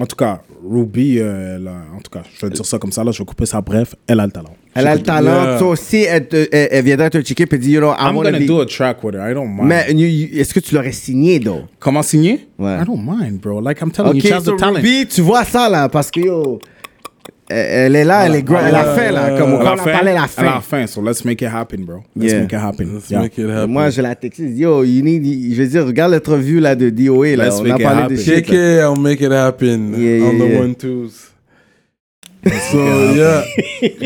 E: en tout cas, Ruby, euh, elle a- en tout cas, je vais dire ça comme ça, là, je vais couper ça bref. Elle a le talent.
D: elle a le talent.
C: Yeah.
D: Toi aussi, elle, te- elle, elle viendra te checker et dire, you know, I
E: I'm
D: wanna
E: gonna
D: be-
E: do a track with her. I don't mind.
D: Mais you- you- est-ce que tu l'aurais signé, though?
E: Comment signer?
D: Ouais.
E: I don't mind, bro. Like I'm telling
D: Ok,
E: Oh, you, she has the
D: so
E: talent.
D: Ruby, tu vois ça, là, parce que, yo, elle elle est là, elle est grande, elle a fait, là. Comme on
E: À
D: en
E: la Uh, fin,
D: parlait, elle a
E: À
D: fait.
E: la fin, so let's make it happen, bro. Let's
D: Yeah.
E: make it happen.
C: Let's
E: Yeah.
C: make it happen.
D: Moi, je la texte, je dis, yo, you need, je veux dire, regarde l'entrevue, là, de DOA, là.
E: Let's
D: on
E: make
D: a
E: it
D: parlé de
E: happen.
D: shit.
C: Kick
D: là.
C: it, I'll make it happen
D: Yeah,
C: on
D: yeah,
C: the
D: yeah.
C: one twos. So yeah,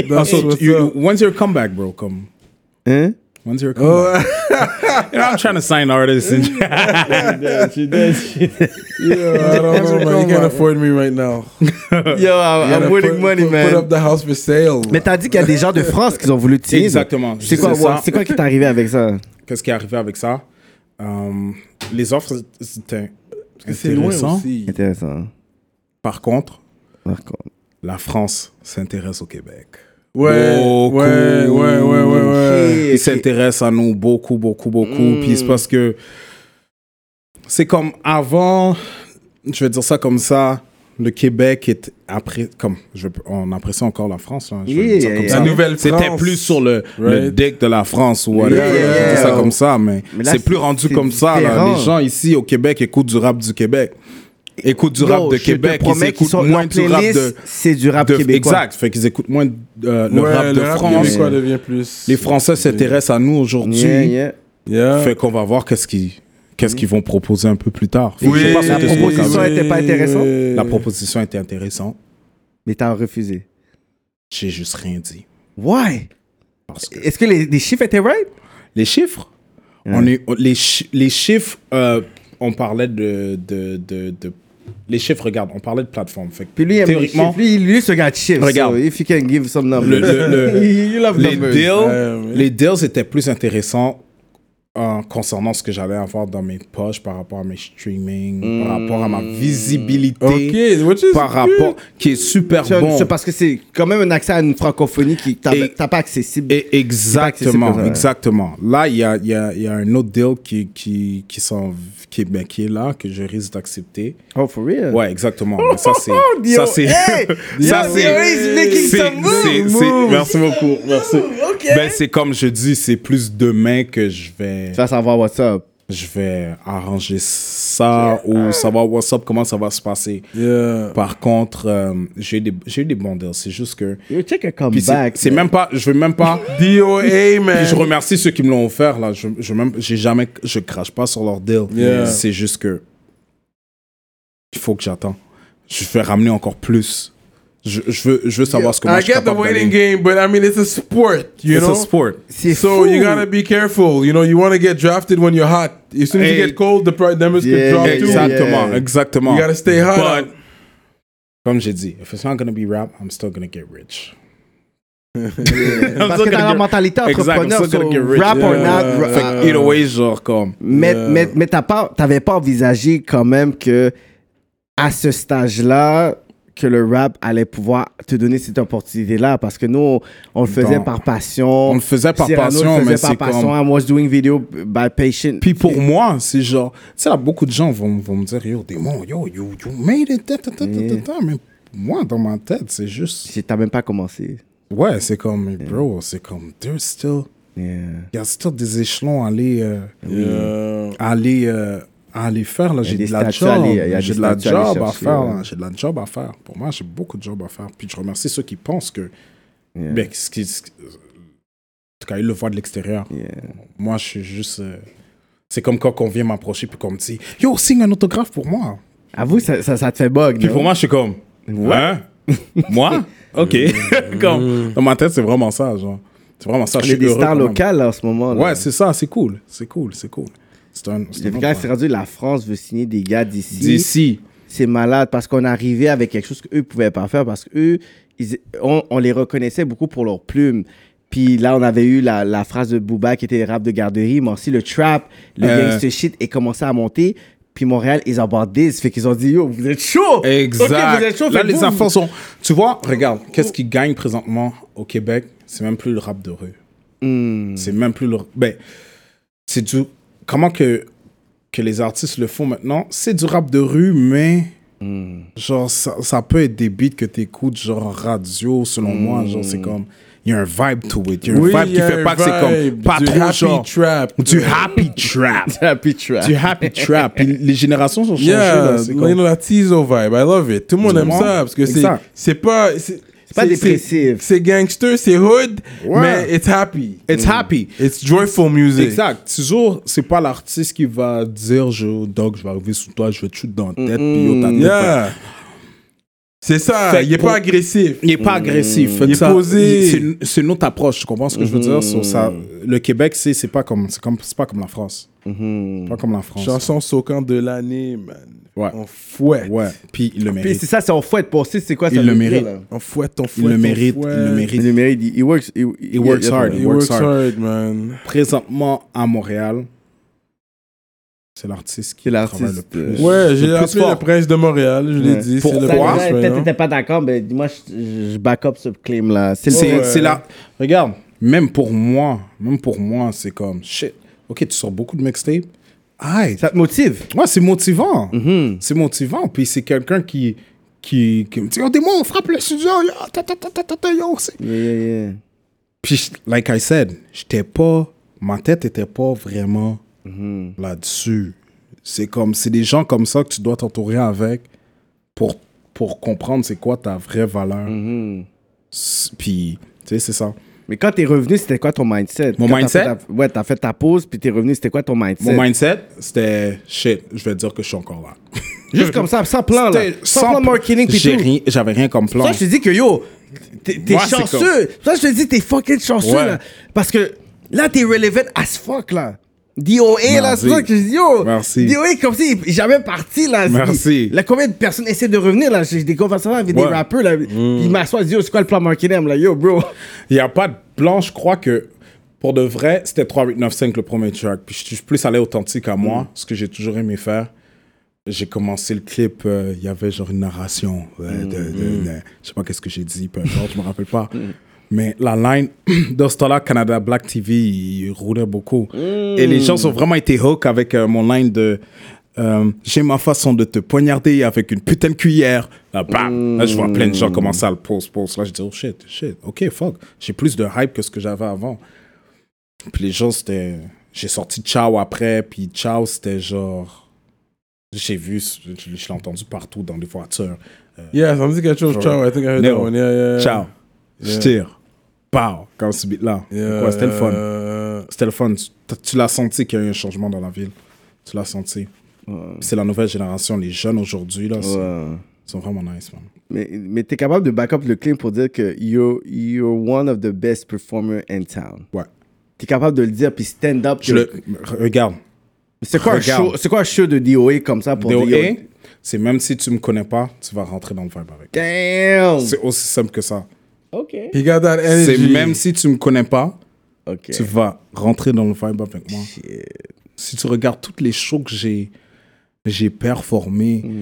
C: that's
E: Uh, So,
C: what's
E: you,
C: up.
E: when's your comeback, bro? Come.
D: Hein?
E: When's your comeback?
C: Oh,
E: You know, I'm trying to sign artists. And
C: yeah, I don't know, man. You can't afford me right now.
E: Uh,
D: Yo, I'm,
C: Yeah,
D: I'm winning
C: put-
D: money,
C: put- Put
D: man.
C: up the house for sale.
D: Mais t'as dit qu'il y a des gens de France qui ont voulu te signer.
E: Exactement.
D: C'est quoi,
E: C'est ça.
D: ouais, c'est quoi qui t'est arrivé avec ça?
E: Qu'est-ce qui est arrivé avec ça? Euh, les offres, c'était
C: C'est loin
E: intéressant.
C: aussi.
D: Intéressant.
E: Par contre,
D: Par contre.
E: la France s'intéresse au Québec.
C: Ouais,
E: Beaucoup.
C: ouais, ouais, ouais, ouais, ouais.
E: Ils s'intéressent à nous beaucoup, beaucoup, beaucoup.
D: Hmm.
E: Puis c'est parce que c'est comme avant, je vais dire ça comme ça, le Québec est après, comme je, on apprécie encore la France. hein, je vais
D: Yeah,
E: dire ça comme
D: yeah.
E: ça.
C: La nouvelle
E: C'était
C: France.
E: plus sur le, le
C: Right.
E: deck de la France ou whatever.
D: Yeah, yeah,
E: je vais dire ça
D: yeah.
E: comme ça, mais,
D: Mais là,
E: c'est plus
D: c'est-
E: rendu
D: c'est
E: comme ça. là.
D: différent.
E: Les gens ici au Québec écoutent du rap du Québec. Écoutent du
D: Yo,
E: rap de
D: je te
E: Québec, ils
D: promets qu'ils
E: écoutent
D: sont-
E: moins
D: leur
E: du rap
D: playlist,
E: de.
D: c'est du rap
E: de-
D: québécois.
E: Exact, fait qu'ils écoutent moins euh, le
C: Ouais,
E: rap de
C: le rap
E: France.
C: québécois devient plus.
E: Les Français s'intéressent à nous aujourd'hui.
D: Yeah, yeah.
C: Yeah.
E: Fait qu'on va voir qu'est-ce qu'ils qu'est-ce qu'ils vont proposer un peu plus tard. Fait que
C: Oui,
E: je sais pas si
D: la
E: t'es sûr,
D: proposition
E: quand même.
D: était pas intéressante?
C: Euh,
E: La proposition était intéressante.
D: Mais t'as refusé.
E: J'ai juste rien dit.
D: Why?
E: Parce que
D: Est-ce que les, les chiffres étaient right?
E: les chiffres, on est, on- les, chi- les chiffres, euh, on parlait de, de, de, de- Les chiffres, regarde, on parlait de plateforme. Fait que
D: Puis lui, il aime les
E: théoriquement,
D: chiffres. Lui, lui, il se regarde chiffres.
E: Regarde.
D: So if you can give some numbers.
E: le- le- le-
D: you love
E: les,
D: numbers.
E: deals,
C: Ouais, ouais.
E: les deals étaient plus intéressants en concernant ce que j'allais avoir dans mes poches par rapport à mes streamings, par rapport à ma visibilité.
C: Hmm. Ok, which is
E: par
C: good.
E: rapport qui est super
D: C'est-
E: bon.
D: c'est parce que c'est quand même un accès à une francophonie qui t'a
E: Et-
D: t'as pas accessible.
E: Et
D: C'est
E: exactement,
D: pas accessible,
E: exactement. Là, il y a, il y, a, il y a un autre deal qui, qui, qui, s'en- qui, ben, qui est là, que je risque d'accepter.
D: oh, for real?
E: Ouais, exactement. Mais ça, c'est. ça, c'est.
D: Oh, Hey,
E: ça,
D: yo,
E: c'est.
D: yo, he's making
E: c'est-
D: some moves,
E: c'est- c'est-
D: moves.
E: Merci beaucoup. Merci.
D: Ok.
E: Ben, c'est comme je dis, c'est plus demain que je vais,
D: Tu vas savoir what's up.
E: je vais arranger ça ou savoir what's up, comment ça va se passer.
C: Yeah.
E: Par contre, euh, j'ai eu des, j'ai eu des bons deals. C'est juste que.
D: Yo, check a
E: Puis c'est-
D: comeback.
E: c'est même pas. Je veux même pas.
C: DOA,
E: Puis
C: man.
E: je remercie ceux qui me l'ont offert là. Je, je même, j'ai jamais, je crache pas sur leur deal.
C: Yeah.
E: C'est juste que il faut que j'attends. Je vais ramener encore plus. Je, je veux, je veux savoir ce que moi
C: I
E: je suis
C: get the
E: capable
C: waiting
E: d'aller.
C: game, but I mean, it's a sport, you
E: It's
C: know?
E: a sport.
D: C'est
C: So
D: fou.
C: you gotta be careful. You know, you want to get drafted when you're hot. As soon as
E: Hey.
C: you get cold, the pri- numbers
D: Yeah,
C: can drop
D: yeah,
C: too.
D: yeah.
E: Exactement, exactement.
C: You gotta stay hot.
E: But, comme j'ai dit, if it's not gonna be rap, I'm still gonna get rich.
D: Parce que t'as la mentalité
E: Exact, I'm
D: entrepreneur,
E: still gonna
D: so
E: get rich.
D: rap or
C: Yeah.
D: not, ra-
E: Fait que either way, genre comme.
D: Mais, mais, mais t'as pas, t'avais pas envisagé quand même que à ce stage-là, que le rap allait pouvoir te donner cette opportunité-là. Parce que nous, on, on le faisait
E: Non.
D: par passion.
E: On le faisait par
D: Cyrano
E: passion,
D: le
E: mais
D: faisait
E: c'est
D: par passion.
E: comme-
D: I was doing video by patient.
E: Puis pour moi, c'est genre, tu sais, là, beaucoup de gens vont, vont me dire, yo, démon, yo, you, you made it, ta, ta, ta, ta, ta, ta. mais moi, dans ma tête, c'est juste,
D: J'ai- T'as même pas commencé.
E: ouais, c'est comme, mais bro, c'est comme, there's still,
D: Yeah.
E: il y a still des échelons à aller, euh,
C: Yeah.
E: à aller, euh, à aller faire, là, j'ai
D: des
E: de la
D: statues
E: job,
D: à aller- il y a
E: j'ai
D: des
E: de la
D: statues à aller
E: job à
D: chercher,
E: faire,
D: ouais.
E: là. j'ai de la job à faire. Pour moi, j'ai beaucoup de job à faire, puis je remercie ceux qui pensent que, ben, ce qui- ce qui- en tout cas, ils le voient de l'extérieur. Moi, je suis juste. euh, c'est comme quand on vient m'approcher puis qu'on me dit Yo, signe un autographe pour moi.
D: Avoue, ça, ça, ça te fait bug.
E: Puis
D: non?
E: pour moi, je suis comme Hein Moi Ok. comme, dans ma tête, c'est vraiment ça. genre. C'est vraiment ça.
D: on
E: je
D: est
E: suis
D: Euh, des
E: heureux
D: stars euh.
E: quand même.
D: locales là, en ce moment. là.
E: Ouais, c'est ça, c'est cool. C'est cool, c'est cool. C'est un. c'est
D: Depuis
E: un autre
D: quand
E: point.
D: c'est rendu la France veut signer des gars d'ici,
E: D'ici.
D: c'est malade parce qu'on arrivait avec quelque chose qu'eux pouvaient pas faire parce qu'eux, ils- on, on les reconnaissait beaucoup pour leurs plumes. Puis là, on avait eu la, la phrase de Booba qui était les rap de garderie, mais aussi le trap, le
E: Euh.
D: gangster shit est commencé à monter. Puis Montréal, ils ont bordé, fait qu'ils ont dit Yo, vous êtes chaud!
E: Exact.
D: Ok, vous êtes chaud,
E: Là,
D: fait que
E: les
D: vous-
E: enfants sont. Tu vois, regarde, qu'est-ce qui gagne présentement au Québec C'est même plus le rap de rue.
C: Hmm.
E: C'est même plus le. Ben, c'est du. Comment que, que les artistes le font maintenant C'est du rap de rue, mais.
C: Hmm.
E: Genre, ça, ça peut être des beats que t'écoutes, genre en radio, selon moi. Genre, c'est comme. Il y a un vibe to it. Il y a un
C: Hmm. Oui,
E: vibe
C: il y
E: qui
C: a
E: fait
C: un
E: pas que c'est comme.
C: vibe,
E: Pas
C: du
E: trop
C: happy
E: genre.
C: trap. euh,
E: Du happy trap.
D: Happy trap.
E: du happy trap. Puis les générations sont changées.
C: Yeah,
E: là, c'est
C: you
E: comme-
C: know, la Tizo vibe, I love it. Tout le monde aime
E: Vraiment.
C: ça parce que c'est
E: Exact.
C: c'est pas c'est
D: pas dépressif.
C: C'est c'est gangster, c'est hood,
E: Ouais.
C: mais it's happy.
E: It's happy.
C: It's joyful music.
E: Exact. Toujours, c'est pas l'artiste qui va dire je, Dog, je vais arriver sous toi, je vais te shoot dans la tête, puis yo, ta tête va-
C: Yeah. C'est ça,
E: Fait
C: il est
E: pour-
C: pas agressif.
E: Il est pas agressif. Fait
C: Il
E: que
C: est posé.
E: il- C'est une, c'est une autre approche. Tu comprends ce que je veux dire? So, ça, le Québec, c'est c'est pas comme, c'est comme, c'est pas comme la France.
D: Mhm.
E: C'est Pas comme la France.
C: Chanson soquante de l'année, man.
E: Ouais.
C: On fouette.
E: Ouais. Puis il le
D: Puis
E: mérite.
D: c'est ça, c'est en fouette pour c'est c'est quoi ça
E: Il le
D: veut dire,
E: mérite.
D: là?
C: On fouette, on
E: il
C: fouette.
E: le
C: on
E: mérite. Il le
C: fouette.
D: Il le
E: mérite.
D: mérite, il, il works, il, il-
E: works
D: il-
E: hard.
C: He works hard, man.
E: Présentement, à Montréal, c'est l'artiste qui
D: C'est l'artiste,
E: travaille le plus.
C: Ouais, j'ai
E: le plus
C: appelé
E: fort.
C: le prince de Montréal, je l'ai
D: Ouais.
C: dit. c'est
E: Pourquoi?
C: le
D: Ça,
C: prince,
D: déjà,
C: voyons.
D: Peut-être t'étais pas d'accord, mais moi, je, je back up ce claim-là. C'est
E: C'est
D: le
E: c'est la. Regarde, même pour moi, même pour moi, c'est comme shit. Ok, tu sors beaucoup de mixtapes. Aïe.
D: Ça te motive.
E: Ouais, c'est motivant. C'est motivant. Puis c'est quelqu'un qui. qui, qui me dit, oh, des mots, on frappe le studio. Yo, ta, ta, ta, ta, ta, ta, yo, c'est-
D: Yeah, yeah, yeah.
E: Puis, je- like I said, j'étais pas. Ma tête était pas vraiment là-dessus. C'est comme. C'est des gens comme ça que tu dois t'entourer avec pour, pour comprendre c'est quoi ta vraie valeur. S- Puis, tu sais, c'est ça.
D: Mais quand t'es revenu, c'était quoi ton mindset?
E: Mon
D: Quand t'as
E: mindset?
D: fait ta- ouais, t'as fait ta pause, puis t'es revenu, c'était quoi ton mindset?
E: Mon mindset, c'était shit, je vais dire que je suis encore là.
D: Juste comme ça, sans plan, là.
E: C'était
D: Sans, plan marketing, puis
E: j'ai
D: tout.
E: rien- J'avais rien comme plan.
D: Ça, je te dis que yo, t'es t'es
E: Moi, c'est
D: chanceux. Ça, je te dis, t'es fucking chanceux,
E: Ouais.
D: là. Parce que là, t'es relevant as fuck, là. DOA, là, c'est
E: Merci.
D: ça que je dis, yo.
E: Merci.
D: DOA, comme si il est jamais parti, là.
E: Merci.
D: Là, combien de personnes essaient de revenir, là? J'ai des conversations avec des
E: Ouais. Mm.
D: rappeurs, là. Ils m'assoient, ils disent, yo, c'est quoi le plan marketing, là, yo, bro?
E: Il n'y a pas de plan, je crois que pour de vrai, c'était 3895 le premier track. Puis je suis plus allé authentique à
D: Mm.
E: moi, ce que j'ai toujours aimé faire. J'ai commencé le clip, euh, il y avait genre une narration. euh, de,
D: Mm,
E: de- de- je sais pas qu'est-ce que j'ai dit, peu importe, je me rappelle pas. Mais la line, dans ce temps-là, Canada Black TV, il roulait beaucoup. Et
D: Mm.
E: les gens ont vraiment été hook avec euh, mon line de euh, J'ai ma façon de te poignarder avec une putain de cuillère. Là, bam! Là, je vois plein de gens commencer à le pause, pause. Là, je dis Oh shit, shit, ok, fuck. J'ai plus de hype que ce que j'avais avant. Puis les gens, c'était. J'ai sorti Ciao après, puis Ciao, c'était genre. J'ai vu, je, je l'ai entendu partout dans les voitures.
C: Yeah, ça me dit quelque chose. Ciao, I think I heard that
E: Nero.
C: one. Yeah, Euh, yeah, yeah.
E: Ciao. Je tire. Pow. Quand ce beat-là.
C: Yeah,
E: Ouais, c'était le fun.
C: euh,
E: C'était le fun. Tu, t'as- tu l'as senti qu'il y a eu un changement dans la ville. Tu l'as senti. C'est la nouvelle génération. Les jeunes aujourd'hui, là, sont- sont vraiment nice, man.
D: Mais, mais t'es capable de back up le claim pour dire que you're, you're one of the best performers in town.
E: Ouais.
D: T'es capable de le dire, puis stand up. que-
E: Je le... re- Regarde.
D: C'est quoi, un
E: Regarde.
D: show- c'est quoi un show de DOA comme ça pour
E: DOA,
D: dire yo,
E: c'est même si tu me connais pas, tu vas rentrer dans le vibe avec.
D: Damn!
E: C'est aussi simple que ça.
D: Ok.
C: He got that energy.
E: C'est même si tu me connais pas,
D: Ok.
E: tu vas rentrer dans le vibe avec moi. Si tu regardes toutes les shows que j'ai j'ai performé
D: Hmm.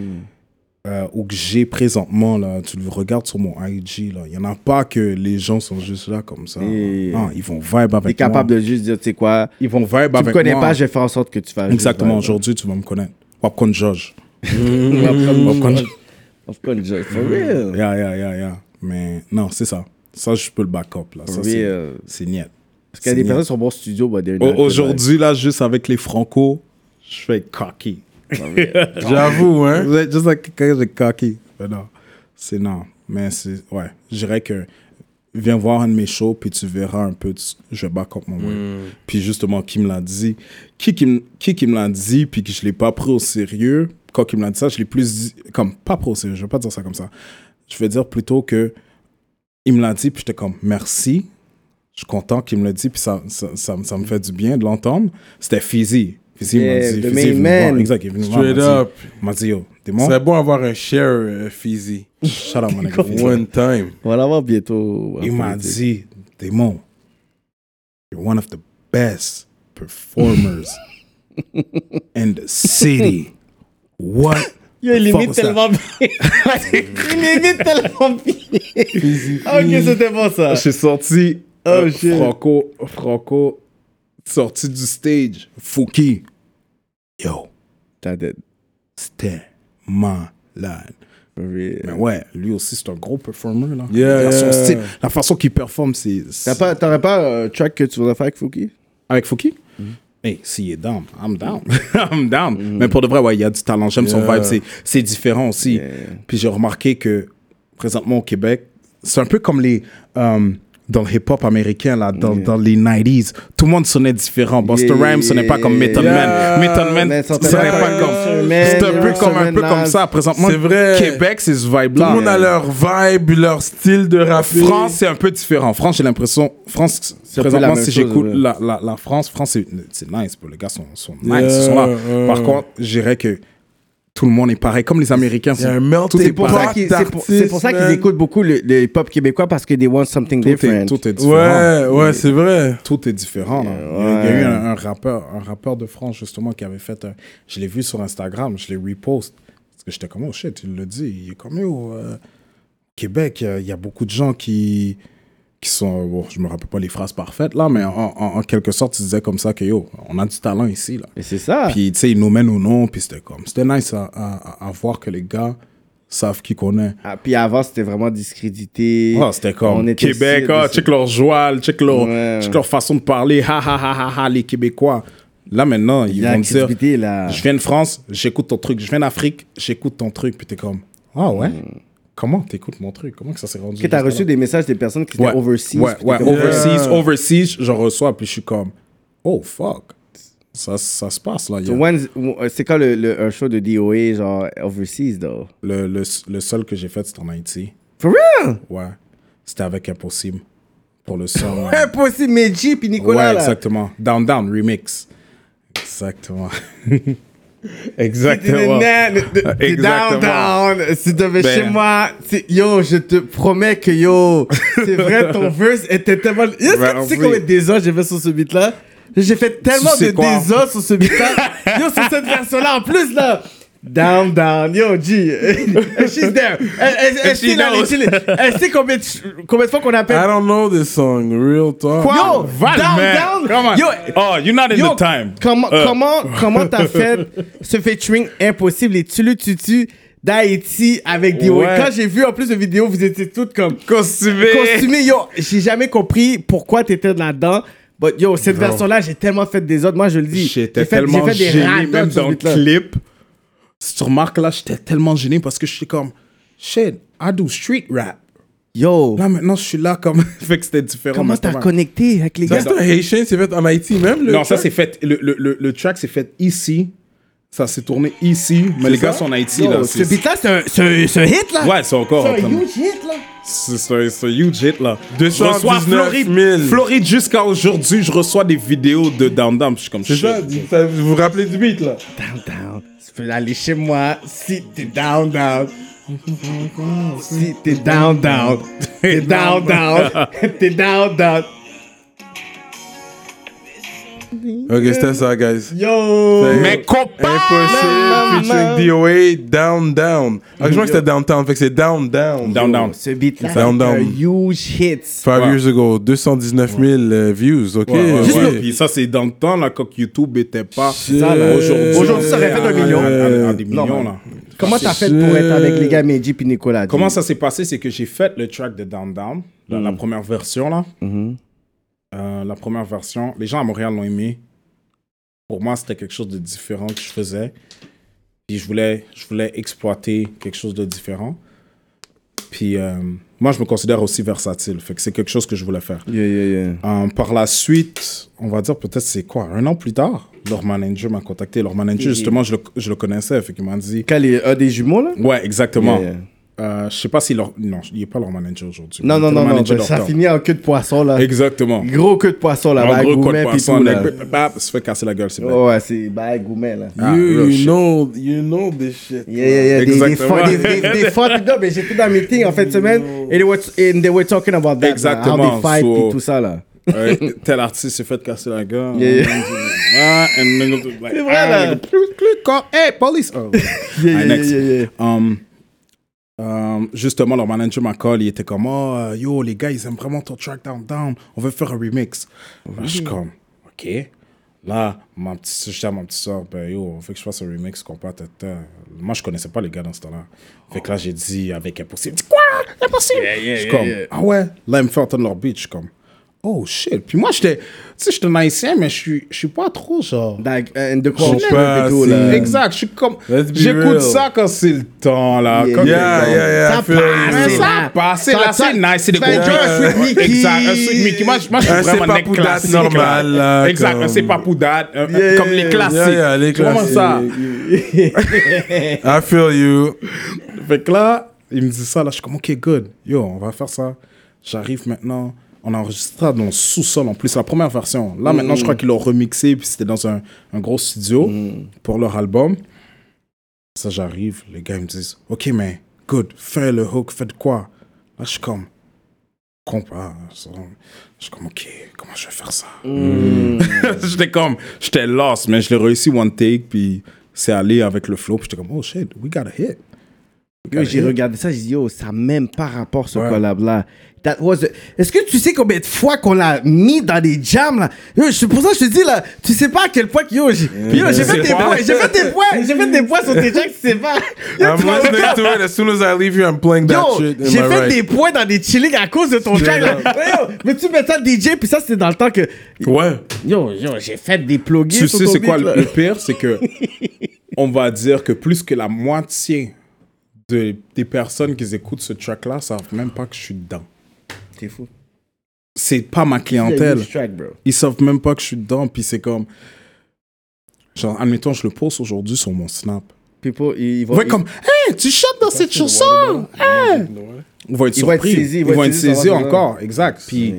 E: euh, ou que j'ai présentement là, tu le regardes sur mon IG là, il y en a pas que les gens sont juste là comme ça.
D: Yeah.
E: Non, ils vont vibe avec
D: T'es capable de juste dire, tu sais quoi,
E: Ils vont vibe
D: tu
E: avec
D: me connais
E: moi.
D: pas, je vais faire en sorte que tu fasses.
E: Exactement, aujourd'hui tu vas me connaître. Popcorn George.
D: Popcorn Mm-hmm. Popcorn Joy, for real.
E: Yeah, yeah, yeah, yeah. Mais non, c'est ça. Ça je peux le back up là, ça c'est
D: Real.
E: c'est niet.
D: Parce qu'il y a des personnes sur mon studio, bah, they're
E: Au-
D: not
E: Aujourd'hui, là, juste avec les francos, je fais cocky.
C: J'avoue, hein.
E: Vous êtes juste like, quand j'ai cocky. Mais non, c'est non. Mais c'est, ouais, je dirais que viens voir un de mes shows, puis tu verras un peu, tu- je back up mon
D: Hmm.
E: web. Puis justement, qui me l'a dit, qui qui, me- qui qui me l'a dit, puis que je l'ai pas pris au sérieux, quand il me l'a dit ça, je l'ai plus dit, comme, pas pris au sérieux, je vais pas dire ça comme ça. Je vais dire plutôt que, il me l'a dit, puis j'étais comme, merci, je suis content qu'il me le dit, puis ça, ça, ça, me- ça me fait du bien de l'entendre. C'était Fizzy. Fizzy m'a
D: Yeah,
E: dit,
D: the
E: Fizzy
D: main
E: est venu me voir.
D: man.
E: Exact, il est venu me voir.
C: Straight
E: il m'a dit-
C: up.
E: Il m'a dit, yo, t'es
C: Ça
E: mort?
C: serait bon avoir un share, euh, Fizzy.
E: Shut up, mon nigga. Fizzy.
C: One time.
D: On va l'avoir bientôt.
E: Il m'a dit, Démon, you're one of the best performers in the city. What?
D: Yo, il
E: the fuck
D: imite
E: was that?
D: tellement bien. il imite tellement bien. ok, c'était bon ça.
E: Je suis sorti, euh,
D: shit.
E: Franco, Franco, sorti du stage, Fouki. Yo,
D: T'as dead.
E: c'était malade.
D: For real.
E: Mais ouais, lui aussi, c'est un gros performer. Là.
C: Yeah,
E: Il a son
C: yeah.
E: style. La façon qu'il performe, c'est. c'est-
D: T'as pas- T'aurais pas un track que tu voudrais faire avec Fouki
E: Avec Fouki? Mm-hmm. Hey, s'il est down, I'm down. I'm down. Mais pour de vrai, ouais, il y a du talent. J'aime son
C: Mm. Yeah.
E: vibe. C'est, c'est différent aussi. Puis j'ai remarqué que présentement au Québec, c'est un peu comme les. euh, dans le hip-hop américain, là, dans, dans les 90s, tout le monde sonnait différent. Buster
D: Yeah,
E: Rhymes sonnait pas comme Method
C: yeah.
E: Man. Method Man
D: Mais ça
E: sonnait
D: s'appelle
E: pas
C: pas
D: Method
E: comme.
D: Man,
E: C'est un peu
D: Method
E: comme, un peu
D: Man,
E: comme
D: là.
E: ça. Présentement,
C: C'est vrai.
E: Québec, c'est ce
C: Tout
E: vibe-là.
C: le monde a leur vibe, leur style de rap.
E: France, c'est un peu différent. France, j'ai l'impression. France,
D: un peu
E: présentement,
D: la même
E: si
D: chose,
E: j'écoute
D: ouais.
E: la, la, la France, France, c'est- c'est nice. bro. Les gars sont, sont nice.
C: Yeah,
E: ils sont là. Par
C: yeah.
E: contre, je dirais que tout le monde est pareil. Comme les Américains.
C: Il y a
E: sont-
C: un
E: tout
C: melting
E: est
C: pot
D: pour ça qu'ils- C'est pour, c'est pour ça qu'ils
C: man.
D: écoutent beaucoup le, le hip-hop québécois parce que they want something
E: Tout est,
D: different.
E: tout est différent.
C: Ouais, ouais, c'est vrai.
E: Tout est différent. là. Il y
D: Euh,
E: a- Il y a eu un, un rappeur, un rappeur de France, justement, qui avait fait. un- Je l'ai vu sur Instagram, je l'ai repost. Parce que j'étais comme, oh shit, il le dit. Il est comme, yo, euh, Québec, euh, il y a beaucoup de gens qui. qui sont. Bon, je me rappelle pas les phrases parfaites, là, mais en, en- en quelque sorte, il disait comme ça que, yo, on a du talent ici, là.
D: Et c'est ça.
E: Puis, tu sais, il nous mène au nom, puis c'était comme. C'était nice à, à- à- à voir que les gars savent qui qu'on est.
D: Ah, puis avant, c'était vraiment discrédité.
E: Ah, c'était
D: On
E: comme
D: était
E: Québec,
D: si-
E: ah, check leur joie, check leur,
D: Ouais.
E: check leur façon de parler, ha ha ha ha ha, les Québécois. Là maintenant, ils
D: Il y a
E: vont
D: la
E: me dire,
D: crédibilité, là.
E: je viens de France, j'écoute ton truc, je viens d'Afrique, j'écoute ton truc, puis t'es comme, ah ouais, comment t'écoutes mon truc, comment que ça s'est rendu
D: Mm. Que t'as
E: jusque-là?
D: reçu des messages des personnes qui étaient
E: ouais.
D: overseas.
E: ouais,
D: puis
E: ouais,
D: t'étais comme- Ah.
E: overseas, overseas, j'en reçois, puis je suis comme, oh fuck, ça, ça se passe là. Il y a-
D: So when's- euh, C'est quand le, le- un show de DOA, genre overseas, though?
E: le, le, le seul que j'ai fait, c'était en Haïti,
D: For real?
E: ouais, c'était avec Impossible pour le son.
D: Impossible, Meji puis Nicolas,
E: ouais,
D: là.
E: exactement. Down Down Remix. Exactement.
D: T'es
E: exactement.
D: né- le- le- T'es
E: Exactement.
D: downtown, si tu
E: Ben.
D: chez moi, c'est- yo, je te promets que yo, c'est vrai, ton verse était tellement. Yo, est-ce que
E: Ben
D: tu sais
E: oui.
D: combien de désordre j'ai fait sur ce beat-là? J'ai fait tellement
E: sais
D: de
E: quoi?
D: désordre sur ce beat-là. yo, sur cette version-là, en plus, là. Down, down, yo, G. And she's there. Elle- Elle elle-
E: she
D: she là,
E: knows.
D: elle- elle- elle sait combien de ch- combien de fois qu'on appelle.
C: I don't know this song, real talk.
D: Yo,
E: Val,
D: down,
E: man.
D: down.
E: Come on.
D: Yo,
E: oh, you're not in
D: Yo,
E: the time.
D: Comment,
E: Euh.
D: comment, comment t'as fait ce featuring impossible et tu le tutu d'Haïti avec des
E: Ouais.
D: Quand j'ai vu en plus de vidéo, vous étiez toutes comme
E: Costumé.
D: costumées. Yo, j'ai jamais compris pourquoi t'étais là-dedans. But yo, cette version-là, j'ai tellement fait des autres. Moi, je le dis.
E: J'étais
D: J'ai fait-
E: tellement
D: j'ai fait des
E: gêné,
D: radotes
E: même
D: sur
E: dans le
D: ce beat-là.
E: clip. Si tu remarques là, j'étais tellement gêné parce que je suis comme, shit, I do street rap.
D: Yo,
E: Là maintenant, je suis là comme. fait que c'était différent.
D: comment
E: mais c'était
D: t'as
E: mal.
D: connecté avec les
C: Ça,
D: gars?
C: c'est un Haïtien, c'est fait en Haïti même. Le
E: Non, ça
C: track?
E: c'est fait. Le, le, le, le track s'est fait ici. Ça s'est tourné ici. Mais les gars sont en Haïti là.
D: Yo, ce
E: C'est-
D: beat-là, c'est un- c'est un- c'est un hit, là.
E: Ouais, c'est encore.
D: C'est
E: en train
D: un
E: de-
D: huge hit, là.
E: C'est c'est un, c'est un huge hit là.
C: 219
E: Je reçois Floride,
C: 000.
E: Floride jusqu'à aujourd'hui, je reçois des vidéos de Down Down. Je suis comme
C: C'est ça,
E: shit.
C: ça, vous vous rappelez du beat là
D: down, down. Tu peux aller chez moi si t'es down, down. Si t'es down, down. T'es down, down. T'es down, down.
C: Ok, c'était ça, guys.
D: Yo!
C: Fait-
E: Mes copains!
C: Impossible featuring DOA Down Down. Ah, je crois que c'était Downtown, fait que c'est Down Down.
E: Down Down.
D: Ce beat-là, c'est
C: Down,
D: un
C: down.
D: huge hit.
C: Five years ago, 219 000 euh, views, ok?
E: Ah, Ouais, ouais,
C: ok.
E: ouais. Puis ça, c'est dans le temps là, quand YouTube était pas.
C: ça, là.
E: Aujourd'hui,
D: Aujourd'hui, ça aurait fait
E: on est
D: un million.
E: à- à- à- à des
D: Non,
E: millions
D: mais-
E: là.
D: Comment t'as fait pour être avec les gars Meiji puis Nicolas?
E: Comment ça s'est passé, c'est que j'ai fait le track de Down Down, la, la première version là. Euh, la première version, les gens à Montréal l'ont aimé. Pour moi, c'était quelque chose de différent que je faisais. Puis je voulais, je voulais exploiter quelque chose de différent. Puis euh, moi, je me considère aussi versatile. Fait que c'est quelque chose que je voulais faire.
D: Yeah, yeah, yeah.
E: Euh, par la suite, on va dire peut-être c'est quoi, un an plus tard, leur manager m'a contacté. Leur manager, justement, je le, je le connaissais. Fait qu'il m'a dit,
D: Quand les, un euh, des jumeaux, là?
E: ouais, exactement.
D: Yeah, yeah.
E: euh, je sais pas si leur. Non, il n'est pas leur manager aujourd'hui.
D: Non, non,
E: Le
D: non, non,
E: manager
D: ben, ça
E: d'Horta.
D: finit en queue de poisson, là.
E: Exactement.
D: Gros queue de poisson, là.
E: En
D: bague,
E: gros, quoi de
D: gourmet, pis
E: poisson,
D: tout,
E: nec,
D: là.
E: bap, bap, se fait casser la gueule, c'est vrai.
D: Oh, ouais, c'est bague, gourmet, là.
E: Ah,
C: You,
E: real
C: you
E: shit.
C: know, you know this shit.
D: Yeah, yeah, yeah. Des, des,
E: Exactement.
D: fa- des, des, des fucked up. Mais J'étais dans un meeting en fin de semaine and they were, and they were talking about that.
E: Exactement.
D: Là, how they fight
E: So-
D: et tout ça, là.
E: Ouais, tel artiste s'est fait casser la gueule.
D: Yeah, yeah.
E: Ah, and then go to- like,
D: C'est vrai,
E: ah,
D: là.
E: like, plus, plus, quand- hey, police. Oh, ouais.
D: Yeah,
E: Alright,
D: yeah,
E: next.
D: yeah, yeah.
E: Um, um, justement, leur manager m'a call, il était comme, oh, euh, yo, les gars, ils aiment vraiment ton track Down Down, on veut faire un remix. Là, je suis comme, ok. Là, ma petite soeur, je dis à ma petite soeur, ben yo, faut que je fasse un remix, compas, tata. Moi, je connaissais pas les gars dans ce temps-là. Fait que là, j'ai dit avec Impossible. Je dis, quoi Impossible Je suis comme, ah ouais Là, ils me fait entendre leur beat, je suis comme, oh shit. Puis moi, j'étais, tu sais, j'étais un haïtien, mais je suis- je suis pas trop genre.
D: Like, and de quoi
E: Je
D: on
E: suis
D: parle
C: pas
D: et tout,
C: assez-
D: là.
E: Exact, je suis comme.
C: Let's be real.
E: J'écoute ça quand c'est le temps, là.
D: Yeah,
E: comme
C: Yeah,
E: le temps.
C: yeah, yeah. I
D: Ça
C: feel you.
D: passe,
E: Mais
D: Ah, C'est
E: ça
D: là.
E: passe, c'est
D: Ça-
E: là, c'est
D: ça-
E: nice, c'est des
D: tu vas
E: gros
D: enjoy
E: jokes.
D: un Sweet Mickey.
E: Exact, un Sweet Mickey. Moi, je- moi, je suis
C: Un C'est
E: vraiment
C: pas
E: un
C: pour date
E: classique.
C: normal, là,
E: là. Exact,
C: comme-
E: un c'est pas pour date, un-
D: Yeah,
E: comme les
D: yeah,
E: classiques.
C: yeah, yeah, les
E: Comment
C: classiques.
E: ça
C: I feel you.
E: Fait que là, il me dit ça, là, je suis comme, ok, good, yo, on va faire ça. J'arrive maintenant, on a enregistré ça dans le sous-sol en plus, la première version. Là, maintenant,
C: Mm.
E: je crois qu'ils l'ont remixé, puis c'était dans un, un gros studio
C: Mm.
E: pour leur album. Ça, j'arrive, les gars, ils me disent, ok, mais, good, fais le hook, faites quoi Là, je suis comme, compas. ça. Je suis comme, ok, comment je vais faire ça J'étais comme, j'étais lost, mais je l'ai réussi one take, puis c'est allé avec le flow, puis j'étais comme, oh shit, we got a hit.
D: Yo, j'ai regardé ça, j'ai dit, yo, ça n'a même pas rapport ce
E: Ouais.
D: collab-là. That was the- Est-ce que tu sais combien de fois qu'on l'a mis dans des jams, là? Yo, c'est pour ça que je te dis, là, tu sais pas à quel point que, yo, j'ai yo, j'ai fait,
E: C'est
D: des
E: pas-
D: points, j'ai fait des points, j'ai fait des points sur tes jams, tu sais pas. Yo,
C: I'm
D: tu vois,
C: listening to it. As soon as I leave here, I'm playing that
D: Yo,
C: shit. in
D: j'ai
C: my
D: fait
C: right.
D: des points dans des chillings à cause de ton track. là. Yo, mais tu mets ça DJ, puis ça, c'était dans le temps que.
E: Ouais.
D: Yo, yo, j'ai fait des plugins.
E: Tu
D: sur
E: sais,
D: ton
E: c'est quoi
D: beat,
E: le,
D: là.
E: le pire? C'est que, on va dire que plus que la moitié de- des personnes qui écoutent ce track-là savent même pas que je suis dedans.
D: T'es fou.
E: C'est pas ma
D: Yeah,
E: clientèle.
D: huge track, bro.
E: Ils savent même pas que je suis dedans, puis c'est comme. Genre, admettons, je le poste aujourd'hui sur mon Snap.
D: People, ils ils vont.
E: Ouais,
D: ils-
E: comme, hey, tu chantes dans cette chanson! Hey! Ils vont être
D: Ils vont être
E: surpris.
D: saisis,
E: Ils vont être
D: ça va
E: saisis
D: dans un-
E: encore, exact. Puis,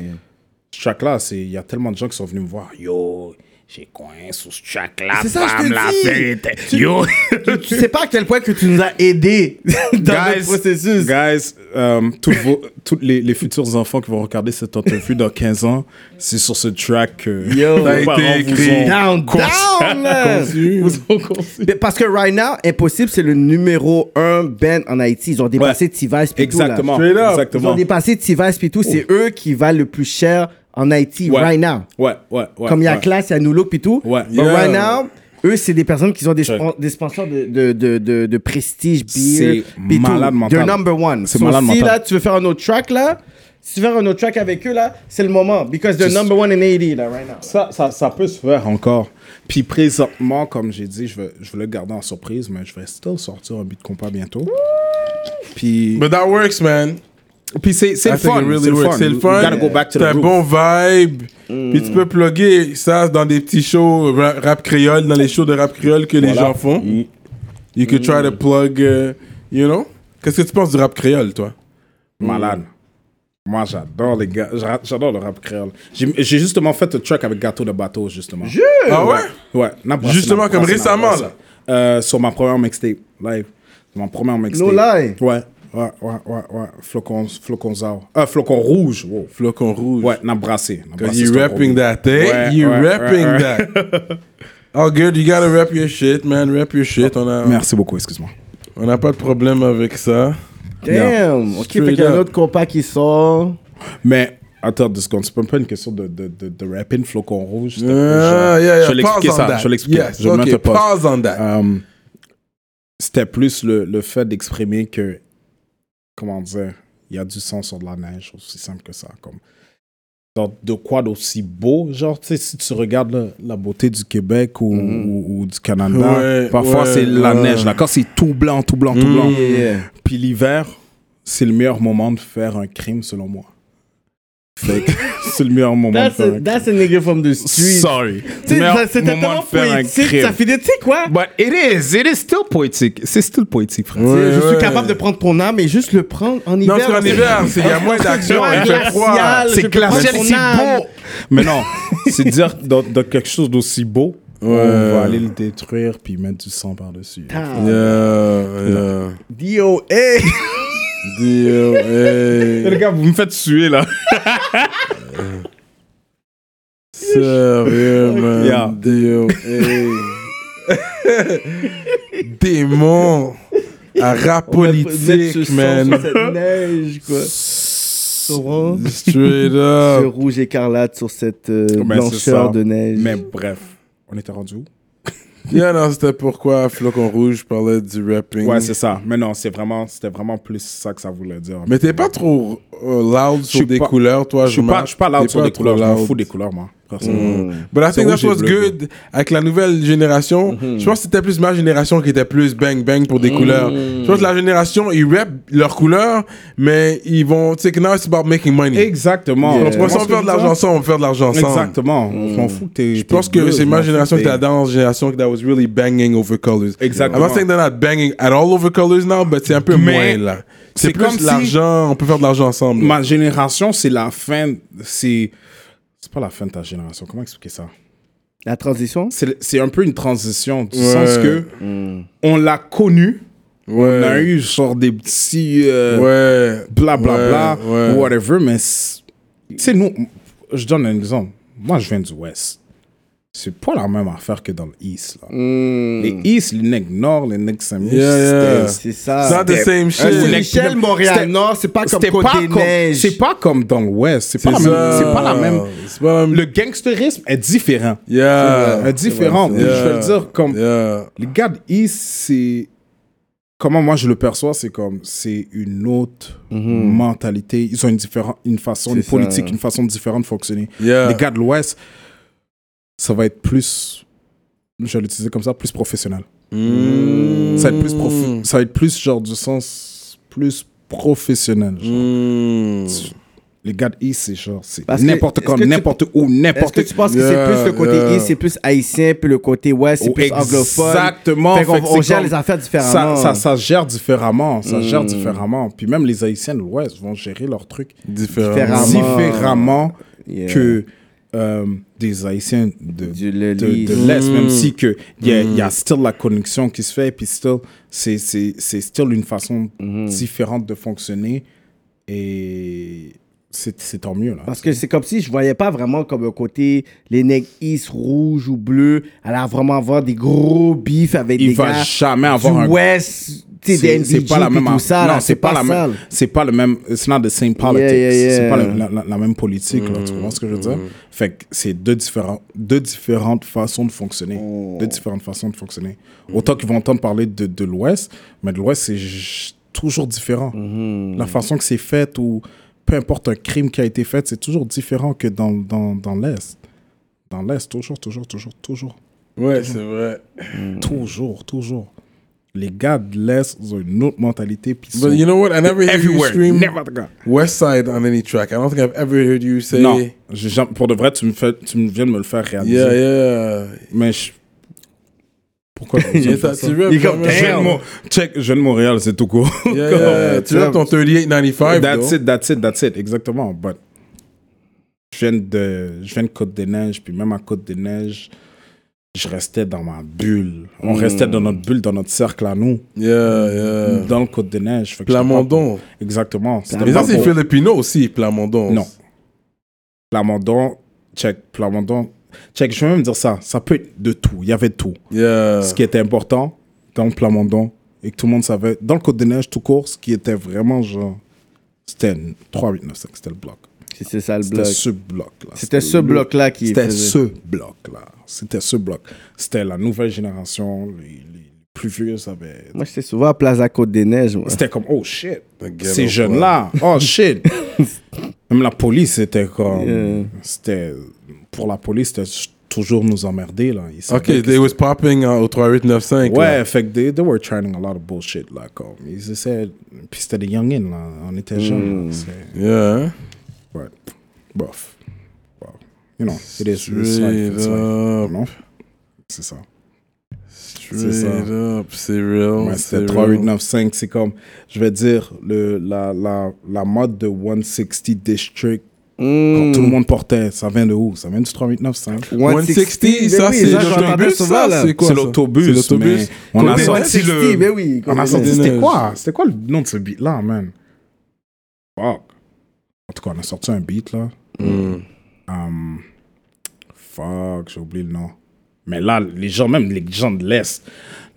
E: ce track-là, c'est- il y a tellement de gens qui sont venus me voir. Yo, j'ai coin sur ce track-là.
D: C'est ça, je te
E: femme, la
D: dis.
E: vérité. Yo!
D: tu sais pas à quel point que tu nous as aidés dans le processus.
E: Guys, euh, toutes vos- toutes les, les futurs enfants qui vont regarder cette interview dans 15 ans, c'est sur ce track que
D: Yo.
E: vos
D: Ça a été
E: parents vous
C: écrit.
E: ont-
D: Down, down, là.
E: vous ont conçu.
D: Mais Parce que right now, Impossible, c'est le numéro un band en Haïti. Ils ont dépassé
E: Ouais.
D: Tivas puis tout, là.
E: Exactement.
C: Straight up.
D: Ils ont
E: Exactement.
D: dépassé Tivas puis tout. C'est eux qui valent le plus cher en Haïti
E: Ouais.
D: right now.
E: Ouais, ouais, ouais.
D: Comme il y a
E: ouais.
D: Classe, il y a Noulouk puis tout.
E: Ouais.
D: But
E: Yeah.
D: right now, eux, c'est des personnes qui ont des,
E: Check.
D: spon- des sponsors de, de, de, de, de prestige, beer,
E: C'est
D: puis tout.
E: malade mental.
D: They're number one.
E: C'est
D: So,
E: malade
D: si,
E: mental.
D: là, tu veux faire un autre track, là, si tu veux faire un autre track avec eux, là, c'est le moment. Because they're number one in Haiti, là, right now.
E: Ça, ça, ça peut se faire encore. Puis présentement, comme j'ai dit, je, veux, je voulais le garder en surprise, mais je vais still sortir un beat compas bientôt. Puis,
C: But that works, man.
E: puis c'est c'est
C: I
E: le
C: think
E: fun.
C: it really
E: c'est le
C: works.
E: fun.
C: C'est le
E: We
C: fun.
E: gotta go back to the
C: T'as un
E: roots. Mm.
C: bon vibe. Puis tu peux plugger ça dans des petits shows ra- rap créole, dans les shows de rap créole que les
E: Voilà. Mm.
C: gens font. You could try to plug, uh, you know. Qu'est-ce que tu penses du rap créole, toi?
E: Malade. Moi, j'adore les gars. J'a- J'adore le rap créole. J'ai j'ai justement fait un track avec Gâteau de Bateau, justement.
C: Ah ouais?
E: Ouais. N'a brassé,
C: Justement,
E: n'a
C: comme
E: brassé, n'a
C: récemment,
E: brassé.
C: là.
E: Euh, sur ma première mixtape, live. Sur ma première mixtape.
D: No lie.
E: Ouais. Ouais, ouais, ouais, ouais. Flocon, flocon zao. Ah, flocon rouge. Wow.
C: Flocon rouge.
E: Ouais, n'a brassé. N'a
C: Cause
E: brassé,
C: you
E: c'est un
C: rapping
E: gros
C: that, eh?
E: Ouais,
C: you
E: ouais,
C: rapping
E: ouais, ouais.
C: that. All good, you gotta rap your shit, man. Rap your shit. On a,
E: beat. Merci beaucoup, excuse-moi.
C: on a pas de problème avec ça.
D: Damn! Ok,
C: Straight
D: fait qu'il y a un
C: up.
D: autre compas qui sort.
E: Mais, attends deux secondes. C'est pas un peu une question de, de, de, de rapping flocon rouge. c'est un peu
C: Ah,
E: genre-
C: yeah, yeah.
E: Je vais l'expliquer
C: Pause on
E: ça.
C: that.
E: Je vais l'expliquer.
C: Yes,
E: Je vais
C: okay,
E: mettre un pause.
C: pause on that.
E: Euh, c'était plus le, le fait d'exprimer que, comment dire, il y a du sang sur de la neige, aussi simple que ça. Comme, dans- de quoi d'aussi beau, genre, tu sais, si tu regardes le- la beauté du Québec ou,
D: Mhm.
E: ou- ou du Canada,
C: Ouais,
E: parfois
C: ouais,
E: c'est la
C: ouais.
E: neige, là, quand c'est tout blanc, tout blanc, tout blanc.
D: Yeah.
E: Puis l'hiver, c'est le meilleur moment de faire un crime, selon moi. Fait que c'est le meilleur moment de
D: That's
E: faire un
D: a, that's a nigga from the street.
G: Sorry.
D: Tu sais,
G: Meilleur
D: ça- C'était
G: moment
D: tellement
G: de faire un
D: poétique,
G: crime.
D: ça finit, tu sais quoi?
G: But it is, it is still poétique. C'est still poétique, frère.
D: Tu sais, je suis capable de prendre ton âme et juste le prendre en hiver.
C: Non, parce qu'en hiver, c'est- il y a moins d'action, il fait froid.
D: Glacial, je
G: C'est
D: peux
G: glacial,
D: prendre ton
G: c'est
D: âme.
G: beau.
E: Mais non, c'est dire dans, dans quelque chose d'aussi beau, on va aller le détruire puis mettre du sang par-dessus.
D: Ah,
E: Euh,
D: DOA.
E: euh,
G: Les gars, vous me faites suer, là.
C: eh. Sérieux, man. eh.
E: Yeah.
C: Dio. Démon. À rap politique, man.
D: cette neige, quoi.
C: Straight
D: Ce
C: up.
D: rouge écarlate sur cette euh,
E: Ben, c'est
D: blancheur
E: ça.
D: de neige.
E: Mais bref, on était rendu où
C: Yeah, non, c'était pourquoi Flocon Rouge parlait du rapping.
E: Ouais, c'est ça. Mais non, c'est vraiment, c'était vraiment plus ça que ça voulait dire.
C: Mais t'es pas trop euh, loud
E: suis
C: sur des
E: pas-
C: couleurs, toi,
E: je suis pas,
C: remarque.
E: je suis pas
C: T'es
E: loud
C: Mm.
E: sur
C: pas
E: des
C: trop
E: couleurs. Je m'en
C: loud.
E: fous des couleurs, moi. personnellement.
C: But I think
E: rouge
C: that
E: et Mhm.
C: was
E: bleu,
C: good avec la nouvelle génération. Je pense que c'était plus ma génération qui était plus bang bang pour des
E: Mhm.
C: couleurs. Je pense que la génération, ils rap leurs couleurs, mais ils vont, tu sais, que now it's about making money.
E: Exactement.
C: On va
E: Tu vois
C: s'en
E: ce que je
C: faire
E: veux
C: de l'argent
E: dire?
C: ensemble, on va faire de l'argent ensemble.
E: Exactement. On s'en fout que t'es.
C: Je pense que c'est ma génération qui était dans une génération that was really banging over colors.
E: Exactement.
C: I'm not saying they're not banging at all over colors now, but c'est un peu
E: Mais
C: moins là. C'est
E: c'est
C: plus
E: comme si-
C: l'argent, on peut faire de l'argent ensemble.
E: Ma génération, c'est la fin. C'est. C'est pas la fin de ta génération. Comment expliquer ça?
D: La transition?
E: C'est c'est un peu une transition, du
C: Ouais. Mm.
E: sens que on l'a connu,
C: ouais.
E: on a eu genre des petits euh,
C: Ouais.
E: blablabla,
C: Ouais, ouais.
E: whatever, mais c'est- tu sais, nous, je donne un exemple. Moi, je viens du West. C'est pas la même affaire que dans l'East. là. Les East, les nègres nord, les nègres samus,
C: Mm. Yeah, yeah.
E: c'était-
D: C'est ça. Euh,
C: It's not the same
E: Un
C: shit.
E: C'était-
D: Michel, Montréal, non, c'est pas comme
E: c'était pas
D: côté
E: comme-
D: neige.
E: C'est pas comme dans l'Ouest. C'est pas,
C: C'est
E: la même-
C: ça.
E: c'est pas la même.
C: C'est pas la même.
E: Le gangsterisme est différent. Euh,
C: Yeah.
E: est différent.
C: C'est vrai, c'est
E: Je vais le
C: vrai.
E: dire comme.
C: Yeah.
E: Les gars de East, c'est. Comment moi je le perçois, c'est comme. C'est une autre mentalité. Ils ont une, différen- une façon, une
D: Mhm. ça. Euh.
E: politique, une façon différente de fonctionner.
C: Yeah.
E: Les gars de l'Ouest, ça va être plus. Je vais l'utiliser comme ça, plus professionnel.
C: Mm.
E: Ça, va être plus profi- ça va être plus genre du sens. Plus professionnel. genre.
C: Mm.
E: Les gars de East, c'est genre. C'est
D: Parce que-
E: n'importe
D: est-ce
E: quand,
D: que tu-
E: n'importe où,
D: Est-ce
E: n'importe
D: que tu penses que c'est
C: Yeah,
D: plus le côté
C: yeah.
D: East, c'est plus haïtien, puis le côté Ouest, c'est
E: Oh,
D: plus anglophone?
E: Exactement.
D: Fait qu'on-
E: Fait que
D: on
E: c'est
D: gère
E: comme-
D: les affaires différemment. Hmm.
E: ça, ça, ça gère différemment. Ça gère différemment. Puis même les Haïtiens de l'Ouest vont gérer leurs trucs
C: Différemment.
D: Différemment.
E: différemment
D: Yeah.
E: que euh, des Haïtiens de,
D: Du- Hmm. le-
E: de-
D: l'East.
E: de l'Est, même si que il y, a- y a still la connexion qui se fait, puis still, c'est, c'est, c'est still une façon
D: Hmm.
E: différente de fonctionner. Et c'est, c'est tant mieux, là.
D: Parce que c'est comme si je voyais pas vraiment comme un côté les nègres East rouges ou bleus allaient vraiment avoir des gros bifs avec
E: Il
D: des
E: va
D: gars
E: jamais avoir
D: du
E: un
D: West, tu sais,
E: c'est
D: des
E: c'est pas la même
D: tout
E: affaire.
D: ça. là,
E: non c'est pas, la
D: ça,
E: même
D: là.
E: c'est pas le même it's not the same politics
D: Yeah, yeah,
E: c'est pas
D: yeah. Mm,
E: le- la, la- la même politique là, tu comprends ce que je veux dire fait que c'est deux différents deux différentes façons de fonctionner
D: Oh.
E: deux différentes façons de fonctionner autant qu'ils vont entendre parler de, de l'Ouest mais de l'Ouest c'est j- toujours différent
D: Mm.
E: la façon que c'est fait ou peu importe un crime qui a été fait c'est toujours différent que dans dans, dans l'Est dans l'Est toujours toujours toujours toujours
C: Ouais, c'est vrai. Mm.
E: toujours toujours les gars de l'Est ont une autre mentalité. puis ils sont-
C: But you know what? I never hear you
E: everywhere.
C: scream
E: Never the guy.
C: West Side on any track. I don't think I've ever heard you say.
E: Non, j'ai jamais- pour de vrai, tu me, fais, tu me viens de me le faire réaliser.
C: Yeah, yeah.
E: Mais je... Pourquoi tu
C: Yeah,
E: me
C: ça,
E: fais ça?
C: tu rap,
D: Il est comme,
C: man.
E: Je viens de Mo- Check, je viens de Montréal, c'est tout court.
C: Yeah, yeah. Tu rap ton 3895.
E: euh, that's
C: though.
E: it, that's it, that's it, exactement. But je viens de, je viens de Côte-des-Neiges, puis même à Côte-des-Neiges, je restais dans ma bulle.
C: Mm.
E: On restait dans notre bulle, dans notre cercle à nous,
C: Yeah, yeah.
E: dans le Côte-des-Neiges. Fait que
C: Plamondon.
E: j'étais pas- Exactement. C'était
C: Mais ça,
E: pas
C: c'est
E: pour-
C: Filipino aussi, Plamondon.
E: Non. Plamondon, check, Plamondon, check, je vais même dire ça, ça peut être de tout, il y avait de tout.
C: Yeah.
D: Euh.
E: Ce qui était important dans le Plamondon, et que tout le monde savait, dans le Côte-des-Neiges, tout court, ce qui était vraiment genre, c'était 3895, c'était le bloc.
D: C'est- C'est ça le
E: C'était
D: bloc.
E: ce bloc-là.
D: C'était ce bloc-là qui
E: C'était
D: faisait-
E: ce bloc-là. C'était ce bloc. C'était la nouvelle génération, les, les plus vieux savaient.
D: Moi, j'étais souvent à Plaza Côte-des-Neiges, moi.
E: C'était comme, oh shit,
C: ghetto
E: ces jeunes-là, oh shit. Même la police, c'était comme. C'était. Pour la police, c'était toujours nous emmerder, là. Ils savaient
C: Ok,
E: que
C: they was popping euh, au 3895.
E: Ouais,
C: là.
E: fait que they, they were trying a lot of bullshit, là, comme. Ils
C: Hmm.
E: essaient. Puis c'était des youngins, là. On était jeunes, là. C'est-
C: Yeah.
E: ouais. bof. Wow. You know, it is. It's life, it's life.
C: up.
E: Non? C'est ça.
C: C'est ça. C'est real.
E: Ouais,
C: c'est
E: c'était
C: real.
E: 3895, c'est comme, je vais dire, le, la, la, la mode de 160 District, quand tout le monde portait, ça vient de où Ça vient du 3895.
C: 160, ça,
D: mais Ben oui,
C: c'est
D: ça, j'entends
C: l'autobus,
D: souvent, là.
C: ça, c'est quoi
E: C'est
C: ça?
E: l'autobus,
C: C'est l'autobus.
E: mais on a
C: Côté
E: sorti
C: Ouest,
D: 160,
E: le-
D: mais oui.
E: On a
D: Côté
E: sorti,
C: Des
E: Ah, c'était
C: neiges.
E: quoi C'était quoi le nom de ce beat-là, man Fuck. En tout cas, on a sorti un beat, là. Um, fuck, j'ai oublié le nom. Mais là, les gens, même les gens de l'Est,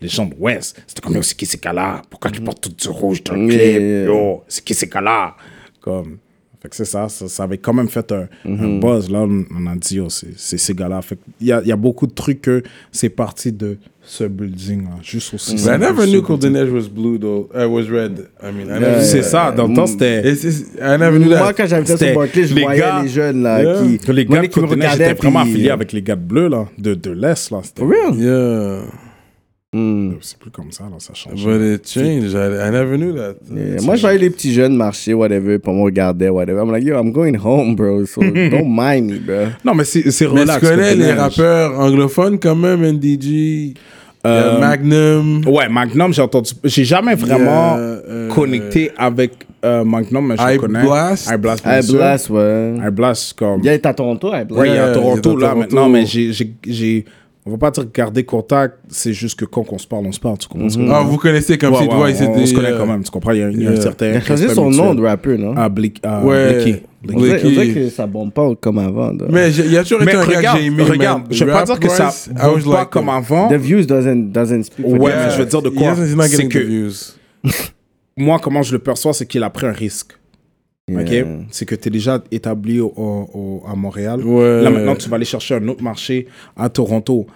E: les gens de l'Ouest, c'était comme, yo, c'est qui ces gars-là Pourquoi ils portent tout du rouge dans le
D: Yeah, yeah,
E: clip
D: yeah.
E: Yo, c'est qui ces gars-là Comme. Fait que c'est ça, ça, ça avait quand même fait un, un buzz. Là, on, on a dit, yo, c'est c'est ces gars-là. Fait qu'il y a, il y a beaucoup de trucs que c'est parti de ce building-là, juste aussi.
C: But I never knew Côte des Neiges was blue, though. Uh, was red. I mean, I never
E: Ah, C'est ça, dans le
C: Mm.
E: temps, c'était.
C: It's- it's- I never knew
D: Moi,
C: that.
D: quand j'habitais sur
E: C'était
D: Barclay, je
E: les
D: voyais
E: gars-
D: les jeunes là,
C: Yeah.
D: qui,
E: Que les
D: Moi,
E: gars de
D: qui me
E: Côte-des-Neiges
D: regardaient,
E: étaient vraiment
D: puis- euh,
C: euh,
E: affiliés avec les gars de bleu, là, de, de l'Est, là. C'était-
D: For real?
C: Yeah.
E: C'est plus comme ça, là, ça change.
C: But it changed. I, I never knew that.
D: Yeah, Moi, je voyais les petits jeunes marcher, whatever, puis on me regardait, whatever. I'm like, yo, I'm going home, bro, so don't mind me, bro.
E: Non, mais c'est c'est
C: Mais
E: relax.
C: tu connais les
E: Côte-des-Neiges.
C: rappeurs anglophones quand même, NDG,
E: Euh, oh,
C: euh, Magnum.
E: Ouais, Magnum, j'ai entendu. J'ai jamais vraiment
C: euh,
E: connecté avec euh, Magnum, mais je
C: I
E: le connais.
C: Blast.
E: I Blast. bien
D: I
E: sûr.
D: blast, ouais.
E: I Blast, comme.
D: Il est à Toronto, I blast.
E: Ouais, il y a
C: Yeah, il
E: Toronto,
C: est à
E: là,
C: Toronto.
E: maintenant, mais j'ai- j'ai. j'ai- On va pas dire garder contact, c'est juste que quand on se parle, on se parle. Tu comprends ce que je veux
C: Ah,
E: dire?
C: vous connaissez comme
E: Ouais,
C: si
E: ouais,
C: toi,
E: on-
C: c'était.
E: on, se connaît
C: euh,
E: quand même, tu comprends? Il y a, il y a un
C: yeah.
E: certain.
D: Il a changé
E: respect
D: son
E: mutuel.
D: nom de rappeur, non?
E: Ah, Blick. ah,
C: Ouais.
E: Blicky. Blicky.
D: On dirait on dirait
C: Blakey.
D: que ça bombe pas comme avant. là.
C: Mais j'ai- il y a toujours
E: Mais
C: été un gars
E: regarde,
C: que j'ai aimé.
E: regarde,
C: man.
E: je vais pas
C: Rap
E: dire que ça
C: wise, I
E: vaut
C: was
E: pas
C: like
E: comme
C: him.
E: avant.
D: The views doesn't, doesn't speak for
E: Ouais,
D: the-
E: mais je veux dire de quoi,
C: Yes, he's not
E: c'est
C: getting
E: que-
C: the views.
E: Moi, comment je le perçois, c'est qu'il a pris un risque. Ok?
D: Yeah.
E: C'est que tu es déjà établi au, au- au- à Montréal.
C: Ouais.
E: Là, maintenant, tu vas aller chercher un autre marché à Toronto.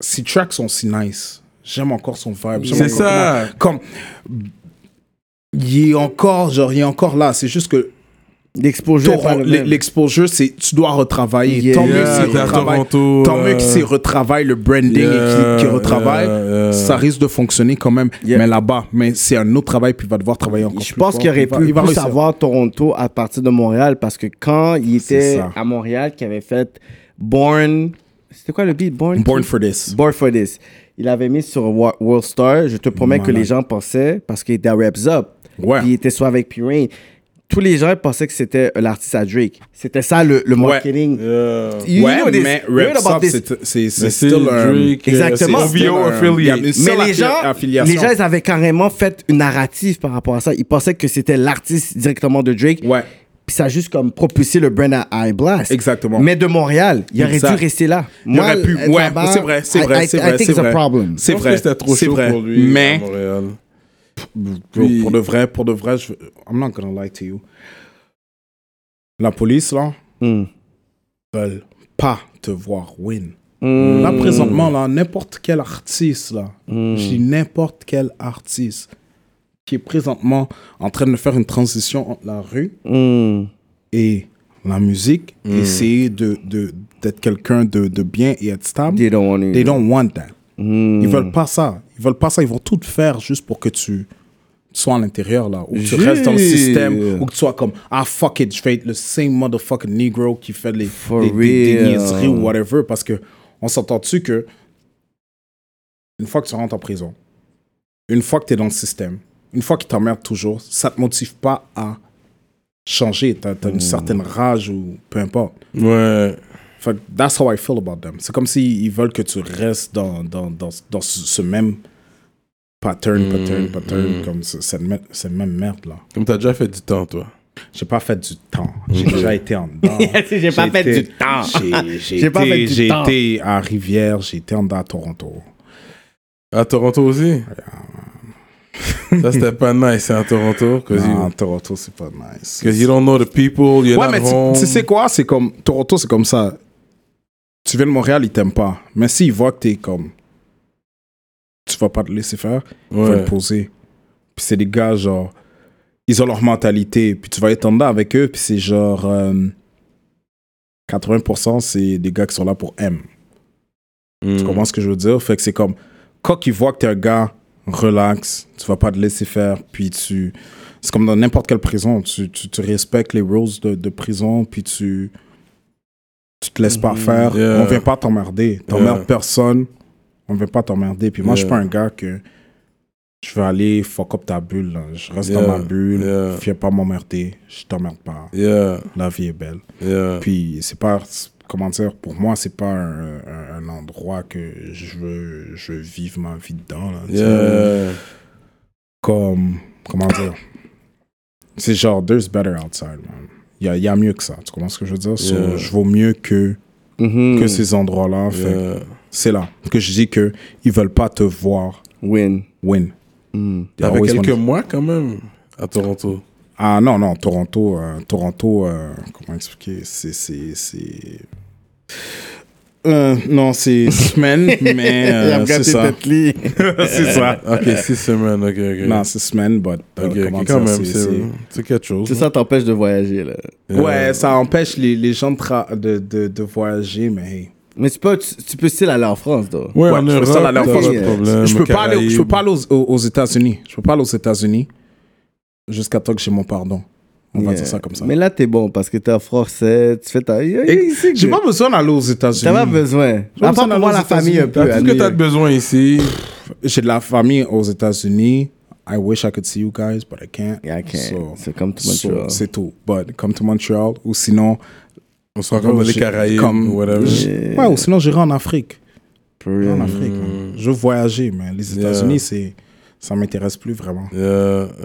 E: Ses tracks sont si nice. J'aime encore son vibe. J'aime
C: C'est
E: encore
C: ça.
E: comment- Comme. Il est encore, genre, il est encore là. C'est juste que
D: L'exposure. est pas
E: Toron-
D: le
E: l-
D: même.
E: l'exposure, c'est tu dois retravailler.
D: Yeah.
E: Tant mieux
C: Yeah,
E: s'il
C: t'es à
E: retravaille.
C: Toronto,
E: Tant mieux
C: euh,
E: s'il retravaille le branding et
C: Yeah,
E: qu'il- qu'il retravaille.
C: yeah, yeah.
E: Ça risque de fonctionner quand même.
D: Yeah.
E: Mais là-bas, mais c'est un autre travail, puis il va devoir travailler encore
D: Je
E: plus
D: pense
E: fort.
D: qu'il aurait
E: Il va-
D: pu
E: il va
D: plus
E: réussir.
D: savoir Toronto à partir de Montréal parce que quand il
E: C'est
D: était
E: ça.
D: à Montréal, qu'il avait fait Born. C'était quoi le beat Born
E: Born for this.
D: Born for this. Il avait mis sur Wa- World Star. Je te promets que
E: Malade.
D: les gens pensaient, parce qu'il était à Reps Up,
E: Ouais.
D: puis il était soit avec P-Rain. Tous les gens pensaient que c'était l'artiste à Drake. C'était ça le, le marketing. You
E: ouais,
D: know this.
E: mais
D: You heard
E: Reps
D: about
E: Up,
D: this.
E: c'est- c'est c'est
C: Mais c'est
E: still un.
C: Drake, euh,
D: Exactement.
E: c'est still
C: OVO
E: un-
C: affiliate.
E: il y a une seule
D: Mais les
E: affi-
D: gens,
E: affiliation.
D: les gens, ils avaient carrément fait une narrative par rapport à ça. Ils pensaient que c'était l'artiste directement de Drake.
E: Ouais.
D: Puis ça a juste comme propulsé le brand à High Blast.
E: Exactement.
D: Mais de Montréal, il aurait
E: Exact.
D: dû rester là.
E: Il aurait pu.
D: être
E: Ouais,
D: là-bas,
E: c'est vrai, c'est
D: I-
E: vrai,
D: I-
E: c'est
D: I
E: vrai.
D: think
E: c'est
D: it's a
E: vrai.
D: problem.
E: C'est
C: Je pense
E: vrai.
C: que C'était trop
E: c'est
C: chaud
E: vrai.
C: pour lui à
E: Mais
C: Montréal.
E: Bro,
C: Puis-
E: pour de vrai, pour de vrai, je, I'm not gonna lie to you. La police, là,
D: Hmm.
E: veulent pas te voir win. Là, présentement, là, n'importe quel artiste, là, je dis n'importe quel artiste qui est présentement en train de faire une transition entre la rue mm.
D: Hmm.
E: et la musique, essayer de, de- d'être quelqu'un de, de bien et être stable,
D: They don't want you.
E: they don't want that.
D: Hmm.
E: Ils veulent pas ça. Ils veulent pas ça. Ils vont tout faire juste pour que tu sois à l'intérieur, là. Ou que tu
D: Jure.
E: restes dans le système. Ou que tu sois comme, ah, fuck it, je vais être le same motherfucking negro qui fait les,
D: For
E: les- des- des
D: real.
E: niaiseries ou whatever. Parce que on s'entend-tu que une fois que tu rentres en prison, une fois que tu es dans le système, une fois qu'ils t'emmerdent toujours, ça te motive pas à changer. Tu as, une
D: Hmm.
E: certaine rage ou peu importe.
C: Ouais.
E: Fait que that's how I feel about them. C'est comme s'ils ils veulent que tu restes dans, dans, dans, dans ce, ce même pattern, pattern, pattern, comme ce- cette, me- cette même merde là.
C: Comme t'as déjà fait du temps, toi.
E: J'ai pas fait du temps. J'ai déjà été en dedans.
D: J'ai pas fait
E: été-
D: du temps.
E: j'ai- J'ai
D: J'ai pas fait
E: été,
D: du
E: j'ai
D: temps.
E: été à Rivière, j'ai été en dedans à Toronto.
C: À Toronto aussi? Ça, c'était pas nice hein, à Toronto. Cause
E: Non,
C: you,
E: Ah, Toronto, c'est pas nice.
C: 'cause you don't know the people, you're
E: Ouais,
C: not
E: mais
C: home.
E: tu- tu sais quoi, c'est comme Toronto, c'est comme ça. Tu viens de Montréal, ils t'aiment pas. Mais s'ils voient que t'es comme, tu vas pas te laisser faire, ils vont
C: Ouais.
E: te poser. Puis c'est des gars genre, ils ont leur mentalité. Puis tu vas être en dedans avec eux, puis c'est genre euh, 80% c'est des gars qui sont là pour M.
C: Mm.
E: Tu comprends ce que je veux dire Fait que c'est comme quand ils voient que t'es un gars relax, tu vas pas te laisser faire, puis tu C'est comme dans n'importe quelle prison. Tu, tu, tu respectes les rules de, de prison, puis tu, tu te laisses pas faire.
C: Mm-hmm. Yeah.
E: On vient pas t'emmerder. T'emmerdes personne. On vient pas t'emmerder. Puis moi, je suis pas un gars que je vais aller fuck up ta bulle. là. Je reste dans
C: Yeah.
E: ma bulle.
C: Yeah.
E: Viens pas m'emmerder. Je t'emmerde pas.
C: Yeah,
E: La vie est belle.
C: yeah.
E: Puis c'est pas, c'est- comment dire, pour moi, c'est pas un, un- un endroit que je veux, je veux vivre ma vie dedans. là.
C: Yeah.
E: Comme, comment dire, c'est genre, there's better outside, man. Il y a, il y a mieux que ça. Tu comprends ce que je veux dire? So,
C: Yeah. Mm-hmm.
E: je vaux mieux que,
D: Mhm.
E: que ces endroits-là. Fait que
C: Yeah.
E: C'est là que je dis que ils veulent pas te voir
D: Win.
E: win. They
C: T'avais
E: always wanna-
C: Mm. quelques mois quand même à Toronto.
E: Ah non, non, Toronto, euh, Toronto, euh, comment expliquer C'est. c'est- c'est- Euh, non, c'est semaine, mais euh, c'est ça. c'est ça.
C: Ok, six semaines, ok, ok.
E: Non, c'est semaine, but. euh,
C: ok,
E: comment
C: ok,
E: dire,
C: quand même,
E: c'est- euh,
C: c'est-
E: c'est-
C: c'est quelque chose. hein.
D: C'est ça t'empêche de voyager, là.
E: Ouais, ça empêche les, les gens de, tra- de, de, de voyager, mais hey.
D: Mais tu peux, tu, tu peux still aller en France, donc.
C: Ouais,
E: Ouais,
C: en
E: je fais
C: Europe,
E: ça la dernière
C: t'as
E: fois.
C: pas de problème,
E: je peux pas aller, je peux
C: Caraïbes.
E: pas aller aux, aux- aux États-Unis. Je peux pas aller aux États-Unis jusqu'à temps que j'ai mon pardon. On va dire ça comme ça.
D: Mais là, t'es bon parce que t'es français, tu fais ta. Yeah, yeah, c'est
E: J'ai
D: good.
E: pas besoin d'aller aux États-Unis.
D: T'as pas besoin.
E: pas
D: À part
E: besoin
D: pour voir
E: d'aller
D: la
E: aux
D: famille un
E: États-Unis.
D: peu.
C: T'as
D: à
C: tout ce que
D: New
C: t'as
D: York.
C: de besoin ici.
E: J'ai de la famille aux États-Unis. I wish I could see you guys, but I can't.
D: Yeah, I can't.
E: So-
D: So come to
E: so,
D: Montreal.
E: c'est tout. But come to Montreal. Ou sinon.
C: On se rencontre dans les
E: j'ai-
C: Caraïbes
E: comme-
C: ou whatever. Mm.
E: j- Ouais, ou sinon j'irai en Afrique.
D: For real.
E: J'irai En Afrique. hein. Je veux voyager, mais les États-Unis, c'est ça m'intéresse plus vraiment.
C: Yeah, euh,
E: À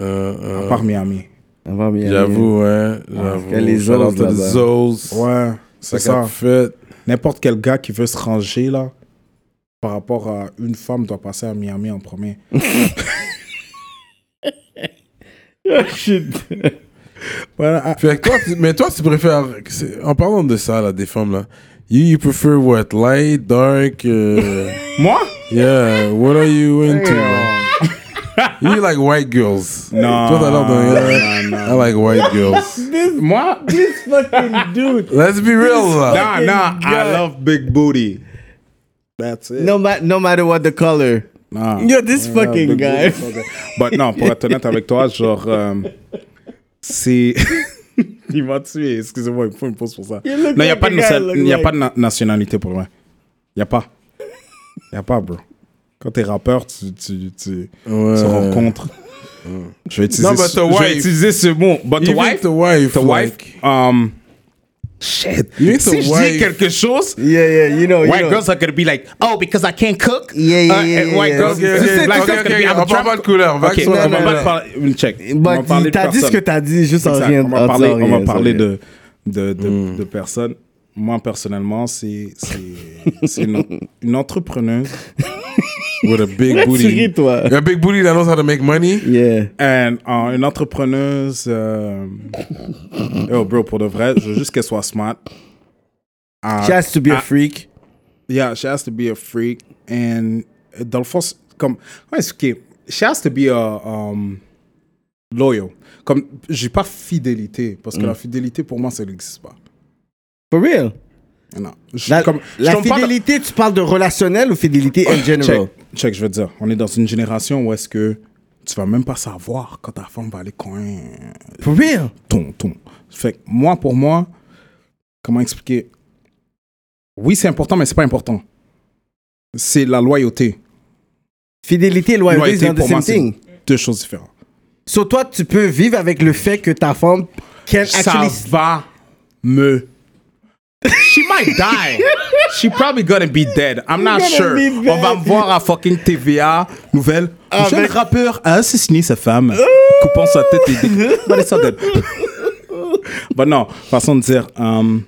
C: euh,
E: part Miami. Ah,
D: Avant Miami.
C: J'avoue, ouais. J'avoue.
D: que les
C: Shout out
D: Zos
C: to the
D: là-bas.
C: Zos.
E: Ouais, c'est
C: Ça qu'a
E: ça.
C: fait.
E: N'importe quel gars qui veut se ranger là, par rapport à une femme, doit passer à Miami en premier.
D: Oh,
E: Voilà, ah,
C: Fait que toi, tu- mais toi, tu préfères. c'est- En parlant de ça, là, des femmes, là. You, you prefer what? Light, dark? euh,
E: Moi
C: yeah, what are you into? you like white girls.
E: Non.
C: Toi, t'as l'air d'un
E: Non,
C: gars.
E: non.
C: I like white girls.
E: Moi
C: Let's be real, là.
E: Ah non, I love big booty. That's it.
D: No, ma- no matter what the color.
E: Nah.
D: Yo, this fucking
E: big
D: guy.
E: booty, okay. But non, pour être honnête avec toi, genre, euh, c'est. il m'a tué, excusez-moi, il faut une pause pour ça.
D: look
E: Non, il n'y a
D: like
E: pas, de,
D: the guy
E: nation-
D: I look
E: il y a
D: like.
E: pas de na- nationalité pour moi. Il n'y a pas. Il n'y a pas, bro. Quand t'es rappeur, tu, tu, tu, tu rencontres. Je vais utiliser,
C: Non, but
E: ce,
C: the
E: je vais
C: wife.
E: utiliser ce mot. But the
C: Even
E: wife,
C: the wife.
E: the wife,
C: like,
E: um, shit.
C: You need
E: si
C: the
E: je dis
C: wife.
E: quelque chose,
D: Yeah, yeah, you know.
E: white
D: you know.
E: girls are gonna be like, oh, because I can't cook.
D: Yeah, yeah,
E: Uh,
D: yeah,
E: and
D: yeah,
E: white
D: yeah.
E: girls,
C: Ok, ok,
E: this is
C: ok,
E: black
C: ok,
E: girls gonna
C: ok,
E: be I'm
C: on
E: a
C: parle
E: drop-
C: pas de couleur, va que
E: Ok,
C: sur la
E: on va
C: couleur.
E: pas parler- une check. On
D: Bah,
E: va
D: dis-
E: parler de
D: t'as dit ce
E: personne.
D: que t'as dit, juste en
E: Exact.
D: rien.
E: On
D: en
E: va parler,
D: disant
E: on va
D: rien,
E: parler
D: sans
E: de, de, de, de personnes. Moi, personnellement, c'est c'est- c'est une, une entrepreneuse.
C: With a big
D: rien. Tu ris,
C: booty.
D: toi.
C: A big booty that knows how to make money.
D: Yeah.
E: And, euh, une entrepreneuse. euh, Yo, bro, pour de vrai, je veux juste qu'elle soit smart. Ah,
D: She has to be a freak.
E: Yeah, she has to be a freak. And euh, dans le fond, c'est comme. Ouais, c'est ok. She has to be a. um, loyal. Comme, j'ai pas fidélité. Parce que
D: Mm.
E: la fidélité, pour moi, ça n'existe pas.
D: For real.
E: Non. Je,
D: La,
E: comme, je
D: la
E: tombe pas dans-
D: fidélité, tu parles de relationnel ou fidélité in general?
E: Check, check, je veux te dire, on est dans une génération où est-ce que tu vas même pas savoir quand ta femme va aller coin
D: For real.
E: ton ton. Fait que moi, pour moi, comment expliquer Oui, c'est important, mais c'est pas important. C'est la loyauté.
D: Fidélité et loyauté, c'est
E: Loyauté,
D: the
E: pour moi,
D: same thing.
E: c'est deux choses différentes.
D: So toi, tu peux vivre avec le fait que ta femme can actually...
E: Ça va me. She might die. She probably gonna be dead. I'm not sure.
D: be dead. Ah,
E: On va me voir à fucking TVA nouvelle. Un jeune
D: Avec-
E: rappeur a assassiné sa femme,
D: Oh.
E: coupant sa tête et déc- Bah, laisse-la dead. Bah non, façon de dire, euh,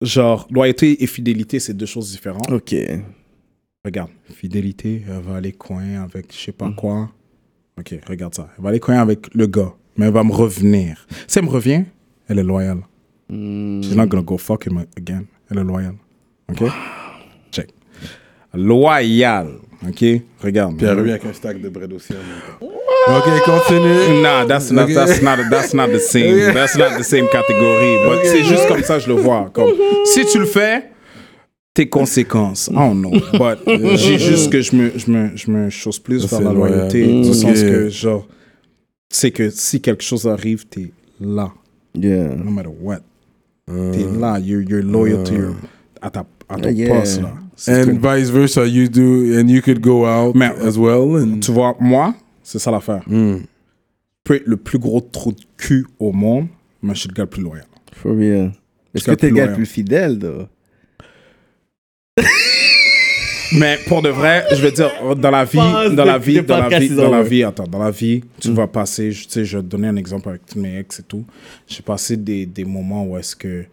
E: genre loyauté et fidélité, c'est deux choses différentes.
D: Ok.
E: Regarde, fidélité, elle va aller coin avec je sais pas
C: Mm.
E: quoi. Ok, regarde ça. Elle va aller coin avec le gars, mais elle va me revenir. Si elle me revient, elle est loyale.
C: Mm.
E: She's not gonna go fuck him again. Elle est loyale. Ok? Check. Loyale. Ok? Regarde.
C: Puis elle revient avec un stack de bread aussi en même
E: hein,
C: temps. Ok, continue.
E: Nah, that's not, that's not, that's not the same. That's not the same catégorie. But c'est juste comme ça, je le vois. Comme, si tu le fais, tes conséquences. I don't know. But euh, j'ai juste que je me, je me, je me chausse plus
C: Ça,
E: vers
C: c'est
E: la
C: loyal.
E: loyauté.
C: Mm.
E: Du sens
C: Ok.
E: que, genre, tu sais que si quelque chose arrive, t'es là.
D: Yeah.
E: No matter what.
C: Euh.
E: T'es là. You're, you're loyal to your... À, ta, à ton
D: Yeah.
E: poste, là. C'est
C: And vice versa, you do, and you could go out
E: Mais-
C: as well. And
E: Tu vois, moi, c'est ça l'affaire.
C: Hmm.
E: Je peux être le plus gros trou de cul au monde, mais je suis le gars le plus loyal.
D: For real. Est-ce
E: Je
D: que t'es le gars
E: suis
D: le
E: loyal.
D: plus fidèle, though?
E: Mais pour de vrai, je veux dire, dans la vie,
D: Pause
E: dans la
D: de-
E: vie,
D: de
E: dans la
D: podcast
E: vie,
D: is
E: dans la
D: over.
E: vie, attends, dans la vie, tu
D: Mm.
E: vas passer, je- tu sais, je vais te donner un exemple avec tous mes ex et tout. J'ai passé des, des moments où est-ce que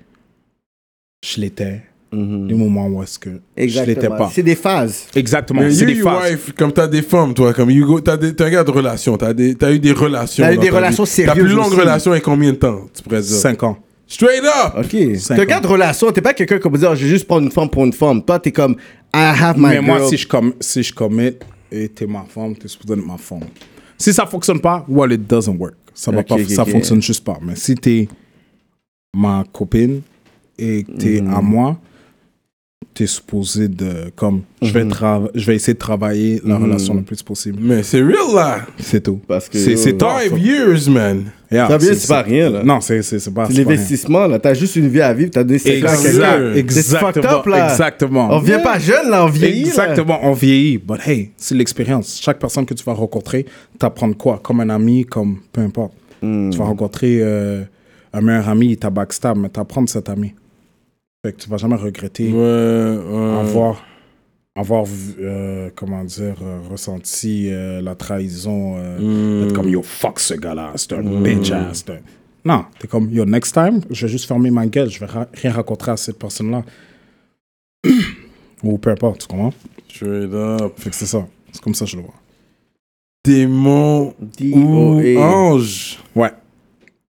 E: je l'étais, des moments où est-ce que je l'étais pas.
D: Mm-hmm. C'est des phases.
E: Exactement,
C: Mais
E: c'est
C: you,
E: des
C: your
E: phases.
C: wife, comme t'as des femmes, toi, comme you go, t'as des- t'es un gars de relations, t'as des- t'as eu des relations.
D: T'as eu
C: dans
D: des
C: ta
D: relations
C: vie. Ta plus
D: sérieuses
C: longue
D: aussi.
C: relation est combien de temps, tu pourrais dire?
E: Cinq ans.
C: Straight up!
D: OK.
E: Cinq
D: T'es un gars de relation. T'es pas quelqu'un qui peut dire, je vais juste prendre une femme pour une femme. Toi, t'es comme, I have my
E: Mais
D: girl.
E: moi, si je, comm- si je commit et t'es ma femme, t'es supposé être ma femme. Si ça fonctionne pas, well, it doesn't work. Ça, va
D: Ok,
E: pas,
D: ok,
E: ça
D: ok.
E: fonctionne juste pas. Mais si t'es ma copine et que t'es
D: Mm-hmm.
E: à moi, t'es supposé de. Comme, je,
D: Mm-hmm.
E: vais trava- je vais essayer de travailler la relation le plus possible.
C: Mais c'est real, là!
E: C'est tout.
D: Parce que-
E: C'est c'est tough.
C: Five years, man!
E: Yeah,
D: Ça, bien, c'est pas rien, là.
E: Non, c'est c'est- c'est pas.
D: C'est
E: c'est pas rien.
D: l'investissement, là. T'as juste une vie à vivre. T'as donné 5 ans à
E: Exact,
D: quelqu'un.
E: exactement,
D: C'est fucked up, là.
E: exactement.
D: On vient pas jeune, là. On vieillit, là.
E: Exactement, on vieillit. But hey, c'est l'expérience. Chaque personne que tu vas rencontrer, t'apprends de quoi Comme un ami, comme peu importe. Tu vas rencontrer euh, un meilleur ami, il t'a backstab, mais t'apprends de cet ami. Fait que tu vas jamais regretter
C: Ouais, ouais.
E: avoir, avoir vu- euh, comment dire, euh, ressenti euh, la trahison. euh, Être comme yo, fuck ce gars-là, c'est un bitch ass. c'est un- Non, t'es comme yo, next time, je vais juste fermer ma gueule, je vais ra- rien raconter à cette personne-là. Ou peu importe, tu comprends
C: Straight up.
E: fait que c'est ça. C'est comme ça que je le vois.
C: Démon ou
D: D.O.A.
E: Oh,
C: ange?
E: Ouais.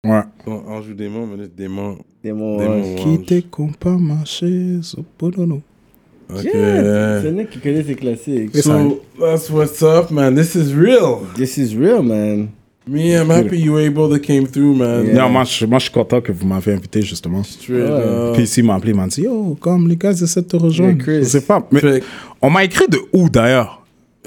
E: Ouais.
C: Bon, ange ou démon, mais là, démon.
D: Des mots,
C: Démon
D: ouais.
C: ou ange.
E: Quitter qu'on pas marcher sur Polono.
C: Ok.
D: Yeah, C'est le mec qui connaît ses classiques.
C: So, that's what's up, man. This is real.
D: This is real, man.
C: Me, I'm happy you were able to came through, man.
D: Yeah.
E: Euh, Non, moi je, moi, je suis content que vous m'avez invité, justement.
C: Straight up.
E: Puis s'il m'a appelé, il m'a dit Yo, comme les gars, j'essaie de te
D: Mais
E: rejoindre.
D: Chris.
E: Je sais pas. Mais
C: Fait que,
E: on m'a écrit de où d'ailleurs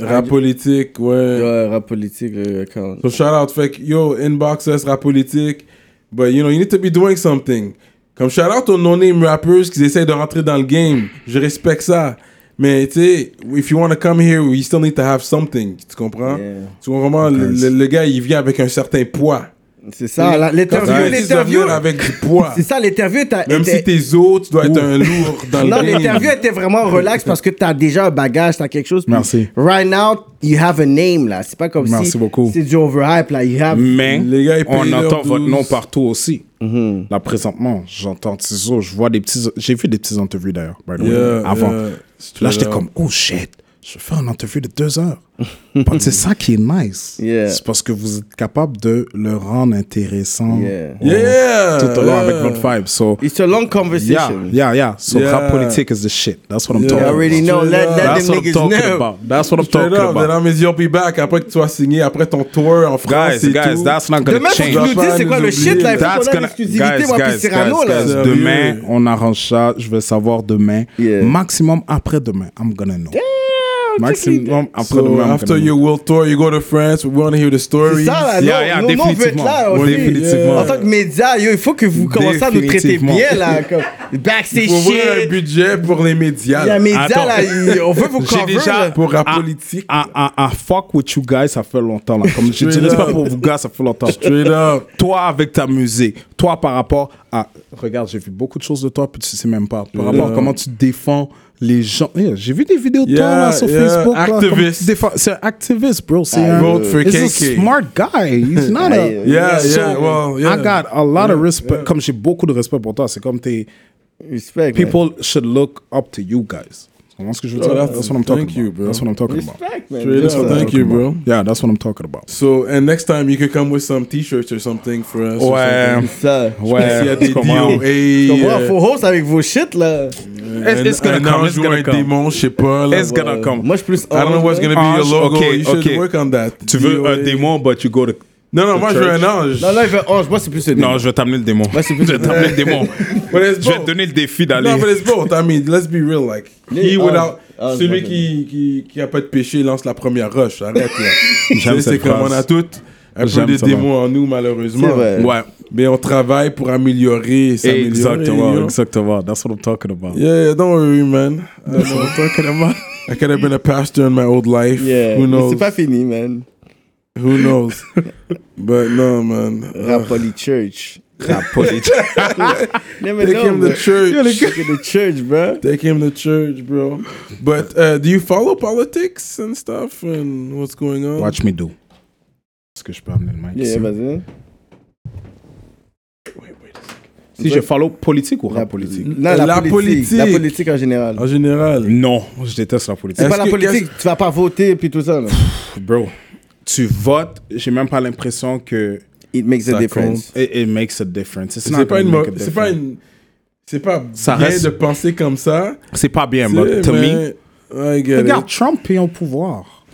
C: rap politique, ouais.
D: Ouais, rap politique, le account.
C: So shout out, fait que, yo, inbox us, rap politique. But you know, you need to be doing something. Comme shout out aux no-name rappers qui essayent de rentrer dans le game. Je respecte ça. Mais tu sais, if you want to come here, you still need to have something. Tu comprends?
D: Yeah.
C: Tu comprends? vraiment, Le, le- le gars, il vient avec un certain poids.
D: C'est ça,
C: Quand
D: la-
C: tu
D: l'interview,
C: veux des
D: l'interview.
C: affaires avec du poids.
D: C'est ça, l'interview, t'as.
C: Même
D: était-
C: si t'es os, tu dois être un lourd dans le
D: Non,
C: game.
D: l'interview était vraiment relax parce que t'as déjà un bagage, t'as quelque chose. puis
E: Merci.
D: Right now, you have a name, là. C'est pas comme si.
E: Merci beaucoup.
D: C'est du overhype, là. You have.
E: Mais
C: Ah, Les gars, ils payent
E: on
C: leurs
E: entend votre
C: 12.
E: nom partout aussi. Là, présentement, j'entends Tizo, je vois des petits. J'ai vu des petits interviews d'ailleurs, by the way,
C: Yeah,
E: avant.
C: yeah.
E: Là, j'étais
C: Straight up.
E: comme, oh shit, je fais un interview de deux heures. But c'est ça qui est nice.
D: Yeah.
E: C'est parce que vous êtes capable de le rendre intéressant
D: Yeah.
E: au-
C: Yeah,
E: tout au long
C: yeah.
E: avec votre vibe. So,
D: It's a long
E: yeah,
D: conversation.
E: yeah, yeah. So,
C: Yeah.
E: rap politique is the shit. That's what I'm
C: Yeah.
E: talking
D: You already
E: about.
D: know. Let, let
E: That's
D: them
E: what I'm
D: niggas
E: talking
D: know.
E: about. That's what I'm
C: Straight
E: talking
C: up,
E: about.
C: Madame is you'll be back après que tu sois signé, après ton tour en France.
E: Guys,
C: et
E: guys,
C: tout.
E: that's not gonna
D: Demain, faut que
E: change.
D: tu nous dises c'est quoi le shit, là. Il faut
E: That's
D: qu'on a
E: gonna,
D: l'exclusivité,
E: guys,
D: moi, puis
E: guys,
D: Cyrano,
E: guys,
D: là.
E: guys, demain, on arrange ça. Je vais savoir demain.
D: Yeah.
E: Maximum après-demain, I'm gonna know. Maximum
C: So
E: après-demain, I'm
C: after
E: gonna know.
C: your world tour, you go to France. We want to hear the stories.
D: C'est ça, là.
E: Yeah,
D: non,
E: yeah,
D: nous, nous, on veut être là
E: définitivement.
D: aussi.
E: Ouais, définitivement.
D: En tant que média, yo, il faut que vous commencez à nous traiter
E: Définitivement.
D: bien, là. Comme, back, c'est
C: Pour ouvrir un
D: shit.
C: budget pour les médias.
D: Il y a
C: là.
D: média,
E: Attends.
D: là. il- On veut vous cover,
E: J'ai déjà
D: là.
C: Pour la
E: Ah,
C: politique.
E: ah, ah, ah, fuck with you guys, ça fait longtemps. Là. Comme je
C: Straight
E: dis, pas
C: up.
E: pour vous gars, ça fait longtemps.
C: Straight up.
E: Toi avec ta musique, toi par rapport à. Regarde, j'ai vu beaucoup de choses de toi, puis tu sais même pas. Par rapport à comment tu défends les gens. Eh, J'ai vu des vidéos de toi
C: Yeah,
E: là, sur
C: yeah,
E: Facebook. là, comment tu
C: activist.
E: défends- C'est un activiste, bro. C'est
C: I
E: un.
C: vote for
E: He's a
C: KK.
E: smart guy. He's not a.
C: Yeah, yeah, well, yeah.
E: I got a lot of respect. Comme j'ai beaucoup de respect pour toi, c'est comme t'es.
D: Respect, man.
E: People should look up to you guys. Tu comprends ce que je veux
C: Oh,
E: dire?
C: that's-
E: That's what I'm talking
C: thank you,
E: about.
C: bro.
E: That's what I'm talking about.
D: Respect, man.
C: Straight
D: Yeah.
C: up. Thank you, bro.
E: Yeah, that's what I'm talking about.
C: So, and next time you could come with some t-shirts or something for us. or
E: Ouais.
C: something.
D: Ça.
E: Ouais,
C: S'il y a des
E: comment-
D: Comme moi,
C: DOA.
D: faut host avec vos shit là.
E: It's, it's
C: un
E: gonna come.
C: ange
E: It's
C: ou un
E: gonna come.
C: démon, je sais pas. là.
E: It's gonna come.
D: Moi je suis plus.
C: I don't know what's gonna be your
E: Ange,
C: logo.
E: ok,
C: you should
E: ok.
C: work on that.
E: Tu veux un
C: DOA.
E: démon, but you go to.
C: Non, non, moi je veux un ange.
D: Non, là il fait orange, moi c'est plus le
E: Non, je vais t'amener le démon.
D: Moi, c'est plus-
E: je vais t'amener le démon.
C: But it's
E: je vais
C: both.
E: te donner le défi
C: Non, but
E: d'aller.
C: it's both. I mean, let's be real. Like,
D: Les-
C: he
D: ah,
C: without,
D: ah,
C: celui
D: je-
C: qui, qui, qui a pas de péché lance la première roche. Arrête là. Tu sais,
E: J'aime
C: c'est
E: cette
C: comme
E: phrase.
C: on a toutes un peu
E: J'aime
C: de
E: ça, man.
C: démons en nous, malheureusement.
D: C'est vrai.
E: Ouais.
C: Mais on travaille pour améliorer, s'améliorer. you
E: Exactement,
C: know?
E: exactement. That's what I'm talking about.
C: Yeah, yeah, don't worry, man. I know what I'm talking about. I could have been a pastor in my old life.
D: Yeah.
C: Who
D: Mais
C: knows?
D: C'est pas fini, man.
C: Who knows? But no, man. Uh,
D: Rapoli Church.
G: Rapoli.
D: Never
C: Take him
D: know.
C: to church.
D: Look at the church, bro.
C: Take him to church, bro. But uh, do you follow politics and stuff and what's going on?
E: Watch me do. Est-ce que je peux amener le mic
D: Yeah,
E: ici?
D: vas-y.
E: Si je follow politique ou
D: La
E: rap politique
D: Non, la,
C: La
D: politique.
C: politique.
D: La politique en général.
C: En général.
E: Non, je déteste la politique.
D: C'est pas
C: Est-ce
D: la
C: que-
D: politique, tu vas pas voter puis tout ça. là.
E: Bro, tu votes, j'ai même pas l'impression que
D: It makes a
C: Ça
D: difference.
E: it, it makes a difference. It's
C: C'est
E: not
C: pas,
E: gonna
C: une
E: make
C: mau-
E: a
C: c'est pas
E: difference.
C: une. C'est pas
E: Ça
C: bien
E: reste-
C: de penser comme ça.
E: C'est pas bien,
C: tu
E: but
C: sais,
E: to me.
C: mais- I get it.
E: Regarde, Trump est au pouvoir.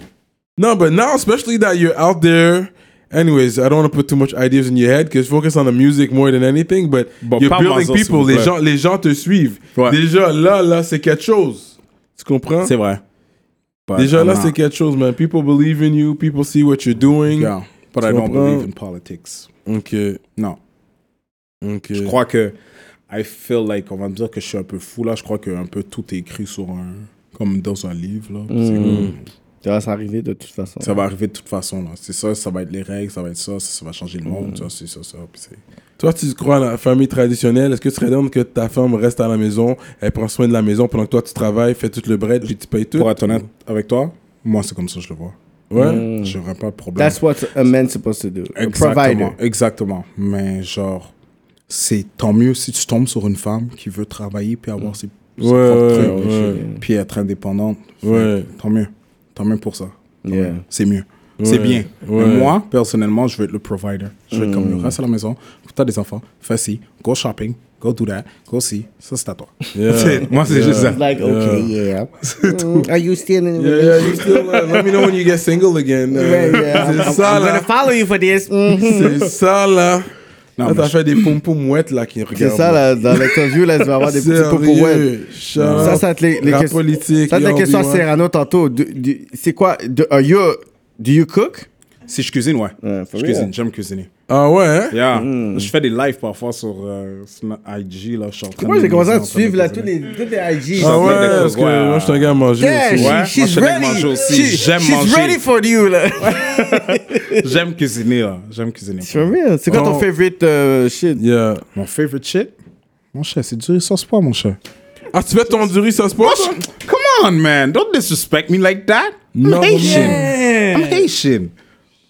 C: No, but now, especially that you're out there. Anyways, I don't want to put too much ideas in your head because focus on the music more than anything. But
E: Bon,
C: you're
E: parle-moi
C: building
E: ça, s'il
C: people.
E: vous
C: Les
E: plaît.
C: gens, les gens te suivent.
E: Ouais.
C: Déjà là, là, c'est quelque chose. Tu comprends?
E: C'est vrai. But
C: Déjà
E: I'm
C: là,
E: not-
C: c'est quelque chose, man. People believe in you. People see what you're doing.
E: Yeah, but I
C: Tu
E: don't
C: comprends?
E: believe in politics.
C: Ok,
E: Non.
C: ok.
E: Je crois que I feel like on va me dire que je suis un peu fou là. Je crois que un peu tout est écrit sur un comme dans un livre là. C'est
C: Mm.
E: comme-
D: Tu vas s'arriver de toute façon.
E: Ça va arriver de toute façon là. C'est ça, ça va être les règles, ça va être ça, ça, ça va changer le
C: Mm.
E: monde, ça, c'est ça, ça. Puis c'est-
C: Toi, tu crois à la famille traditionnelle. Est-ce que tu serais d'accord que ta femme reste à la maison, elle prend soin de la maison pendant que toi tu travailles, fais tout le bread, puis tu payes tout?
E: Pour être honnête avec toi, moi c'est comme ça que je le vois.
C: Ouais.
D: Mm.
E: J'aurais pas de problème.
D: That's what a man's supposed to do. A provider.
E: Exactement, exactement. Mais genre, c'est tant mieux si tu tombes sur une femme qui veut travailler puis avoir ses, ses
C: Ouais,
E: propres
C: ouais,
E: trucs,
C: ouais.
E: puis être indépendante. Fait
C: Ouais.
E: que Tant mieux. Tant mieux pour ça. Tant
D: Yeah.
E: mieux. C'est mieux. C'est bien.
C: ouais.
E: Mais moi, personnellement, je veux être le provider. Je veux être comme
D: Mm.
E: le reste à la maison. T'as des enfants, fais ci, go shopping, go do that, go ci. Ça, c'est à toi.
C: Yeah.
E: moi, c'est juste ça.
D: It's Like, okay, yeah. Mm, Are you still in a
C: Yeah, yeah, you still, uh, let me know when you get single again. Uh,
D: Yeah, yeah. I'm,
C: C'est
D: I'm
C: ça,
D: gonna
C: là.
D: follow you for this. Mhm.
C: C'est ça, là.
E: Non,
C: là,
E: mais
C: t'as
E: je-
C: fait des pom pom mouettes, là, qui
D: C'est
C: regardent.
D: ça, là, dans l'interview, là, tu vas avoir des petits popouettes. Ça, ça va être les, les
C: la
D: questions-
C: politique.
D: Ça, c'est la
C: yo,
D: question à
C: Obi-Wan.
D: Serrano tantôt. Du- du- C'est quoi? de- are you, do you cook?
E: Si je cuisine, ouais.
D: Ouais, for
E: je
D: real. Mm.
E: cuisine, j'aime cuisiner.
C: Ah ouais, hein?
E: Yeah. Je fais des lives parfois sur, euh, sur ma IG. Là, je suis en train
D: Moi,
E: de
D: j'ai commencé à
E: manger,
D: te
E: en train de
D: suivre, là, tous
E: cuisiner.
D: les, tous les IG.
C: Ah
E: en
C: ouais,
E: train de-
C: parce que
E: ouais.
C: moi, je suis un gars à manger.
D: Yeah,
C: aussi.
E: Ouais, moi,
D: she- she's
E: je l'aime
D: ready.
E: manger aussi.
D: She-
E: J'aime
D: she's
E: manger.
D: ready for you, là.
E: J'aime cuisiner, là. J'aime cuisiner.
D: For real. C'est quoi ton
C: Oh.
D: favorite euh, shit?
C: Yeah.
E: Mon favorite shit? Mon chat, c'est du riz sauce pois, mon chat.
C: Ah, tu fais ton durée sans sport? toi?
E: Come on, man. Don't disrespect me like that. I'm
C: No,
E: Haitian.
C: yeah.
E: I'm Haitian.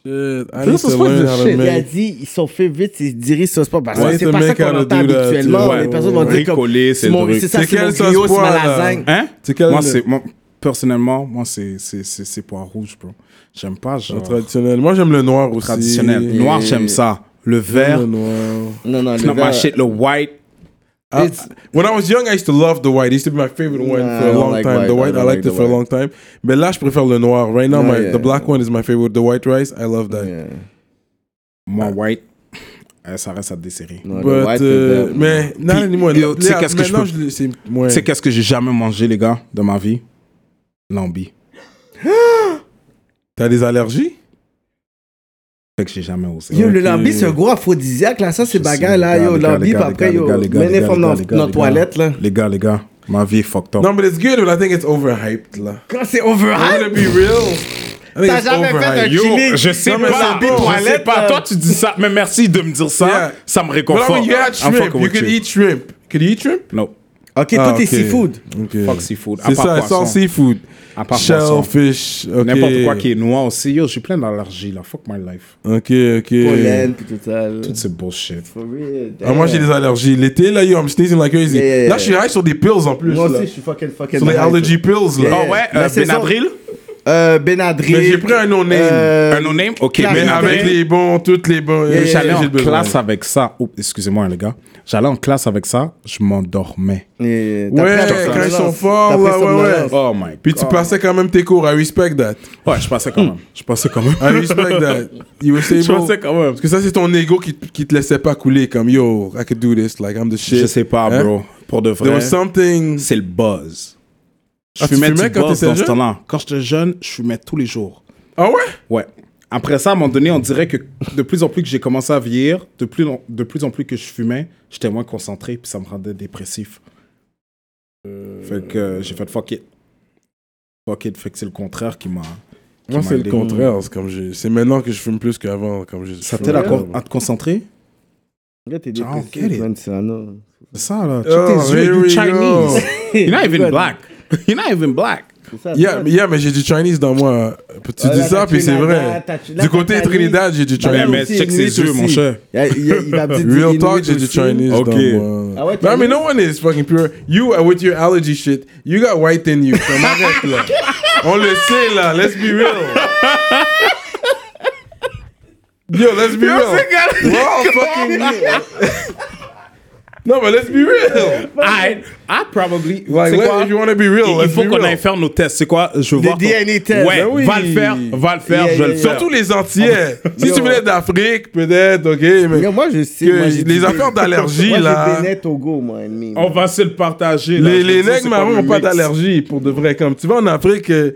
C: Shit, I need
E: This is
C: to
E: what
C: learn
E: the
C: how to
E: shit,
D: Il a
C: make.
D: dit, son favorite, c'est Diri sauce poivre. Parce
C: Ouais,
D: que
C: c'est
D: c'est pas ça
C: mec à
D: qu'on
C: le
D: entend
C: do that,
D: habituellement.
C: ouais.
D: les personnes vont dire comme.
E: Ricolé, c'est
D: C'est
E: le
D: mon-
E: truc.
D: c'est ça,
C: C'est
D: c'est mon
C: quelle sauce
D: griot, c'est ma
C: poivre, là?
D: lasagne.
E: Hein?
C: C'est quel-
E: Moi, c'est... moi, personnellement, moi, c'est, c'est, c'est, c'est pois rouge, bro. J'aime pas, genre,
C: Traditionnel. Moi, j'aime le noir aussi.
E: traditionnel. Noir, j'aime ça. Le vert,
C: Le noir.
D: Non, non,
E: it's
D: le
E: not my
D: gars-
E: shit. Le white,
C: I-
D: It's-
C: Ah, when I was young, I used to love the white. It used to be my favorite one
D: Nah,
C: for
D: I
C: a
D: don't
C: long
D: like
C: time.
D: white.
C: The
D: I
C: white, I,
D: don't like
C: liked it
D: the
C: for a
D: white.
C: long time. But là, je préfère le noir. Right now,
D: Ah,
C: my
D: yeah.
C: the black one is my favorite. The white rice, I love that.
D: Yeah.
E: moi, white, euh, ça reste à desserrer.
D: Non, le
C: But,
D: white,
C: euh,
D: le-
C: mais non,
E: Puis,
C: anymore.
E: yo, tu sais
C: Là,
E: qu'est-ce que je
C: maintenant,
E: peux-
C: l'ai- c'est- ouais.
E: Tu sais qu'est-ce que j'ai jamais mangé, les gars, de ma vie? Lambi.
C: T'as des allergies?
E: Fait que j'ai jamais osé.
D: Yo, le
C: Ok.
D: lambi, c'est un gros aphrodisiaque, là. Ça, c'est
E: Je sais,
D: bagarre, là.
E: les gars,
D: Yo,
E: les gars,
D: lambi,
E: les
D: puis
E: gars,
D: après,
E: les
D: yo,
E: gars, les gars, les
D: mené
E: gars,
D: from
E: les gars,
D: notre
E: les gars,
D: notre
E: les
D: toilette, là.
E: Les gars, les gars, ma vie est fucked up.
C: Non, but it's good, but I think it's overhyped, là.
E: Hein?
D: Quand c'est
C: I'm
D: overhype,
C: gonna be real. I think
D: T'as
C: it's
D: jamais fait
C: overhyped.
D: un Yo, chili.
E: je sais
C: Non, mais
E: pas,
C: c'est bon,
E: je
D: toilette,
E: sais pas.
D: euh.
E: Toi, tu dis ça, mais merci de me dire ça.
C: Yeah.
E: Ça me
C: But I
E: réconforte.
C: mean, you had
E: I'm
C: shrimp.
E: fucking
C: You
E: with
C: could
E: you.
C: eat shrimp. Could you eat shrimp?
E: No,
D: Ok,
C: Ah,
D: tout est
C: ok.
D: seafood.
C: Okay.
E: fuck seafood. À
C: C'est
E: part
C: ça, it's all
E: poisson.
C: seafood.
E: À part
C: Shellfish. ok.
E: N'importe quoi qui est noir aussi. Yo, j'ai plein d'allergies, là. Fuck my life.
C: Ok, ok.
D: Pollen, puis tout ça. là.
E: Tout ce bullshit.
D: For real,
C: Ah, moi, j'ai
D: damn.
C: des allergies. L'été, là, yo, I'm sneezing like crazy.
D: Yeah, yeah,
C: Là, je suis high sur des pills en plus.
D: Moi
C: là.
D: aussi, je suis fucking fucking.
C: Sur les
D: malade.
C: allergy pills, là.
D: Yeah.
E: Ah ouais,
D: Mais
E: euh,
D: c'est ça.
E: Benadryl?
D: Euh, Benadryl.
C: Mais j'ai pris un no-name.
D: euh,
E: Un no-name? Ok,
D: Clarisse.
C: Mais avec les bons, toutes les bons. euh,
D: Yeah, yeah,
E: J'allais
D: yeah.
E: en
C: j'ai besoin.
E: classe avec ça. Oh, excusez-moi, les gars. J'allais en classe avec ça. Je m'endormais.
D: et t'as
C: Ouais,
D: pris un
C: quand ils sont
D: somnolence.
C: forts,
D: T'as pris
C: ouais, ouais, ouais.
D: somnolence.
E: Oh my
C: Puis tu
E: God.
C: passais quand même tes cours. I respect that.
E: Ouais, je passais quand même. Je passais quand même.
C: I respect that. You were
E: Je
C: stable.
E: pensais quand même.
C: Parce que ça, c'est ton ego qui, te- qui te laissait pas couler. Comme, yo, I could do this. Like, I'm the shit.
E: Je sais pas,
C: Hein?
E: bro. Pour de
C: There
E: vrai,
C: was something...
E: c'est le buzz. Je
C: Ah, tu
E: fumais,
C: fumais
E: du
C: quand
E: buzz
C: t'étais
E: dans ce
C: jeune?
E: temps-là. Quand j'étais jeune, je fumais tous les jours.
C: Ah ouais?
E: Ouais. Après ça, à un moment donné, on dirait que de plus en plus que j'ai commencé à vieillir, de plus, en- de plus en plus que je fumais, j'étais moins concentré, puis ça me rendait dépressif. Fait que euh, j'ai fait fuck it. Fuck it, fait que c'est le contraire qui m'a. qui
C: Moi,
E: m'a
C: c'est le
E: aidé.
C: contraire. C'est comme j'ai- c'est maintenant que je fume plus qu'avant. Comme j'ai-
E: Ça
C: je
E: t'aide
C: fume.
E: à, con- à te concentrer
D: Là, t'es
E: Genre,
D: dépressif,
E: get it.
D: man, Cyrano.
E: C'est ça, là. Check
C: Oh,
E: tes
C: here
E: yeux,
C: we
E: you
C: go.
E: Chinese. You're not even black. You're not even black.
D: C'est ça, c'est
C: Yeah,
D: ça.
C: mais, yeah, mais j'ai du Chinese dans moi. Tu
D: Ah,
C: dis
D: là,
C: ça,
D: t'as
C: puis c'est
D: Trinidad,
C: vrai.
D: t'as- là,
C: Du
D: t'as
C: côté
D: Chinese.
C: Trinidad, j'ai du
D: Bah,
C: Chinese.
D: mais aussi,
E: check ses
D: Inuit
E: yeux, mon
D: aussi.
E: cher.
D: Il, y a- il y a- il va dire
C: Real
D: Inuit
C: talk, j'ai du
D: aussi.
C: Chinese
E: Ok.
C: dans moi.
D: Ah ouais,
C: But
D: t'as
C: I
D: dit-
C: mean, no one is fucking pure. You, uh, with your allergy shit, you got white in you. Comme arrête, là. On le sait, là. Let's be real. Yo, let's be real. We're all fucking... no, but let's be real.
E: I, I probably.
C: Like,
E: C'est
C: let-
E: quoi?
C: if you want to be real,
E: Il
C: let's
E: faut
C: be
E: qu'on
C: real.
E: aille faire nos tests. C'est quoi Je veux
D: Des
E: voir. ton-
D: DNA tests.
E: Ouais,
D: Ben
C: oui.
E: va le faire, va le faire,
D: Yeah,
E: je vais
D: yeah,
E: le
D: yeah.
E: faire.
C: Surtout les Antillais. si
D: Yo.
C: tu venais d'Afrique, peut-être, OK, mais...
D: Regarde, moi, je sais.
C: Que
D: moi, j'ai
C: les
D: dit-
C: affaires d'allergie,
D: Moi, j'ai
C: là.
D: Bénin, Togo, moi, ennemi.
E: On va se le partager. là.
C: Les,
E: Je
C: les
E: sais
C: nègres
E: c'est quoi
C: marrons
E: le
C: n'ont pas
E: mix.
C: d'allergie pour de vrai. Comme tu vas en Afrique, euh,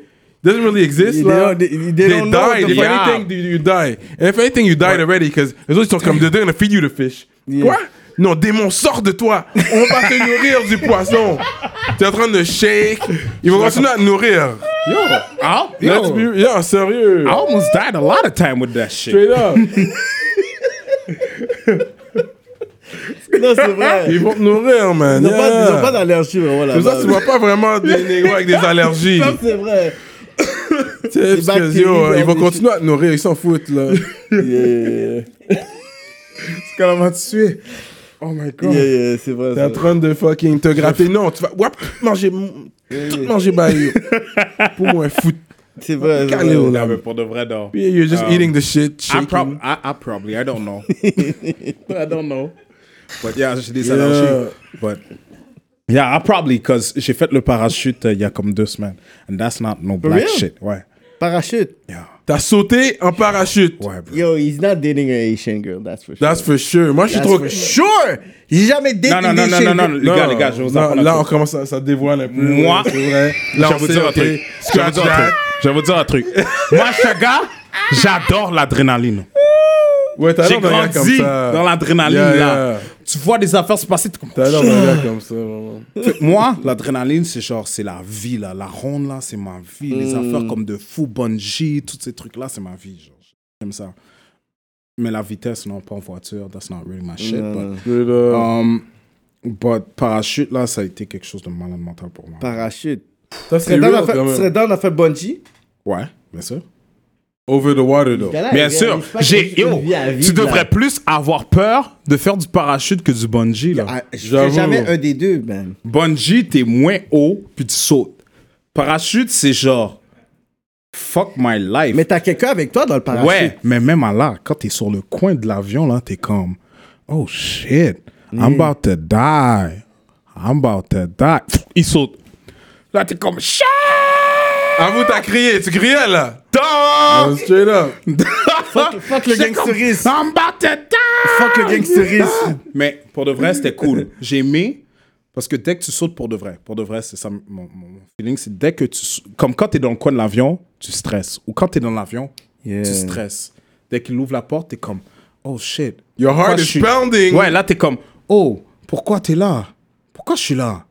C: it doesn't really exist.
D: They
C: là.
D: don't- they- they don't know what
C: die.
D: the
C: If
D: fuck-
C: anything, you you die. And if anything, you died already. Because les autres ils sont comme, they're gonna feed you the fish. Quoi? Non, démon, sors de toi. On va te nourrir du poisson. Tu es en train de shake. Ils vont continuer à te nourrir.
E: Yo, ah, yo.
C: Let's be- yeah, sérieux.
E: I almost died a lot of time with that shit.
C: Straight up.
D: Non, c'est vrai.
C: Ils vont te nourrir, man.
D: Ils n'ont pas,
C: Yeah.
D: ils ont pas d'allergie, mais voilà.
C: Comme ça, tu vois pas vraiment des négros avec des allergies.
D: Ça, c'est vrai.
C: Tu sais, parce que,
D: bactéries,
C: yo,
D: genre,
C: ils vont
D: des-
C: continuer à te nourrir. Ils s'en foutent, là.
E: Qu'elle m'a tué. Oh my god.
D: Yeah, yeah, c'est vrai.
C: T'es en
D: c'est vrai.
C: train de fucking te gratter. Non, tu vas wap, manger, m- manger baillot. Pour moi, foot.
D: C'est vrai. c'est
C: Calé
D: vrai.
C: au
E: Non,
C: lab.
E: mais pour de vrai, non.
C: Puis you're just
E: Um,
C: eating the shit,
E: I,
C: shaking.
E: prob I, I probably, I don't know. I don't know. But yeah, j'ai des
C: Yeah.
E: allergies. But yeah, I probably, because j'ai fait le parachute euh, il y a comme deux semaines. And that's not no black
D: real?
E: shit. Ouais.
D: Parachute.
E: Yeah.
C: T'as sauté en parachute.
E: Ouais, bro.
D: Yo, he's not dating an Asian girl, that's for sure.
C: That's for sure. Moi, je suis
D: That's
C: trop...
D: for sure. J'ai jamais daté
E: Non, non,
D: une
E: non, non,
D: Asian
E: non, non,
D: girl.
E: les gars, les gars, je vais vous
C: Non,
E: apprendre un
C: là, on
E: truc.
C: commence à ça dévoile un peu.
E: Moi,
C: ouais, c'est vrai. Là,
E: je
C: on
E: vais vous
C: sait,
E: dire un
C: ok,
E: truc. Je vais vous
C: Scratch
E: dire un
C: that.
E: truc. Je vais vous dire un truc. Moi, ce gars, j'adore l'adrénaline.
C: Ouais, t'as
E: J'ai
C: l'air d'un gars comme
E: grandi
C: ça.
E: dans l'adrénaline,
C: Yeah,
E: là.
C: yeah.
E: Tu vois des affaires se passer, t'es comme...
C: T'as l'air d'un gars comme ça, vraiment.
E: Fait, Moi, l'adrénaline, c'est genre, c'est la vie, là. La ronde, là, c'est ma vie. Les affaires comme de fou, bungee, tous ces trucs-là, c'est ma vie. Genre, j'aime ça. Mais la vitesse, non, pas en voiture, that's not really my shit. But,
C: Straight up.
E: um, but parachute, là, ça a été quelque chose de malade mental pour moi.
D: Parachute.
C: Ça,
D: Tu
C: c'est
D: serais down
C: real,
D: à faire-
C: quand
D: tu
C: même.
D: serais down à faire bungee?
E: Ouais, bien sûr.
C: Over the water, though.
E: Bien sûr, j'ai yo, tu devrais plus avoir peur de faire du parachute que du bungee là.
D: Je fais
C: J'avoue.
D: jamais un des deux, man.
E: Bungee, t'es moins haut puis tu sautes. Parachute, c'est genre fuck my life.
D: Mais t'as quelqu'un avec toi dans le parachute.
E: ouais, mais même à là, quand t'es sur le coin de l'avion là, t'es comme oh shit,
D: Mm.
E: I'm about to die, I'm about to die. Pff, Il saute. Là t'es comme shit.
D: Ah,
C: Avoue, t'as crié. Tu criais, là.
E: Dog!
C: Oh, Straight up.
E: Fuck,
D: fuck le gangsterisme.
E: I'm about to die.
D: Fuck le gangsterisme.
E: Mais pour de vrai, c'était cool. J'ai aimé parce que dès que tu sautes pour de vrai, pour de vrai, c'est ça mon, mon- mon feeling, c'est dès que tu... s- Comme quand tu es dans le coin de l'avion, tu stresses. Ou quand tu es dans l'avion,
D: Yeah.
E: tu stresses. Dès qu'il ouvre la porte, tu es comme, oh shit.
C: Your heart
E: Pourquoi
C: is
E: je suis-
C: pounding.
E: Ouais, là, tu es comme, oh, pourquoi tu es là? Pourquoi je suis là?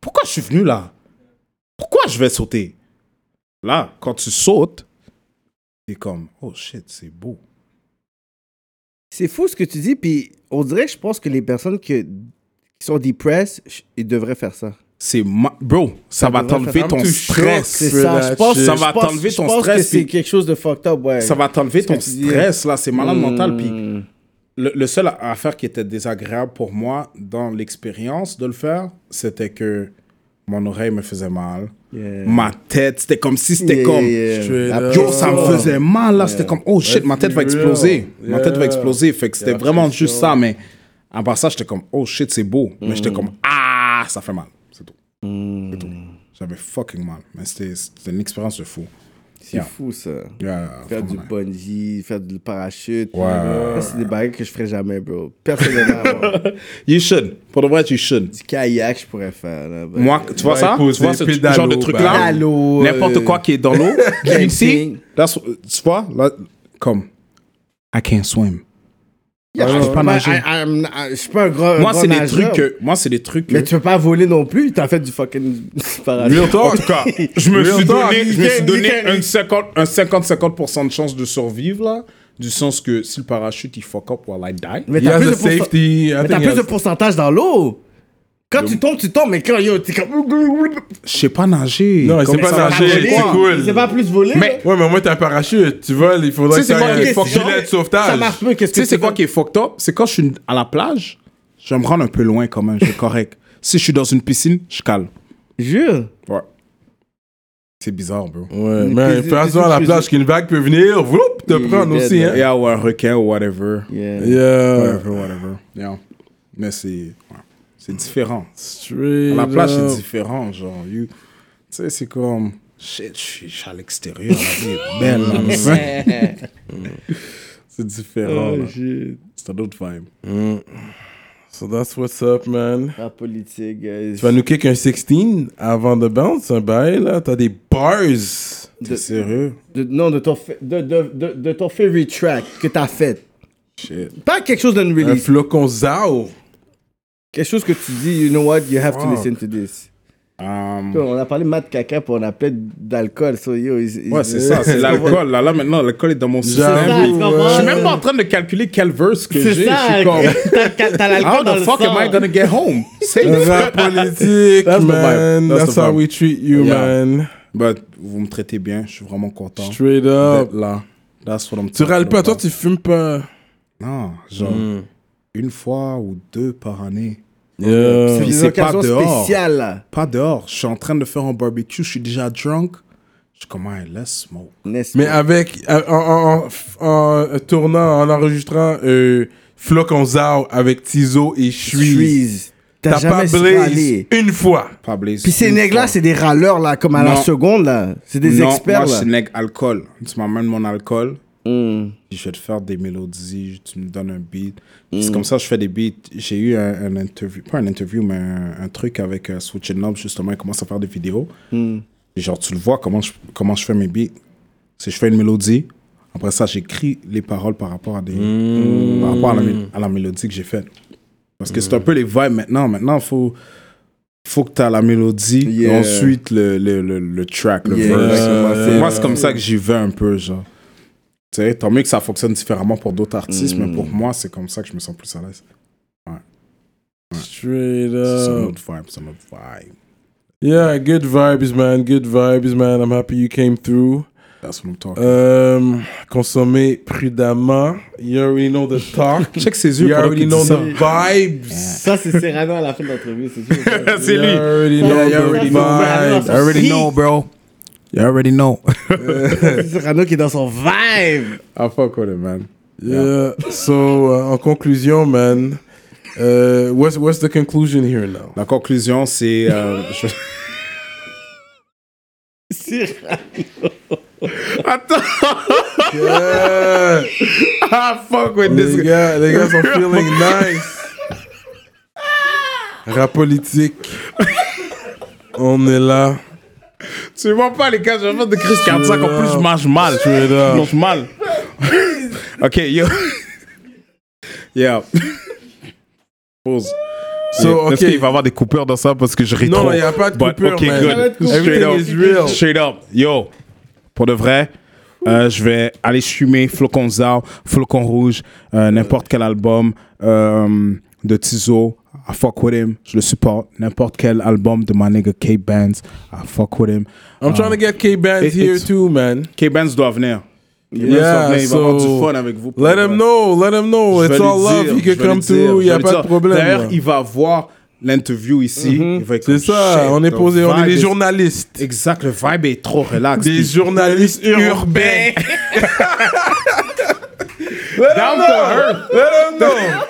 E: Pourquoi je suis venu là? Pourquoi je vais sauter? Là, quand tu sautes, tu es comme, oh shit, c'est beau.
D: C'est fou ce que tu dis, puis on dirait que je pense que les personnes que- qui sont depressed, je- ils devraient faire ça.
E: C'est ma- Bro, ça, va
D: devrait
E: t'enlever
D: faire-
E: ton
C: I'm too
E: stress.
C: shocked.
D: C'est
C: Fais
D: ça,
C: la
D: je pense.
C: shit.
E: Ça va
D: je pense-
E: t'enlever
D: je
E: ton
D: pense
E: stress,
D: que c'est
E: puis-
D: quelque chose de fucked up, ouais.
E: ça va t'enlever ton
D: que tu dis. hein.
E: stress, là, c'est malade mental. Puis
D: Mm.
E: le, le seul a- affaire qui était désagréable pour moi dans l'expérience de le faire, c'était que mon oreille me faisait mal.
D: Yeah.
E: Ma tête, c'était comme si c'était
D: Yeah,
E: comme.
D: yeah, yeah.
C: Straight
E: Yo,
C: up.
E: ça me faisait mal, là. C'était comme, oh shit, ma tête va
C: Let's be
E: exploser.
C: real.
E: Ma tête va
C: Yeah.
E: exploser. Fait que c'était
C: Yeah,
E: vraiment
C: c'est
E: juste
C: sûr.
E: ça, mais à part ça, j'étais comme, oh shit, c'est beau. Mais
D: Hmm.
E: j'étais comme, ah, ça fait mal. C'est tout. C'est tout. J'avais fucking mal. Mais c'était c'était une expérience de fou.
D: C'est
E: Yeah.
D: fou, ça.
E: Yeah,
D: Faire du
E: vraiment.
D: bungee, faire du parachute.
E: Ouais.
D: Ça, c'est des bagages que je ferais jamais, bro. Personnellement, moi.
E: You should. Pour de vrai, you should.
D: du kayak, je pourrais faire. là, ben.
E: Moi, tu vois
C: Ouais,
E: ça?
C: poser,
E: Tu vois ce
C: pédalo,
E: genre de
C: bah.
E: truc-là?
D: Pédalo,
E: N'importe
D: euh,
E: quoi qui est dans l'eau.
D: camping.
E: Ici, là, so- tu vois, là, comme I can't swim.
D: Yeah,
E: je peux pas nager.
D: I- I'm- I- Je suis pas un grand.
E: Moi,
D: grand
E: c'est des
D: nageur.
E: trucs que. Moi, c'est des trucs que.
D: Mais tu peux pas voler non plus, t'as fait du fucking parachute.
E: Real talk. En tout cas, je me
C: Real
E: suis
C: talk.
E: donné, je me suis donné
D: Nickel,
E: un 50 un 50-50% de chance de survivre, là. Du sens que si le parachute, il fuck up while I die.
D: Mais
C: He
D: t'as
C: has
D: plus,
C: a
D: de, pourcent-
C: safety. I
D: mais t'as
C: think he
D: plus de
C: has-
D: pourcentage dans l'eau. Quand tu tombes, tu tombes, mais quand yo, t'es comme.
E: Je sais pas nager.
C: Non, il
E: Comme
C: sait pas
E: ça,
C: nager,
E: nager.
C: Ah, c'est cool.
D: C'est pas plus voler.
E: Mais-
C: Ouais, mais moi, t'as un parachute. Tu voles, il faudrait que
E: Tu sais, c'est moi qui
C: t'aies
E: ai
C: un
E: fucké.
C: gilet de
D: Ça
C: sauvetage.
D: marche pas, qu'est-ce que
E: Tu sais, c'est
D: tu
E: quoi
D: fais?
E: qui est fucked up? C'est quand je suis à la plage, je vais me rendre un peu loin quand même, je suis correct. si je suis dans une piscine, je cale.
D: Jure.
E: Ouais. C'est bizarre, bro.
C: Ouais, mais
D: puis-
C: fais
D: puis-
C: souvent à la
D: puis-
C: plage qu'une vague peut venir, whoop, te
D: Il est
C: prendre
D: dead,
C: aussi,
D: là.
C: hein.
E: Yeah, ou un requin ou whatever.
D: Yeah.
C: Yeah.
E: Whatever, whatever. Yeah. Mais c'est. ouais. C'est différent. À
C: Straight
E: la plage,
C: up.
E: c'est différent. Genre, you- tu sais, c'est comme. Shit, je suis je suis à l'extérieur. La vie est belle. là, mais c'est- c'est
D: Oh,
E: différent. là. c'est un autre vibe.
C: So that's what's up, man.
D: La politique, guys.
C: Tu vas nous kick un 16 avant de bounce, un bail, là. T'as des bars.
E: T'es sérieux?
D: De- non, de ton, fa- de, de, de, de ton favorite track que t'as fait.
E: Shit.
D: Pas quelque chose d'un
C: Un
D: release.
C: flocon Zao.
D: quelque chose que tu dis, you know what, you have to listen to this.
E: Um,
D: On a parlé de mat caca, puis on a appelé d'alcool. So yo, is- is-
E: Ouais, c'est ça, c'est l'alcool. Là, là, maintenant, l'alcool est dans mon
C: J'avoue,
E: système.
D: tu comprends?
E: Je suis même pas en train de calculer quel verse que j'ai.
D: C'est
E: Je
D: ça.
E: suis comme,
D: T'as- T'as t'as
E: how
D: l'alcool dans
E: the
D: le
E: fuck am I
D: sang.
E: gonna get home? Say this.
C: Rap politique,
E: That's the
C: man.
E: vibe. That's
C: That's,
E: the
C: how
E: vibe.
C: we treat you,
E: Yeah.
C: man.
E: But vous me traitez bien, je suis vraiment content
C: Straight up.
E: d'être là. That's what I'm
C: Tu
E: talking
C: râles pas,
E: about.
C: toi, tu fumes pas.
E: Non, genre,
D: Hmm.
E: une fois ou deux par année.
C: Yeah.
E: Puis
D: Des
E: c'est pas
D: occasions
E: dehors.
D: spéciales, là.
E: Pas dehors. Je suis en train de faire un barbecue, je suis déjà drunk. Je suis comme, hey, let's smoke.
D: n'est-ce
C: Mais
D: pas?
C: avec, euh, en, en- en- en euh, tournant, en enregistrant euh, Flocon Zao avec Tizo et Shui,
D: Trees.
C: t'as
D: T'as
C: pas
D: jamais
C: blaze
D: parlé.
C: une fois.
E: Pas blessé.
D: Puis ces
E: Une
D: nègres-là,
E: fois.
D: c'est des râleurs, là, comme à la
E: Non.
D: seconde, là. C'est des
E: non,
D: experts,
E: moi,
D: là.
E: je suis nègre alcool. Tu m'amènes mon alcool,
D: Mm.
E: puis je vais te faire des mélodies, tu me donnes un beat. Puis C'est comme ça que je fais des beats. J'ai eu un, un interview, pas un interview, mais un, un truc avec euh, Switching Up, justement, il commence à faire des vidéos. Et genre, tu le vois, comment je, comment je fais mes beats. C'est je fais une mélodie, après ça, j'écris les paroles par rapport à, des,
D: Hmm.
E: par rapport à, la, mél- à la mélodie que j'ai faite. Parce que c'est un peu les vibes maintenant. Maintenant, il faut, faut que tu as la mélodie,
D: Yeah.
E: et ensuite le, le, le, le track, le
D: Yeah,
E: verse.
D: exactement.
E: C'est- Moi, c'est comme ça que j'y vais un peu, genre. Tu sais, tant mieux que ça fonctionne différemment pour d'autres artistes, mais
D: Hmm.
E: pour moi, c'est comme ça que je me sens plus à l'aise.
C: Straight
D: Euh.
E: C'est un
C: up.
E: autre vibe, c'est un autre vibe.
C: Yeah, good vibes, man. Good vibes, man. I'm happy you came through.
E: That's what I'm
D: Euh,
E: talking.
C: Um, consommer prudemment. You already know the talk.
E: Check ses yeux
C: you
E: pendant qu'il
C: already
E: dit
C: know
E: ça.
C: the vibes.
D: Ça, c'est Serrano à la fin de l'entrevue, c'est sûr.
E: C'est
C: You already
D: Yeah,
C: know
D: you already
C: the
D: know. I
C: vibes.
D: already know,
E: bro. You already know.
D: C'est Serrano qui est dans son vibe.
E: I fuck with it, man.
C: Yeah. So, uh, en conclusion, man, uh, what's what's the conclusion here now?
E: La conclusion, c'est... euh, je-
D: Serrano.
C: Yeah.
E: I Ah, fuck with
C: Les
E: this.
C: gars, les gars sont feeling nice. Rap politique. On est là.
E: Tu vois pas, les gars, j'ai envie de Chris Cardiac. En plus, je mange mal.
C: Straight
E: Je
C: up.
E: mange mal. OK, yo. Yeah. Pause.
C: So,
E: Est-ce qu'il
C: okay.
E: va y avoir des coupures dans ça parce que je ris
C: Non,
E: trop?
C: il n'y a pas de
E: But,
C: coupure,
E: ok,
C: man.
E: good. Straight
C: Everything
E: up.
C: is real.
E: Straight up. Yo, pour de vrai, euh, je vais aller fumer Flocon Zao, Flocon Rouge, euh, n'importe quel album euh, de Tizo. I fuck with him. Je le supporte. N'importe quel album de my nigga K-Bands. I fuck with him.
C: I'm trying to get K Bands
E: It-
C: here
E: it's-
C: too, man.
E: K-Bands doit venir. K-Bands doit
C: Yeah,
E: venir. Il va avoir du
C: so-
E: fun avec vous.
C: Let him know, let him know.
E: Je vais
C: It's all
E: lui
C: love.
E: dire,
C: He
E: je
C: can
E: vais
C: come
E: lui dire,
C: through. Il
E: je
C: n'y
E: vais
C: a
E: lui
C: pas
E: dire.
C: de problème. là.
E: D'ailleurs, il va voir l'interview ici. Il va être
C: C'est
E: comme,
C: ça,
E: shit,
C: on est
E: the
C: posé, on est
E: vibe
C: des
E: is-
C: journalistes.
E: Exact, le vibe est trop relax.
C: Des
E: Puis-
C: journalistes urbains.
E: Down to earth.
C: Let them know.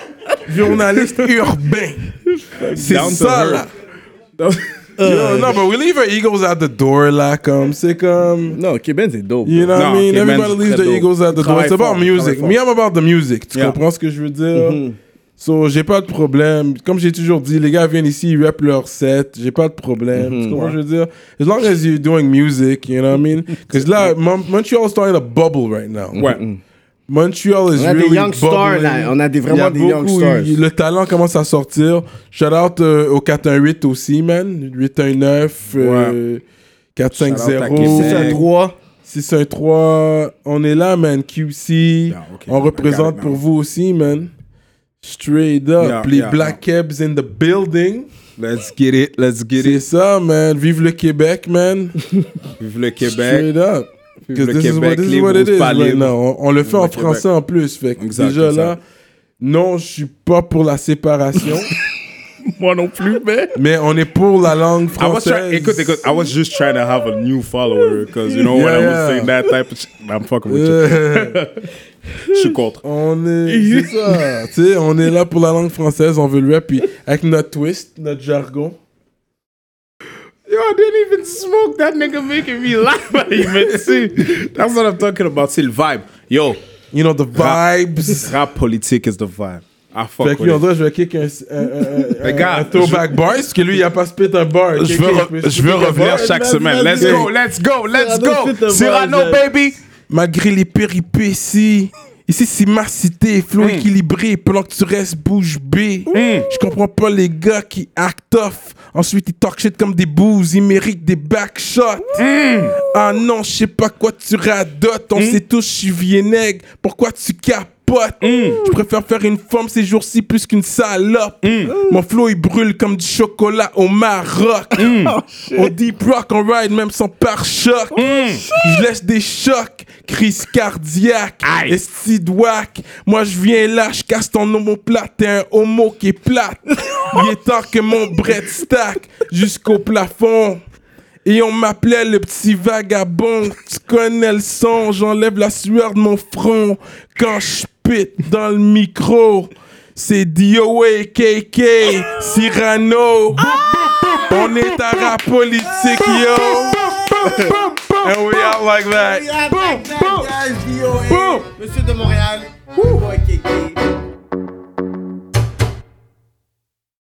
C: Journalistes urbains. C'est
E: Down to
C: ça,
E: earth.
C: là. Yo, no, but we leave our egos at the door, là, comme, c'est comme...
D: Non, Keben, c'est dope.
C: You know what
E: Non,
C: I mean?
E: ok, man,
C: Everybody
E: c'est
C: leaves
E: très
C: their
E: dope.
C: egos at the door.
E: Travaille
C: It's about
E: fort,
C: music.
E: travaille fort.
C: Me, I'm about the music. Tu
E: Yeah. Mm-hmm.
C: comprends ce que je veux dire? So, j'ai pas de problème. Comme j'ai toujours dit, les gars viennent ici, ils rappent leur set. J'ai pas de problème.
E: Mm-hmm.
C: Tu comprends ce que je veux dire? As long as you're doing music, you know what I mean? Because là, Mon- Montreal is starting a bubble right now.
E: Ouais.
C: Montreal is
D: On a des
C: really
D: young stars,
C: bubbling.
D: là. On a des- vraiment
C: Il y
D: des young
C: beaucoup,
D: stars.
C: il- Le talent commence à sortir. Shout out euh, au 418 aussi, man. 819, euh, 450,
D: 6-1-3.
C: 613. On est là, man. QC.
E: Yeah, okay.
C: On
E: I got
C: représente
E: it now.
C: pour vous aussi, man. Straight up.
E: Yeah,
C: Les
E: yeah,
C: Black Cabs in the building.
G: Let's get it, let's get
C: C'est
G: it.
C: ça, man. Vive le Québec, man.
G: Vive le Québec.
C: Straight up.
G: Vive
C: 'Cause
G: le
C: this is what-
G: Québec,
C: this is
G: libre
C: what
G: ou
C: it is
G: pas
C: right
G: libre.
C: now. On, on le fait en
E: Québec.
C: français en plus. Fait que
E: Exact,
C: déjà
E: exact.
C: là, non, je suis pas pour la séparation,
E: Moi non plus, mais.
C: mais on est pour la langue
E: I was
C: française.
E: trying, écoute, écoute, I was just trying to have a new follower, because you know when I
C: Yeah.
E: was saying that type of shit, I'm fucking with you.
C: Euh,
E: Je suis contre.
C: on est, c'est ça, tu sais, on est là pour la langue française, on veut le rap, puis avec notre twist, notre jargon.
E: Yo, I didn't even smoke. That nigga making me laugh. even see. That's what I'm talking about. C'est le vibe. Yo,
C: You know, the vibes.
E: rap politique is the vibe. I fuck
C: Fait que
E: with
C: lui, on
E: it.
C: dirait, je vais kick un, un, un- un-
E: gars,
C: un throwback bar, parce que lui, il a pas spit un bar.
E: Je
C: Ok,
E: veux,
C: ok,
E: re-
C: peux
E: je veux
C: spit un
E: revenir
C: bar,
E: chaque
C: man,
E: semaine.
C: man,
E: Let's
C: man.
E: go, let's go, let's
C: Cyrano
E: go.
C: fit the
E: Cyrano,
C: vibe.
E: baby.
C: Malgré les péripéties, ici c'est ma cité, flow équilibré, pendant que tu restes bouche bée. Je comprends pas les gars qui act off, ensuite ils talk shit comme des bouses, ils méritent des backshots. Ah non, je sais pas quoi tu radotes, on sait tous, je suis viennègue, pourquoi tu capotes? Je préfère faire une femme ces jours-ci plus qu'une salope. Mon flow il brûle comme du chocolat au Maroc. On deep rock, on ride même sans pare-choc. Je laisse des chocs, crise cardiaque, estidouac. Moi je viens là, je casse ton homoplate, t'es un homo qui est plate. Il est temps que mon bread stack jusqu'au plafond. Et on m'appelait le petit vagabond. Tu connais le son, j'enlève la sueur de mon front quand je pite dans le micro. C'est DOA, KK, Cyrano. On est à rap politique, yo. And we out like that.
D: Boom, boom. Monsieur de Montréal. Boom.